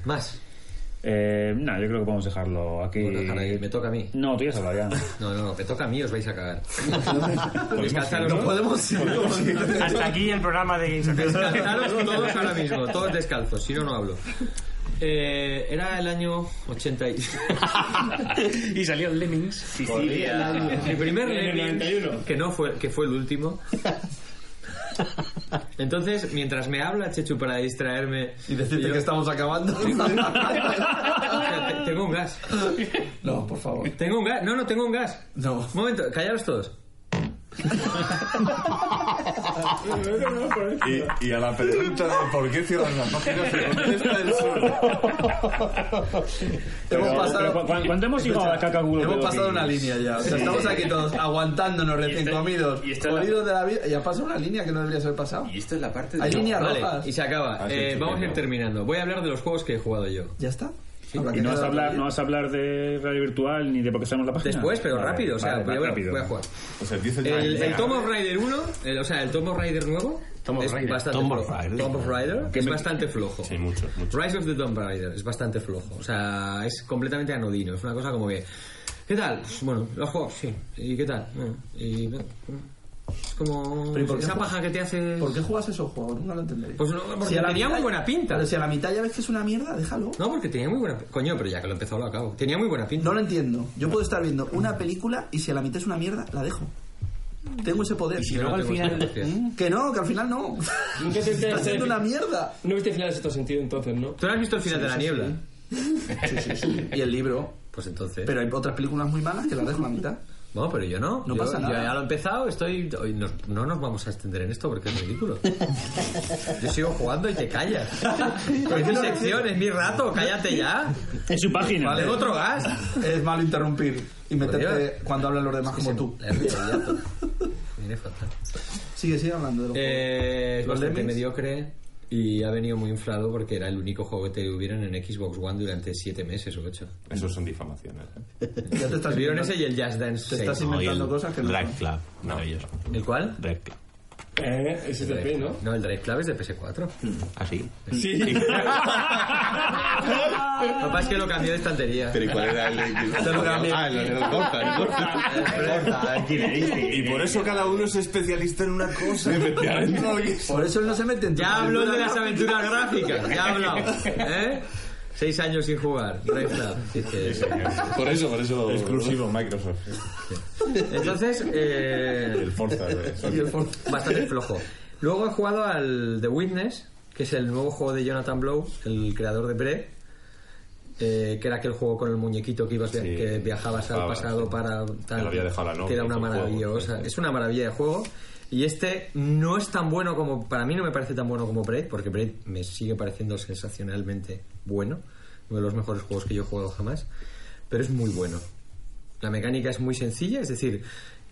Speaker 4: ¿Más?
Speaker 3: Eh, no, yo creo que podemos dejarlo aquí.
Speaker 10: Eh,
Speaker 4: Me toca a mí.
Speaker 3: No, tú ya has hablado ya.
Speaker 4: No, no, no, me toca a mí, os vais a cagar.
Speaker 3: ir, ¿no?
Speaker 4: Descalzaros
Speaker 10: podemos ir.
Speaker 19: Hasta aquí el programa de Games
Speaker 4: Descalzaros todos ahora mismo, todos descalzos, si no, no hablo. Eh, era el año 80 y...
Speaker 13: y salió Lemmings.
Speaker 4: Sicilia. El primer
Speaker 13: En el
Speaker 4: Lemmings, que no fue, que fue el último. Entonces, mientras me habla Chechu para distraerme...
Speaker 10: Y decirte
Speaker 4: yo-
Speaker 10: que estamos acabando.
Speaker 4: Te- Tengo un gas.
Speaker 10: No, por favor.
Speaker 4: Tengo un gas. No, no, tengo un gas.
Speaker 10: No.
Speaker 4: Un momento, callaros todos.
Speaker 1: Y, y a la pregunta de por qué cierran la página se contesta el sur.
Speaker 3: Pero-
Speaker 10: Hemos pasado-
Speaker 3: pero ¿cu- ¿Cuánto hemos llegado a la caca Google?
Speaker 10: Hemos
Speaker 3: Pedofiles?
Speaker 10: pasado una línea ya. O sea,
Speaker 3: Sí.
Speaker 10: estamos aquí todos aguantándonos recién comidos.
Speaker 3: esta es la-
Speaker 10: jodidos de la vida. Y ha pasado una línea que no debería haber pasado.
Speaker 14: Y esta es la parte
Speaker 10: Hay líneas
Speaker 4: Vale,
Speaker 10: rojas.
Speaker 4: y se acaba.
Speaker 10: Ah, sí,
Speaker 4: Eh,
Speaker 10: sí,
Speaker 4: vamos a ir
Speaker 10: no.
Speaker 4: terminando. Voy a hablar de los juegos que he jugado yo.
Speaker 10: ¿Ya está?
Speaker 3: Y no vas, a hablar, no vas a hablar de realidad virtual ni de por qué sabemos la página.
Speaker 4: Después, pero rápido, o sea, voy a- voy a jugar.
Speaker 1: Pues empieza ya.
Speaker 4: El, el
Speaker 1: Venga.
Speaker 4: Tomb of Raider 1, el- o sea, el Tomb of Raider nuevo,
Speaker 1: Tomb of
Speaker 4: es
Speaker 1: Raider.
Speaker 4: bastante
Speaker 1: Tomb of
Speaker 4: flojo.
Speaker 1: Raider.
Speaker 4: Tomb of Raider
Speaker 1: Que
Speaker 4: es
Speaker 1: me-
Speaker 4: bastante flojo.
Speaker 1: Sí, mucho, mucho.
Speaker 4: Rise of the Tomb Raider es bastante flojo. O sea, es completamente anodino. Es una cosa como que. ¿Qué tal? Pues, Bueno, lo juego, sí. ¿Y qué tal? Bueno, y- es como.
Speaker 10: Pero ¿y por qué
Speaker 4: Esa
Speaker 10: juegas?
Speaker 4: paja que te hace.
Speaker 10: ¿Por qué juegas esos juegos? Nunca lo entenderé.
Speaker 4: Pues no, porque
Speaker 10: a la
Speaker 4: tenía
Speaker 10: mitad-
Speaker 4: muy buena pinta.
Speaker 10: Pero si a la mitad ya ves que es una mierda, déjalo.
Speaker 4: No, porque tenía muy buena. Coño, pero ya que lo empezó, lo acabo. Tenía muy buena pinta.
Speaker 10: No lo entiendo. Yo puedo estar viendo una película y si a la mitad es una mierda, la dejo. Tengo ese poder.
Speaker 4: si Yo luego no al tengo final- esa capacidad.
Speaker 10: Mm, Que no, que al final no.
Speaker 7: ¿Qué te- te-
Speaker 10: Está haciendo una mierda.
Speaker 7: No viste finales en todo sentido entonces, ¿no?
Speaker 4: ¿Tú no has visto el final
Speaker 10: Sí,
Speaker 4: de la
Speaker 10: sí,
Speaker 4: niebla?
Speaker 10: Sí, sí, sí. Y el libro.
Speaker 4: Pues entonces.
Speaker 10: Pero hay otras películas muy malas que las dejo a la mitad.
Speaker 4: No, pero yo no. Yo-
Speaker 10: No pasa nada.
Speaker 4: Yo ya lo he empezado, estoy. hoy nos- no nos vamos a extender en esto porque es ridículo. Yo sigo jugando y te callas. Pero es mi sección, es mi rato, cállate ya.
Speaker 3: Es su página.
Speaker 4: Vale, otro gas.
Speaker 10: Es malo interrumpir y
Speaker 4: Joder.
Speaker 10: meterte cuando hablan los demás como tú.
Speaker 4: La he rechazado. Me viene fatal.
Speaker 10: Sigue, sigue hablando de los
Speaker 4: Eh, es
Speaker 10: ¿Los
Speaker 4: bastante
Speaker 10: Lemmings?
Speaker 4: mediocre y ha venido muy inflado porque era el único juego que te hubieran en Xbox One durante 7 meses o 8.
Speaker 1: Esos son difamaciones. ¿eh?
Speaker 10: juegos. Ya te estás
Speaker 4: Vieron
Speaker 10: inventando-
Speaker 4: ese y el Just Dance.
Speaker 10: Te estás
Speaker 4: 6.
Speaker 10: inventando cosas que no.
Speaker 6: Drag Club, maravilloso.
Speaker 4: ¿El cuál?
Speaker 6: Drag Clup.
Speaker 7: Eh, ese es de Play, ¿no?
Speaker 4: No, el Drive Club es de PS4.
Speaker 6: Así.
Speaker 7: Sí.
Speaker 4: Lo que pasa es que lo cambió de estantería.
Speaker 6: Pero ¿y cuál era el
Speaker 10: Te lo cambié.
Speaker 6: Ah, el, el, el Gorka, el Gorka. El Gorka, el Guinness.
Speaker 1: Y por eso cada uno es especialista en una cosa.
Speaker 10: Por eso él no se mete en tu
Speaker 4: Ya habló de las
Speaker 10: aventura.
Speaker 4: aventuras gráficas, ya habló. ¿Eh? Seis años sin jugar, Drive Club. Sí, sí.
Speaker 6: Por eso, por eso.
Speaker 1: Exclusivo Microsoft.
Speaker 4: Entonces, eh,
Speaker 1: El Forza. de Sony.
Speaker 10: Y el for-
Speaker 4: bastante flojo. Luego he jugado al The Witness, que es el nuevo juego de Jonathan Blow, el creador de Pre. eh, que era aquel juego con el muñequito que ibas via-
Speaker 1: Sí.
Speaker 4: que viajabas al
Speaker 1: Ah,
Speaker 4: pasado
Speaker 1: sí.
Speaker 4: para tal,
Speaker 1: Que lo había dejado la novia,
Speaker 4: que era una
Speaker 1: el juego,
Speaker 4: maravillosa
Speaker 1: sí, sí.
Speaker 4: es una maravilla de juego y este no es tan bueno como para mí no me parece tan bueno como Braid porque Braid me sigue pareciendo sensacionalmente bueno uno de los mejores juegos que yo he jugado jamás pero es muy bueno la mecánica es muy sencilla, es decir,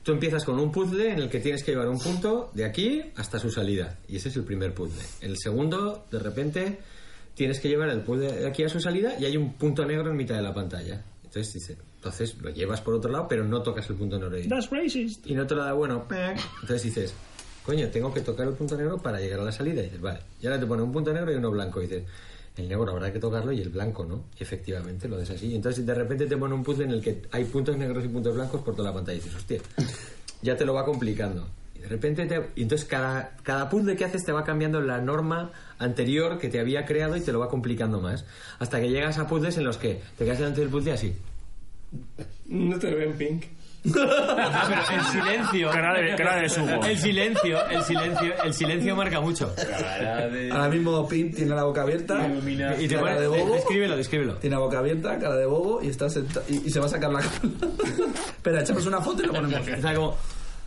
Speaker 4: tú empiezas con un puzzle en el que tienes que llevar un punto de aquí hasta su salida. Y ese es el primer puzzle. El segundo, de repente, tienes que llevar el puzzle de aquí a su salida y hay un punto negro en mitad de la pantalla. Entonces dice, entonces lo llevas por otro lado, pero no tocas el punto negro. ahí.
Speaker 3: That's racist.
Speaker 4: Y no te lo da bueno. ¡pac! Entonces dices, coño, tengo que tocar el punto negro para llegar a la salida. Y dices, vale. Y ahora te pone un punto negro y uno blanco. Y dices, el negro habrá que tocarlo y el blanco no. Y efectivamente lo haces así. Y entonces de repente te pone un puzzle en el que hay puntos negros y puntos blancos por toda la pantalla. Y dices, hostia, ya te lo va complicando. Y de repente te... Y entonces cada, cada puzzle que haces te va cambiando la norma anterior que te había creado y te lo va complicando más. Hasta que llegas a puzzles en los que te quedas delante del puzzle así.
Speaker 7: No te ven Pink.
Speaker 19: El silencio.
Speaker 3: Cara de- cara de sumo.
Speaker 19: El silencio, el silencio, el silencio marca mucho.
Speaker 14: Cara de-
Speaker 10: Ahora mismo Pim tiene la boca abierta.
Speaker 14: Ilumina.
Speaker 4: Y te
Speaker 10: Cara
Speaker 4: pone-
Speaker 10: de bobo.
Speaker 4: Descríbelo, descríbelo.
Speaker 10: Tiene la boca abierta, cara de bobo y está senta- y, y se va a sacar la cola. Espera, echamos una foto y la ponemos.
Speaker 4: Está como...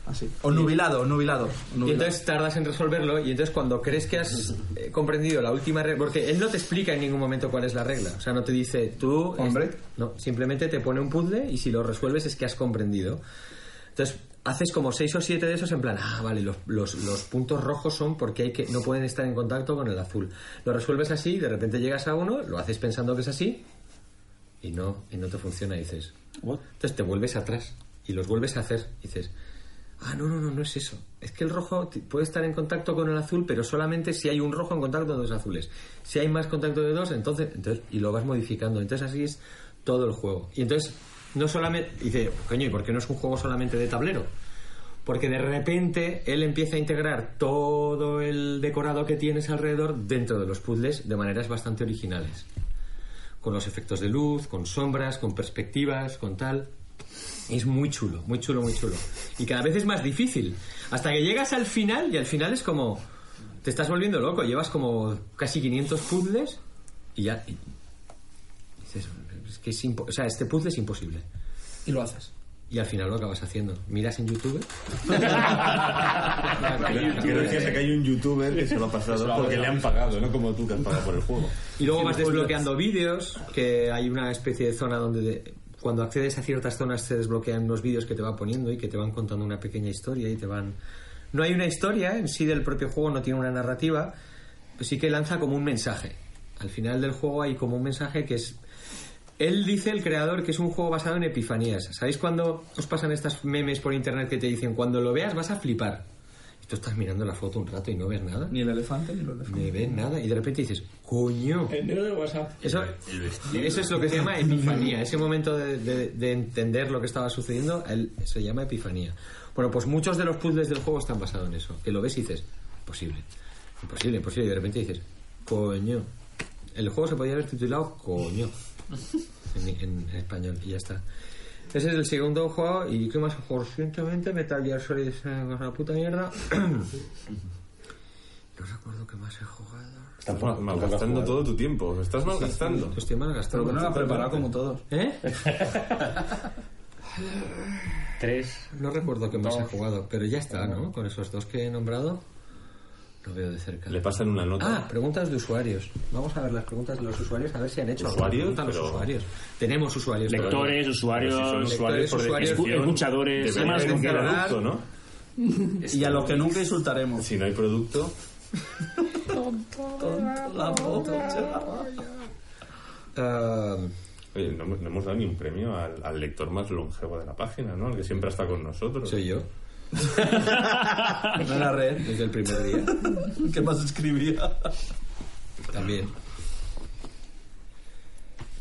Speaker 10: Así. O nubilado, o nubilado. o nubilado.
Speaker 4: Y entonces tardas en resolverlo y entonces cuando crees que has eh, comprendido la última regla, porque él no te explica en ningún momento cuál es la regla, o sea, no te dice tú... es-
Speaker 10: Hombre.
Speaker 4: no, simplemente te pone un puzzle y si lo resuelves es que has comprendido. Entonces haces como seis o siete de esos en plan, ah, vale, los, los, los puntos rojos son porque hay que, no pueden estar en contacto con el azul. Lo resuelves así, de repente llegas a uno, lo haces pensando que es así, y no, y no te funciona, y dices. Entonces te vuelves atrás y los vuelves a hacer, y dices. Ah, no, no, no, no es eso. Es que el rojo t- puede estar en contacto con el azul, pero solamente si hay un rojo en contacto con dos azules. Si hay más contacto de dos, entonces, entonces y lo vas modificando. Entonces así es todo el juego. Y entonces no solamente dice, coño, ¿y por qué no es un juego solamente de tablero? Porque de repente él empieza a integrar todo el decorado que tienes alrededor dentro de los puzzles de maneras bastante originales. Con los efectos de luz, con sombras, con perspectivas, con tal. Es muy chulo, muy chulo, muy chulo. Y cada vez es más difícil. Hasta que llegas al final y al final es como... Te estás volviendo loco. Llevas como casi 500 puzzles y ya... y- y dices, es que es impo- o sea, este puzzle es imposible.
Speaker 10: Y lo haces.
Speaker 4: Y al final lo acabas haciendo. Miras en YouTube.
Speaker 1: Quiero decir que hay un youtuber que se lo ha pasado porque le han pagado, no como tú que has pagado por el juego.
Speaker 4: Y luego vas desbloqueando vídeos, que hay una especie de zona donde de- cuando accedes a ciertas zonas se desbloquean unos vídeos que te va poniendo y que te van contando una pequeña historia y te van... No hay una historia en sí del propio juego, no tiene una narrativa, pero sí que lanza como un mensaje. Al final del juego hay como un mensaje que es... Él dice, el creador, que es un juego basado en epifanías. ¿Sabéis cuando os pasan estas memes por internet que te dicen, cuando lo veas vas a flipar? Y tú estás mirando la foto un rato y no ves nada.
Speaker 10: Ni el elefante ni el elefante.
Speaker 4: Ni ves nada. Y de repente dices, coño.
Speaker 7: El negro de WhatsApp.
Speaker 4: Eso, eso es lo que se llama epifanía. Ese momento de, de- de entender lo que estaba sucediendo él- se llama epifanía. Bueno, pues muchos de los puzzles del juego están basados en eso. Que lo ves y dices, imposible, imposible, imposible. Y de repente dices, coño. El juego se podía haber titulado Coño en, en español y ya está. Ese es el segundo juego y qué más recientemente Metal Gear Solid es una puta mierda. No recuerdo qué más he jugado.
Speaker 1: Estás mal- malgastando todo tu tiempo. Estás malgastando.
Speaker 4: Estoy malgastando.
Speaker 10: Pero que no lo has preparado como todos.
Speaker 4: ¿Eh? Tres. No recuerdo qué más he jugado, pero ya está, ¿no? Con esos dos que he nombrado, lo veo de cerca.
Speaker 1: Le pasan una nota.
Speaker 4: Ah, preguntas de usuarios. Vamos a ver las preguntas de los usuarios, a ver si han hecho alguna
Speaker 1: ¿Usuarios?
Speaker 4: pregunta a los
Speaker 1: Pero-
Speaker 4: usuarios. Tenemos usuarios.
Speaker 3: Lectores,
Speaker 4: todavía.
Speaker 3: usuarios,
Speaker 4: Pero si son
Speaker 3: lectores,
Speaker 4: por
Speaker 3: usuarios,
Speaker 4: definición,
Speaker 3: escuchadores,
Speaker 4: deberían
Speaker 3: temas de
Speaker 4: funcionar.
Speaker 1: producto, ¿no?
Speaker 4: Este-
Speaker 10: Y a los que nunca insultaremos.
Speaker 1: Si no hay producto,
Speaker 4: Este-
Speaker 10: La foto, chaval.
Speaker 4: Ah,
Speaker 1: Oye, no, hemos- no hemos dado ni un premio al, al lector más longevo de la página, ¿no? El que siempre está con nosotros.
Speaker 4: Soy yo.
Speaker 10: No en la red.
Speaker 4: Desde el primer día.
Speaker 10: ¿Qué más escribía?
Speaker 4: También.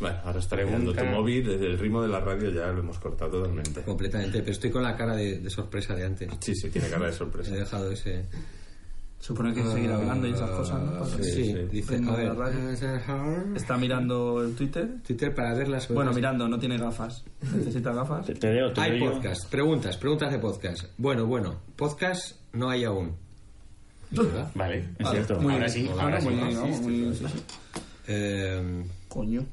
Speaker 1: Bueno, ahora estaré viendo tu móvil, desde el ritmo de la radio ya lo hemos cortado totalmente.
Speaker 4: Completamente, pero estoy con la cara de, de sorpresa de antes.
Speaker 1: Sí, sí, tiene cara de sorpresa.
Speaker 4: He dejado ese. Ah,
Speaker 10: Supone que seguir hablando y esas cosas, ¿no? Para-
Speaker 4: Sí, dice.
Speaker 10: Ritmo
Speaker 4: A
Speaker 10: de la
Speaker 4: ver.
Speaker 10: radio. Está mirando el Twitter.
Speaker 4: Twitter para ver las.
Speaker 10: Bueno, mirando, no tiene gafas. ¿Necesita gafas?
Speaker 3: Te veo, te
Speaker 4: Hay
Speaker 3: veo.
Speaker 4: podcast, preguntas, preguntas de podcast. Bueno, bueno, podcast no hay aún. ¿Verdad?
Speaker 3: Vale, es
Speaker 10: Vale,
Speaker 3: cierto.
Speaker 10: muy
Speaker 3: Ahora
Speaker 10: bien.
Speaker 3: sí.
Speaker 10: Ahora muy
Speaker 3: sí.
Speaker 10: bien, ¿no? Muy- sí, sí.
Speaker 4: Eh,
Speaker 10: Coño.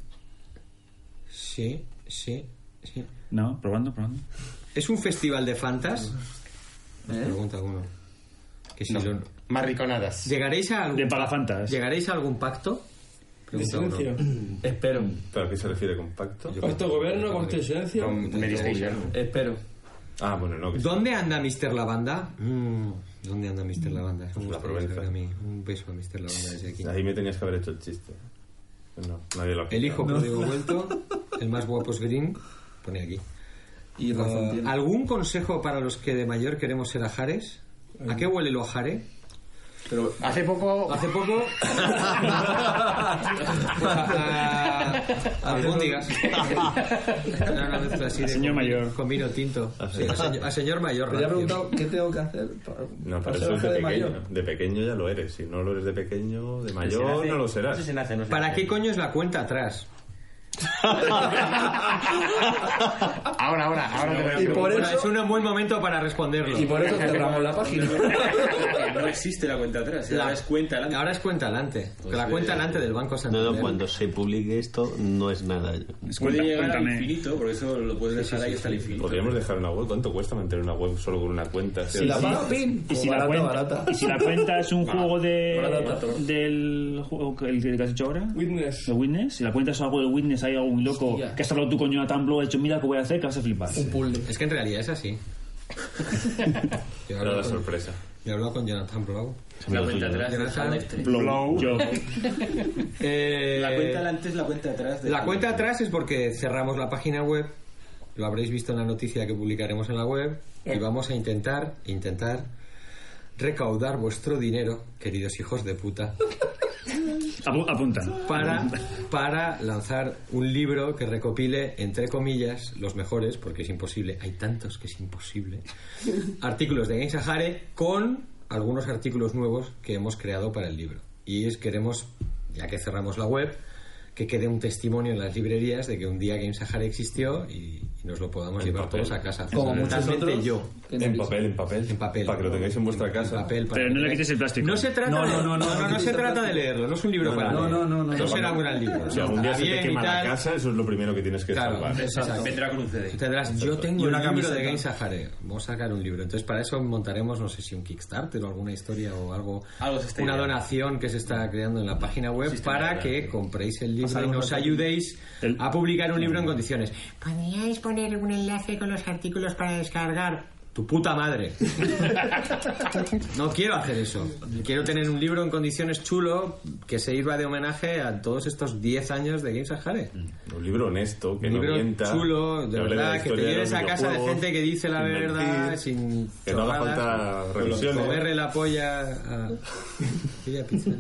Speaker 4: sí, sí, sí.
Speaker 3: No, probando, probando.
Speaker 4: ¿Es un festival de fantas? Nos
Speaker 10: ¿Eh?
Speaker 4: Pregunta uno. Que si lo-
Speaker 8: Marriconadas.
Speaker 4: ¿Llegaréis a algún,
Speaker 3: De Palafantas.
Speaker 4: ¿Llegaréis a algún pacto? Pregunta uno.
Speaker 10: Espero.
Speaker 1: ¿Pero a qué se refiere con pacto?
Speaker 7: ¿Pacto gobierno, este constituencia?
Speaker 10: Espero.
Speaker 1: Ah, bueno, no. que-
Speaker 4: ¿Dónde anda Mr. Lavanda? Mm, ¿Dónde anda Mr. Lavanda? Es un
Speaker 1: La
Speaker 4: gusto
Speaker 1: Provenza.
Speaker 4: saber a mí. Un beso a Mr. Lavanda desde aquí.
Speaker 1: Ahí me tenías que haber hecho el chiste. No, nadie lo ha
Speaker 4: El hijo
Speaker 1: escuchado.
Speaker 4: pródigo vuelto, el más guapo es Green, pone aquí.
Speaker 10: Y razón
Speaker 4: Ah,
Speaker 10: tiene.
Speaker 4: ¿Algún consejo para los que de mayor queremos ser ajares? ¿A qué huele lo ajare?
Speaker 10: Eh. Pero
Speaker 8: Hace poco.
Speaker 4: Hace poco... Ah, albóndigas. Era una mezcla así de...
Speaker 3: Señor
Speaker 4: con-
Speaker 3: mayor.
Speaker 4: Con vino tinto. Sí, a, señor, a señor mayor.
Speaker 10: Pero ya he
Speaker 4: rancio.
Speaker 10: preguntado qué tengo que hacer para,
Speaker 1: No,
Speaker 10: para
Speaker 1: pero
Speaker 10: ser
Speaker 1: eso es
Speaker 10: ángel
Speaker 1: de
Speaker 10: de
Speaker 1: pequeño.
Speaker 10: mayor.
Speaker 1: De pequeño ya lo eres. Si no lo eres de pequeño, de mayor no lo serás.
Speaker 4: ¿Para qué coño es la cuenta atrás?
Speaker 8: Ahora, ahora, ahora. te veo.
Speaker 10: Y por
Speaker 4: Bueno,
Speaker 10: eso-
Speaker 4: es un buen momento para responderlo.
Speaker 10: Y por eso cerramos la página.
Speaker 14: No existe la cuenta atrás,
Speaker 4: La-
Speaker 14: ahora es cuenta adelante.
Speaker 4: Ahora es cuenta adelante. la cuenta adelante del Banco
Speaker 6: No,
Speaker 4: Santander.
Speaker 6: no, cuando se publique esto no es nada.
Speaker 14: Puede
Speaker 3: Cuenta-
Speaker 14: llegar al
Speaker 3: cuéntame.
Speaker 14: infinito, por eso lo puedes dejar ahí hasta el infinito.
Speaker 1: Podríamos dejar una web. ¿Cuánto cuesta mantener una web solo con una cuenta?
Speaker 10: Si la paga, pin. pues
Speaker 3: Y si,
Speaker 10: barata,
Speaker 3: la cuenta,
Speaker 10: barata.
Speaker 3: y si la cuenta es un juego de,
Speaker 7: barata.
Speaker 3: del juego que, el que has hecho ahora,
Speaker 7: Witness.
Speaker 3: de Witness, si la cuenta es algo de Witness, hay algo muy loco,
Speaker 7: Hostia.
Speaker 3: que has hablado tú con Jonathan Blow, has dicho, mira que voy a hacer, que vas a flipar.
Speaker 10: Un puzzle.
Speaker 4: Es que en realidad es así.
Speaker 1: Era la sorpresa.
Speaker 4: Yo he hablado con Jonathan Blow.
Speaker 14: La cuenta atrás.
Speaker 4: Jonathan
Speaker 14: Blow.
Speaker 4: Yo.
Speaker 14: La cuenta de antes, la cuenta de atrás. de-
Speaker 4: La cuenta atrás es porque cerramos la página web, lo habréis visto en la noticia que publicaremos en la web, y vamos a intentar, intentar recaudar vuestro dinero, queridos hijos de puta,
Speaker 3: apuntan.
Speaker 4: para, para lanzar un libro que recopile, entre comillas, los mejores, porque es imposible, hay tantos que es imposible, artículos de Game Sahare con algunos artículos nuevos que hemos creado para el libro. Y es queremos, ya que cerramos la web, que quede un testimonio en las librerías de que un día Game Sahara existió y, y nos lo podamos llevar todos a casa.
Speaker 1: Como muchos
Speaker 4: Fundamentalmente
Speaker 1: otros,
Speaker 4: yo.
Speaker 1: En papel, en papel.
Speaker 4: En papel.
Speaker 1: Para que lo tengáis en vuestra casa.
Speaker 4: Papel, para que tengáis- ¿Eh? No se trata,
Speaker 1: No,
Speaker 4: de,
Speaker 1: no, no, no, no
Speaker 4: no
Speaker 1: quites
Speaker 4: se
Speaker 1: el
Speaker 4: trata
Speaker 1: plástico.
Speaker 4: de leerlo, no es un libro para leer. No será un gran libro.
Speaker 1: Si algún día
Speaker 4: Está
Speaker 1: se te
Speaker 4: bien y
Speaker 1: quema la
Speaker 4: tal.
Speaker 1: casa, eso es lo primero que tienes que salvar.
Speaker 4: Exacto.
Speaker 14: Vendrá con un CD.
Speaker 4: Tendrás, yo tengo
Speaker 14: Y
Speaker 4: un
Speaker 14: una
Speaker 4: libro
Speaker 14: camiseta.
Speaker 4: de Game Sahare. Vamos a sacar un libro. Entonces, para eso montaremos, no sé si un Kickstarter o alguna historia o algo.
Speaker 14: Algo se está
Speaker 4: una
Speaker 14: ideando.
Speaker 4: donación que se está creando en la página web para
Speaker 14: de
Speaker 4: que compréis el libro y
Speaker 14: Pasaremos
Speaker 4: nos
Speaker 14: la-
Speaker 4: ayudéis a publicar un libro en condiciones.
Speaker 20: ¿Podríais poner un enlace con los artículos para descargar?
Speaker 4: Tu puta madre. No quiero hacer eso. Quiero tener un libro en condiciones chulo que se sirva de homenaje a todos estos 10 años de Game Sahare.
Speaker 1: Un libro honesto, que
Speaker 4: Un
Speaker 1: no
Speaker 4: libro
Speaker 1: mienta.
Speaker 4: chulo, de
Speaker 1: que hable la
Speaker 4: verdad, que te
Speaker 1: historia de
Speaker 4: lleves
Speaker 1: los
Speaker 4: a casa de
Speaker 1: videojuegos,
Speaker 4: gente que dice la
Speaker 1: sin mentir,
Speaker 4: verdad, sin
Speaker 1: Que no haga
Speaker 4: chorradas,
Speaker 1: falta revisiones.
Speaker 4: Comerle la polla a... Mira, pincel.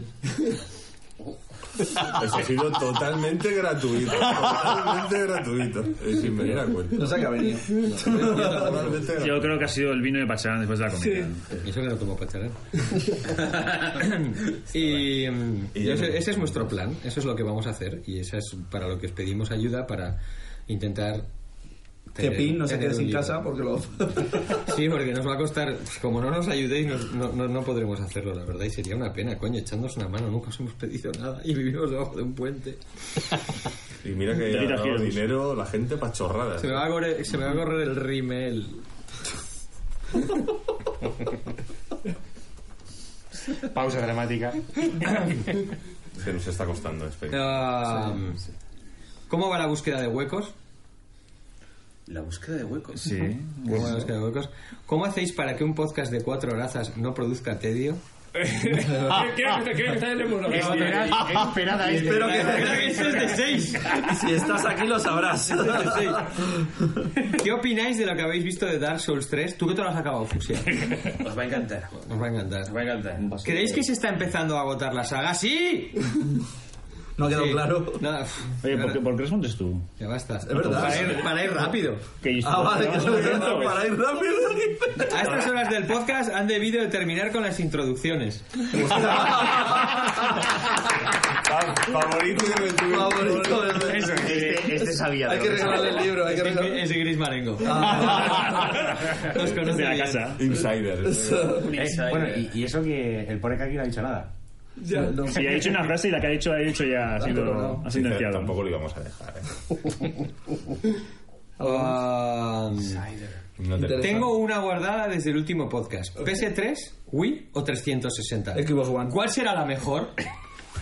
Speaker 1: Eso ha sido totalmente gratuito. Totalmente gratuito. eh, Sin venir a cuenta.
Speaker 10: No sé qué ha venido.
Speaker 1: Totalmente gratuito.
Speaker 3: Yo creo que ha sido el vino de Pacharán después de la comida.
Speaker 4: Eso que no tomo Pacharán. Y, mm, y ese, ese es nuestro plan, eso es lo que vamos a hacer y eso es para lo que os pedimos ayuda para intentar...
Speaker 10: Que
Speaker 4: tener-
Speaker 10: Pin no se
Speaker 4: tener
Speaker 10: quede
Speaker 4: un
Speaker 10: sin
Speaker 4: libro.
Speaker 10: casa porque lo...
Speaker 4: Sí, porque nos va a costar. pues, Como no nos ayudéis, nos- no, no, no podremos hacerlo, la verdad. Y sería una pena, coño, echándonos una mano. Nunca os hemos pedido nada y vivimos debajo de un puente.
Speaker 1: Y mira que
Speaker 4: Te
Speaker 1: ha
Speaker 4: tiras
Speaker 1: dado
Speaker 4: giros.
Speaker 1: dinero la gente para chorradas.
Speaker 4: Se me va a correr, se me va a correr el rimel.
Speaker 19: Pausa dramática.
Speaker 1: Se nos está costando despedir.
Speaker 4: Ah, ¿Cómo va la búsqueda de huecos?
Speaker 14: La búsqueda de huecos.
Speaker 4: Sí. ¿Cómo va la búsqueda de huecos? ¿Cómo hacéis para que un podcast de cuatro horazas no produzca tedio?
Speaker 7: Creo que- creo que está en el muro.
Speaker 19: Esperad- esperad a este.
Speaker 10: Espero que-
Speaker 19: Creo que ese es de seis.
Speaker 10: Si estás aquí lo sabrás.
Speaker 4: ¿Qué opináis de lo que habéis visto de Dark Souls 3? Tú que te lo has acabado, Fuxia.
Speaker 14: Os va a encantar.
Speaker 4: Os va a encantar. Pues
Speaker 14: Os va a encantar.
Speaker 4: ¿Creéis que se está empezando a agotar la saga? ¡Sí!
Speaker 10: No ha quedado
Speaker 4: Sí.
Speaker 10: claro.
Speaker 4: Nada.
Speaker 3: Oye, ¿por qué, por qué respondes tú?
Speaker 4: Ya basta.
Speaker 10: Es verdad.
Speaker 4: Para ir, para ir rápido.
Speaker 3: Que yo-
Speaker 10: Ah, vale, que se lo
Speaker 3: Pues-
Speaker 10: para ir rápido.
Speaker 4: A estas horas del podcast han debido de terminar con las introducciones.
Speaker 1: Favorito de
Speaker 10: Favorito de
Speaker 3: Pues,
Speaker 19: Eso, este, este sabía.
Speaker 10: Hay que regalarle el libro, hay que regalarle.
Speaker 4: Es de Gris Marengo.
Speaker 10: Ah.
Speaker 4: Los conoce
Speaker 3: De la
Speaker 4: bien.
Speaker 3: casa.
Speaker 1: Insider. ¿eh?
Speaker 19: bueno,
Speaker 14: eh.
Speaker 19: y, y eso que el Porec aquí no ha dicho nada.
Speaker 10: Ya, no.
Speaker 3: Si ha dicho una frase y la que ha dicho, ha dicho ya ha sido ha
Speaker 1: Dice,
Speaker 3: sentenciado.
Speaker 1: Tampoco lo íbamos a dejar. ¿eh?
Speaker 4: Ah,
Speaker 1: No te-
Speaker 4: tengo una guardada desde el último podcast. ¿PS3, Wii o 360?
Speaker 10: Xbox One.
Speaker 4: ¿Cuál será la mejor?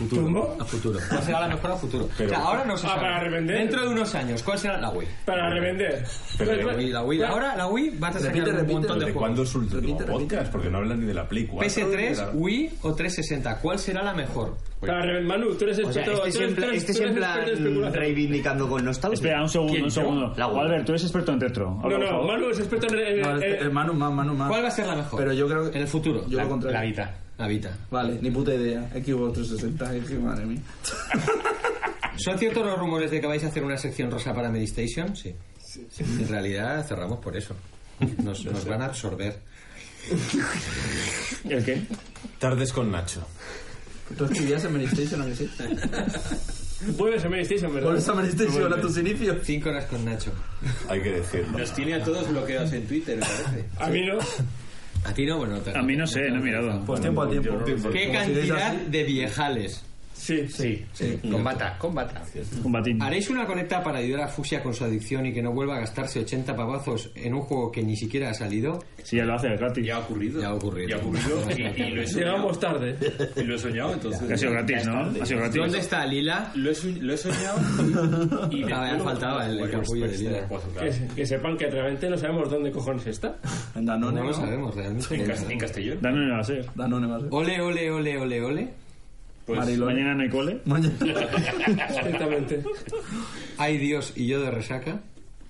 Speaker 7: ¿Tumbo?
Speaker 4: A futuro. ¿Cuál será la mejor a futuro?
Speaker 1: Pero-
Speaker 4: O sea, ahora no se
Speaker 7: Ah,
Speaker 4: sabe.
Speaker 7: para revender.
Speaker 4: Dentro de unos años, ¿cuál será la Wii?
Speaker 7: Para revender.
Speaker 1: Pues-
Speaker 4: La Wii, la Wii. Ahora la Wii va a sacar
Speaker 10: Repite,
Speaker 4: un
Speaker 10: repite.
Speaker 4: montón de
Speaker 1: ¿De
Speaker 4: juegos.
Speaker 1: cuándo es su último podcast? Porque no hablan ni de la Play 4. ni de la-
Speaker 4: PS3, Wii o 360, ¿cuál será la mejor?
Speaker 7: Para revender. Manu, tú eres
Speaker 19: O sea, este
Speaker 7: experto. tú eres- tú
Speaker 19: siempre,
Speaker 7: eres-
Speaker 19: este
Speaker 7: tú eres
Speaker 19: siempre
Speaker 7: experto en especulación.
Speaker 19: reivindicando con nostalgia.
Speaker 3: Espera, un segundo, un segundo.
Speaker 19: La Wii.
Speaker 3: Albert, tú eres experto en retro. Habla,
Speaker 7: No,
Speaker 3: por
Speaker 7: no,
Speaker 3: favor.
Speaker 7: Manu es experto en. en-
Speaker 10: No, este- el-
Speaker 7: en-
Speaker 10: el eh, Manu más, Manu más.
Speaker 4: ¿Cuál va a ser la mejor?
Speaker 10: Pero yo creo que...
Speaker 4: En el futuro.
Speaker 10: Yo lo contrario.
Speaker 19: La Vita.
Speaker 4: La Vita.
Speaker 10: Vale, ni puta idea. Xbox 360, es que madre mía.
Speaker 4: ¿Son ciertos los rumores de que vais a hacer una sección rosa para Medistation? Sí. En realidad cerramos por eso. Nos, nos van a absorber.
Speaker 3: ¿El qué?
Speaker 1: Tardes con Nacho.
Speaker 10: ¿Tú estudias en Medistation o qué sí?
Speaker 7: Vuelves a Medistation, ¿verdad?
Speaker 10: Vuelves a Medistation a tus inicios.
Speaker 4: Cinco horas con Nacho.
Speaker 1: Hay que decirlo.
Speaker 14: Nos tiene a todos bloqueados en Twitter, me parece.
Speaker 7: A mí no.
Speaker 4: A ti no, bueno, te-
Speaker 3: A mí no sé, no he mirado.
Speaker 10: Pues tiempo a tiempo.
Speaker 4: ¿Qué
Speaker 10: Como si deis
Speaker 4: cantidad
Speaker 10: así.
Speaker 4: de viejales?
Speaker 7: Sí,
Speaker 4: sí. sí. Combata, combata.
Speaker 3: Combatín.
Speaker 4: ¿Haréis una conecta para ayudar a Fuxia con su adicción y que no vuelva a gastarse 80 pavazos en un juego que ni siquiera ha salido?
Speaker 3: Sí, ya lo hace gratis.
Speaker 14: Ya ha ocurrido.
Speaker 4: Ya ha ocurrido.
Speaker 14: Ya ha ocurrido y, y lo he soñado.
Speaker 7: Llegamos tarde.
Speaker 14: Y lo he soñado, entonces.
Speaker 3: Ha sido gratis, ¿no? Ha sido gratis.
Speaker 4: ¿Dónde está Lila?
Speaker 14: Lo he, soñ- lo he soñado y
Speaker 4: Ah, ya faltaba el capullo
Speaker 14: pues,
Speaker 4: de Lila.
Speaker 14: claro.
Speaker 7: Que, se- que sepan que realmente no sabemos dónde cojones está.
Speaker 4: No, no lo sabemos realmente.
Speaker 14: En, cas- en castellón.
Speaker 3: Danone va a ser.
Speaker 10: Danone va a ser.
Speaker 4: Ole, ole, ole, ole, ole.
Speaker 14: Pues,
Speaker 3: Mañana no hay cole.
Speaker 7: Exactamente.
Speaker 4: Ay Dios y yo de resaca.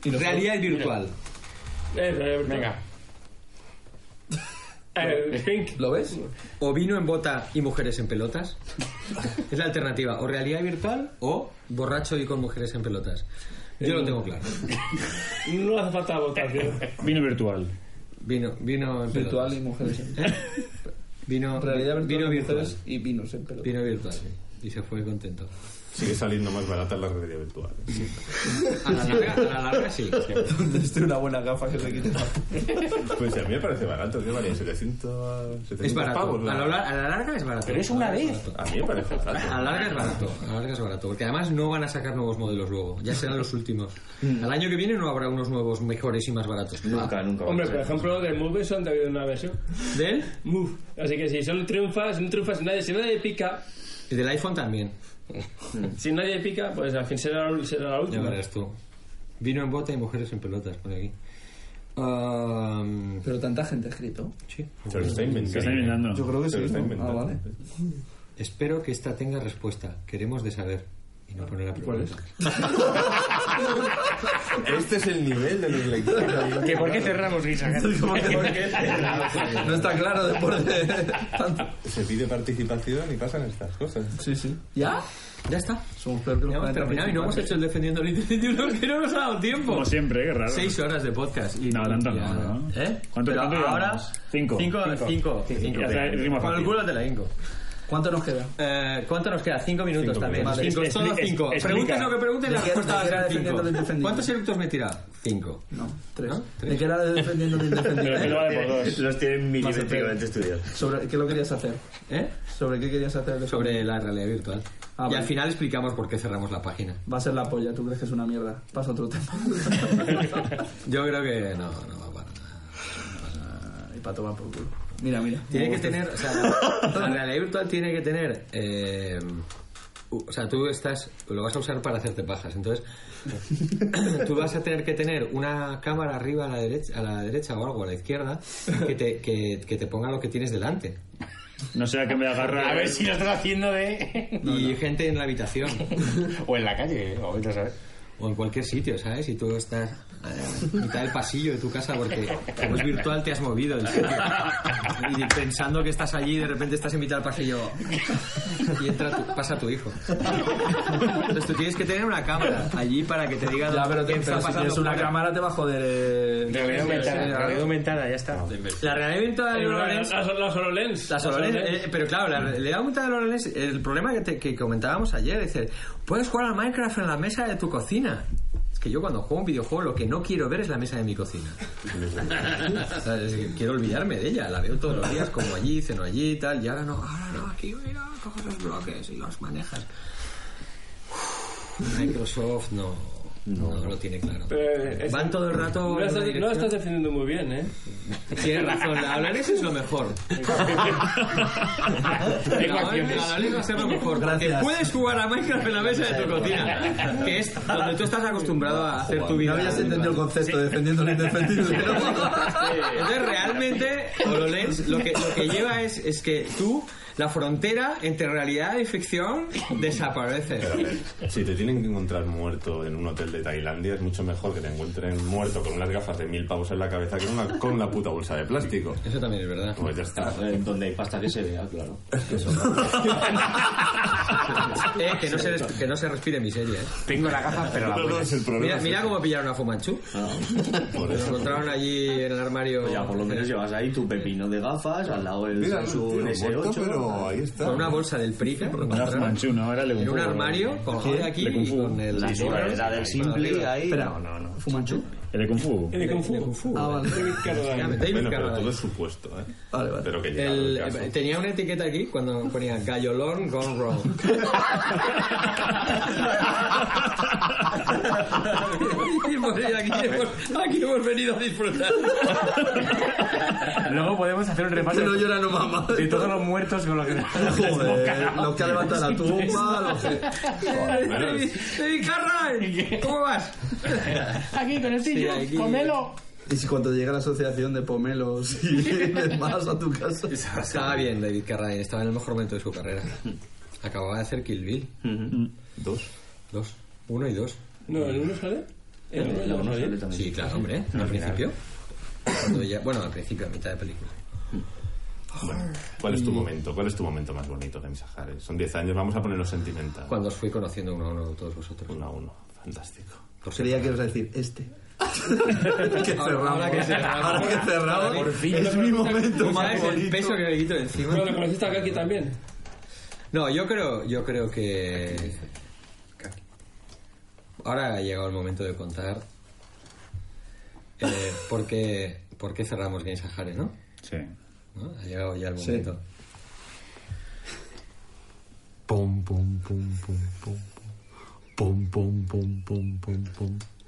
Speaker 4: Realidad virtual.
Speaker 7: Venga. Eh, Pink.
Speaker 4: ¿Lo ves? O vino en bota y mujeres en pelotas. Es la alternativa. O realidad virtual o borracho y con mujeres en pelotas. Yo lo tengo claro.
Speaker 7: No hace falta votación.
Speaker 3: Vino virtual.
Speaker 4: Vino, vino en pelotas.
Speaker 10: Virtual y mujeres. en-
Speaker 4: Vino,
Speaker 10: Realidad Eh, virtual,
Speaker 4: vino
Speaker 10: y
Speaker 4: virtual.
Speaker 10: mujeres y vinos eh, en pelotas.
Speaker 4: Vino virtual. sí. Y se fue contento.
Speaker 1: Sigue saliendo más barata la realidad virtual.
Speaker 4: A la larga, a la larga sí.
Speaker 10: Donde esté una buena gafa que se quite.
Speaker 1: Pues a mí me parece barato, ¿qué valía? 700, 700
Speaker 4: Es barato. A
Speaker 1: pavos.
Speaker 4: la, lar- a la larga es barato.
Speaker 8: Pero es una vez.
Speaker 1: A mí me parece barato.
Speaker 4: A la larga es barato, a la larga es barato, porque además no van a sacar nuevos modelos luego, ya serán los últimos. Al año que viene no habrá unos nuevos mejores y más baratos.
Speaker 18: Nunca, nunca.
Speaker 7: Hombre, por ejemplo, de Move son de una versión.
Speaker 4: ¿Del?
Speaker 7: Move. Así que si solo triunfas, si no triunfas nadie, si nadie pica,
Speaker 4: Y del iPhone también,
Speaker 7: si nadie pica, pues al fin será, la- será la
Speaker 4: ya
Speaker 7: última.
Speaker 4: verás tú. Vino en bota y mujeres en pelotas, por aquí. Ahm,
Speaker 10: Pero tanta gente ha escrito.
Speaker 4: sí.
Speaker 1: Se lo está inventando.
Speaker 3: Se está inventando.
Speaker 10: Yo creo que
Speaker 1: Se lo
Speaker 10: sí.
Speaker 1: está
Speaker 10: ¿no?
Speaker 1: inventando.
Speaker 10: Ah, vale.
Speaker 4: Espero que esta tenga respuesta, queremos de saber. Y no poner la pregunta.
Speaker 1: Este es el nivel de los lectores.
Speaker 8: ¿Que ¿Por qué cerramos risa?
Speaker 10: No está claro después de tanto.
Speaker 1: Se pide participación y pasan estas cosas.
Speaker 10: Sí, sí. ¿Ya?
Speaker 4: Ya está.
Speaker 10: Somos peor que los
Speaker 4: Ya hemos
Speaker 10: 40
Speaker 4: terminado y no hemos
Speaker 10: principales.
Speaker 4: hecho el defendiendo el 21 que no nos ha dado tiempo.
Speaker 3: Como siempre, qué raro.
Speaker 4: Seis horas de podcast. Y
Speaker 3: No, tanto no,
Speaker 4: Ya.
Speaker 3: ¿no?
Speaker 4: ¿Eh?
Speaker 3: ¿Cuánto-
Speaker 4: Pero
Speaker 3: cuánto llevamos?
Speaker 4: ahora...
Speaker 3: Cinco.
Speaker 4: Cinco.
Speaker 3: Cinco.
Speaker 4: cinco, cinco.
Speaker 3: Ya está, el ritmo
Speaker 4: Con el
Speaker 3: fácil.
Speaker 4: culo te la hinco.
Speaker 10: ¿Cuánto nos queda?
Speaker 4: Eh, ¿Cuánto nos queda? Cinco minutos también.
Speaker 3: minutos.
Speaker 4: Cinco,
Speaker 3: Vale.
Speaker 4: solo
Speaker 3: Expli-
Speaker 4: cinco.
Speaker 3: explica.
Speaker 4: Preguntes lo que preguntes, la
Speaker 10: ¿De qué- de
Speaker 4: respuesta va
Speaker 10: qué
Speaker 4: a
Speaker 10: era
Speaker 4: ser cinco.
Speaker 10: defendiendo el indefendido?
Speaker 4: ¿Cuántos eructos me he tirado? Cinco.
Speaker 10: No, tres.
Speaker 4: ¿No?
Speaker 10: ¿De qué era defendiendo de
Speaker 3: Pero que
Speaker 10: indefendible?
Speaker 3: lo vale por dos.
Speaker 14: Los tienen mil
Speaker 10: Más efectivamente
Speaker 14: estudiados.
Speaker 10: ¿Sobre qué lo querías hacer?
Speaker 4: ¿Eh?
Speaker 10: ¿Sobre qué querías hacer?
Speaker 4: Sobre la realidad virtual. y
Speaker 10: Ah, vale.
Speaker 4: al final explicamos por qué cerramos la página.
Speaker 10: Va a ser la polla, tú crees que es una mierda. Pasa otro tema.
Speaker 4: Yo creo que no, no va para nada.
Speaker 10: y pato va por culo. Mira, mira.
Speaker 4: Tiene que tener, o sea, la, la realidad virtual tiene que tener, eh, u- o sea, tú estás, lo vas a usar para hacerte pajas, entonces tú vas a tener que tener una cámara arriba a la derecha, a la derecha o algo a la izquierda que te, que, que te ponga lo que tienes delante
Speaker 3: No sea que me agarra.
Speaker 8: A ver si lo estás haciendo de...
Speaker 4: y gente en la habitación
Speaker 8: O en la calle, ¿eh? o vete a saber.
Speaker 4: o en cualquier sitio, ¿sabes? Y tú estás eh, en mitad del pasillo de tu casa porque como es virtual te has movido del sitio. y pensando que estás allí de repente estás en mitad del pasillo y entra tu- pasa tu hijo. Entonces tú tienes que tener una cámara allí para que te diga
Speaker 10: Ya, Ah, pero, te,
Speaker 4: quién está
Speaker 10: pero si
Speaker 4: pasando
Speaker 10: tienes una
Speaker 4: fuera.
Speaker 10: cámara te va a joder. eh.
Speaker 8: Realidad aumentada,
Speaker 10: sí, sí.
Speaker 8: realidad aumentada, ya está.
Speaker 4: La realidad virtual de
Speaker 7: Hay una-
Speaker 4: Lorelens-
Speaker 7: Las las HoloLens.
Speaker 4: Las Oroles, eh, pero claro, la realidad aumentada de Oroles, el problema que, te- que comentábamos ayer, es decir, puedes jugar al Minecraft en la mesa de tu cocina. Es que yo cuando juego un videojuego lo que no quiero ver es la mesa de mi cocina. O sea, es que quiero olvidarme de ella, la veo todos los días, como allí, ceno allí y tal, y ahora no, ahora no, aquí mira, coges los bloques y los manejas. Uf, Microsoft no, no, lo tiene claro.
Speaker 7: Pero, eh,
Speaker 4: Van todo el rato... en
Speaker 7: No
Speaker 4: una
Speaker 7: estás, no
Speaker 4: dirección.
Speaker 7: estás defendiendo muy bien, ¿eh?
Speaker 4: Tienes razón, la Alanis es lo mejor.
Speaker 8: Tengo
Speaker 4: La
Speaker 8: acciones.
Speaker 4: Alanis va a ser lo mejor. Porque puedes jugar a Minecraft en la mesa de tu cocina, que es donde tú estás acostumbrado a hacer tu vida.
Speaker 10: No habías entendido el concepto de defendiendo lo indefendible.
Speaker 4: Entonces, realmente, HoloLens lo que, lo que lleva es, es que tú, la frontera entre realidad y ficción desaparece.
Speaker 1: Si te tienen que encontrar muerto en un hotel de Tailandia, es mucho mejor que te encuentren muerto con unas gafas de mil pavos en la cabeza que una, con la puta bolsa de plástico.
Speaker 4: Eso también es verdad.
Speaker 1: Pues ya está.
Speaker 18: Donde hay pasta que se vea, claro.
Speaker 4: Eh, que, no se, res- que no se respire miseria. eh.
Speaker 8: Tengo la gafa, pero la
Speaker 1: No, no,
Speaker 8: buena.
Speaker 1: es el problema.
Speaker 4: Mira, mira cómo pillaron a Fumanchu.
Speaker 1: Por
Speaker 4: Lo
Speaker 1: Pues eso. Pues
Speaker 4: encontraron allí en el armario.
Speaker 18: Ya, por lo menos llevas ahí tu pepino de gafas al lado del
Speaker 1: Mira,
Speaker 18: Samsung
Speaker 1: tío,
Speaker 18: S8.
Speaker 1: muerto, pero
Speaker 9: Bueno, ahí está.
Speaker 4: Con una bolsa del Prica. lo
Speaker 3: Una
Speaker 4: encontraron.
Speaker 3: Manchu, ¿no? Ahora le
Speaker 4: En un
Speaker 3: confundo.
Speaker 4: armario, con
Speaker 3: Sí,
Speaker 4: jode aquí
Speaker 3: le
Speaker 4: y
Speaker 3: confundo.
Speaker 4: con el...
Speaker 3: La
Speaker 4: libro.
Speaker 3: sobra del simple, ahí.
Speaker 4: Espera.
Speaker 3: No, no, no.
Speaker 4: ¿Fumanchu?
Speaker 3: El de Kung Fu.
Speaker 4: El de Kung Fu. Ah, vale. David Carradine.
Speaker 1: Bueno, pero todo es supuesto, ¿eh?
Speaker 4: Vale, vale.
Speaker 1: Pero que llega
Speaker 4: El-
Speaker 1: al
Speaker 4: eh,
Speaker 1: caso.
Speaker 4: tenía una etiqueta aquí cuando ponía Gallolón Gone Wrong.
Speaker 2: Y por ello aquí hemos, aquí hemos venido a disfrutar.
Speaker 19: Luego podemos hacer un repaso.
Speaker 10: Que no llora, no mama.
Speaker 19: De todos los muertos con los que.
Speaker 10: Joder, Eh, los que ha levantado la tumba, los que...
Speaker 2: David David Carradine, ¿cómo vas?
Speaker 21: Aquí con el
Speaker 10: Sí,
Speaker 21: tío,
Speaker 10: aquí.
Speaker 21: pomelo.
Speaker 10: Y si cuando llega la asociación de pomelos y demás a tu casa...
Speaker 4: Estaba bien David Carradine, estaba en el mejor momento de su carrera. Acababa de hacer Kill Bill.
Speaker 1: Dos.
Speaker 4: Dos. Uno y dos.
Speaker 7: No, el uno sale. El uno, el uno sale.
Speaker 4: Sí, claro, hombre. ¿eh? Al principio. Cuando ya- bueno, al principio, a mitad de película.
Speaker 1: ¿Cuál es tu momento? ¿Cuál es tu momento más bonito de Misajares? Son 10 años, vamos a ponerlo sentimental.
Speaker 4: Cuando os fui conociendo uno a uno todos vosotros.
Speaker 1: Uno a uno. Fantástico.
Speaker 10: Creía que ibas a decir este. que
Speaker 4: Ahora-
Speaker 10: cerramos.
Speaker 4: ahora que cerramos.
Speaker 10: Ahora que cerramos.
Speaker 4: Por fin.
Speaker 10: Es mi momento más
Speaker 4: ¿Sabes el
Speaker 10: bonito.
Speaker 4: peso que me quito de encima?
Speaker 7: Bueno, conociste a Kaki también.
Speaker 4: No, yo creo, yo creo que. Ahora ha llegado el momento de contar eh, por, qué, por qué cerramos Games Sahara, ¿no?
Speaker 3: Sí.
Speaker 4: ¿No? Ha llegado ya el
Speaker 3: Sí.
Speaker 4: momento.
Speaker 22: Pum, pum, pum, pum, pum. Pum, pum, pum, pum, pum, pum.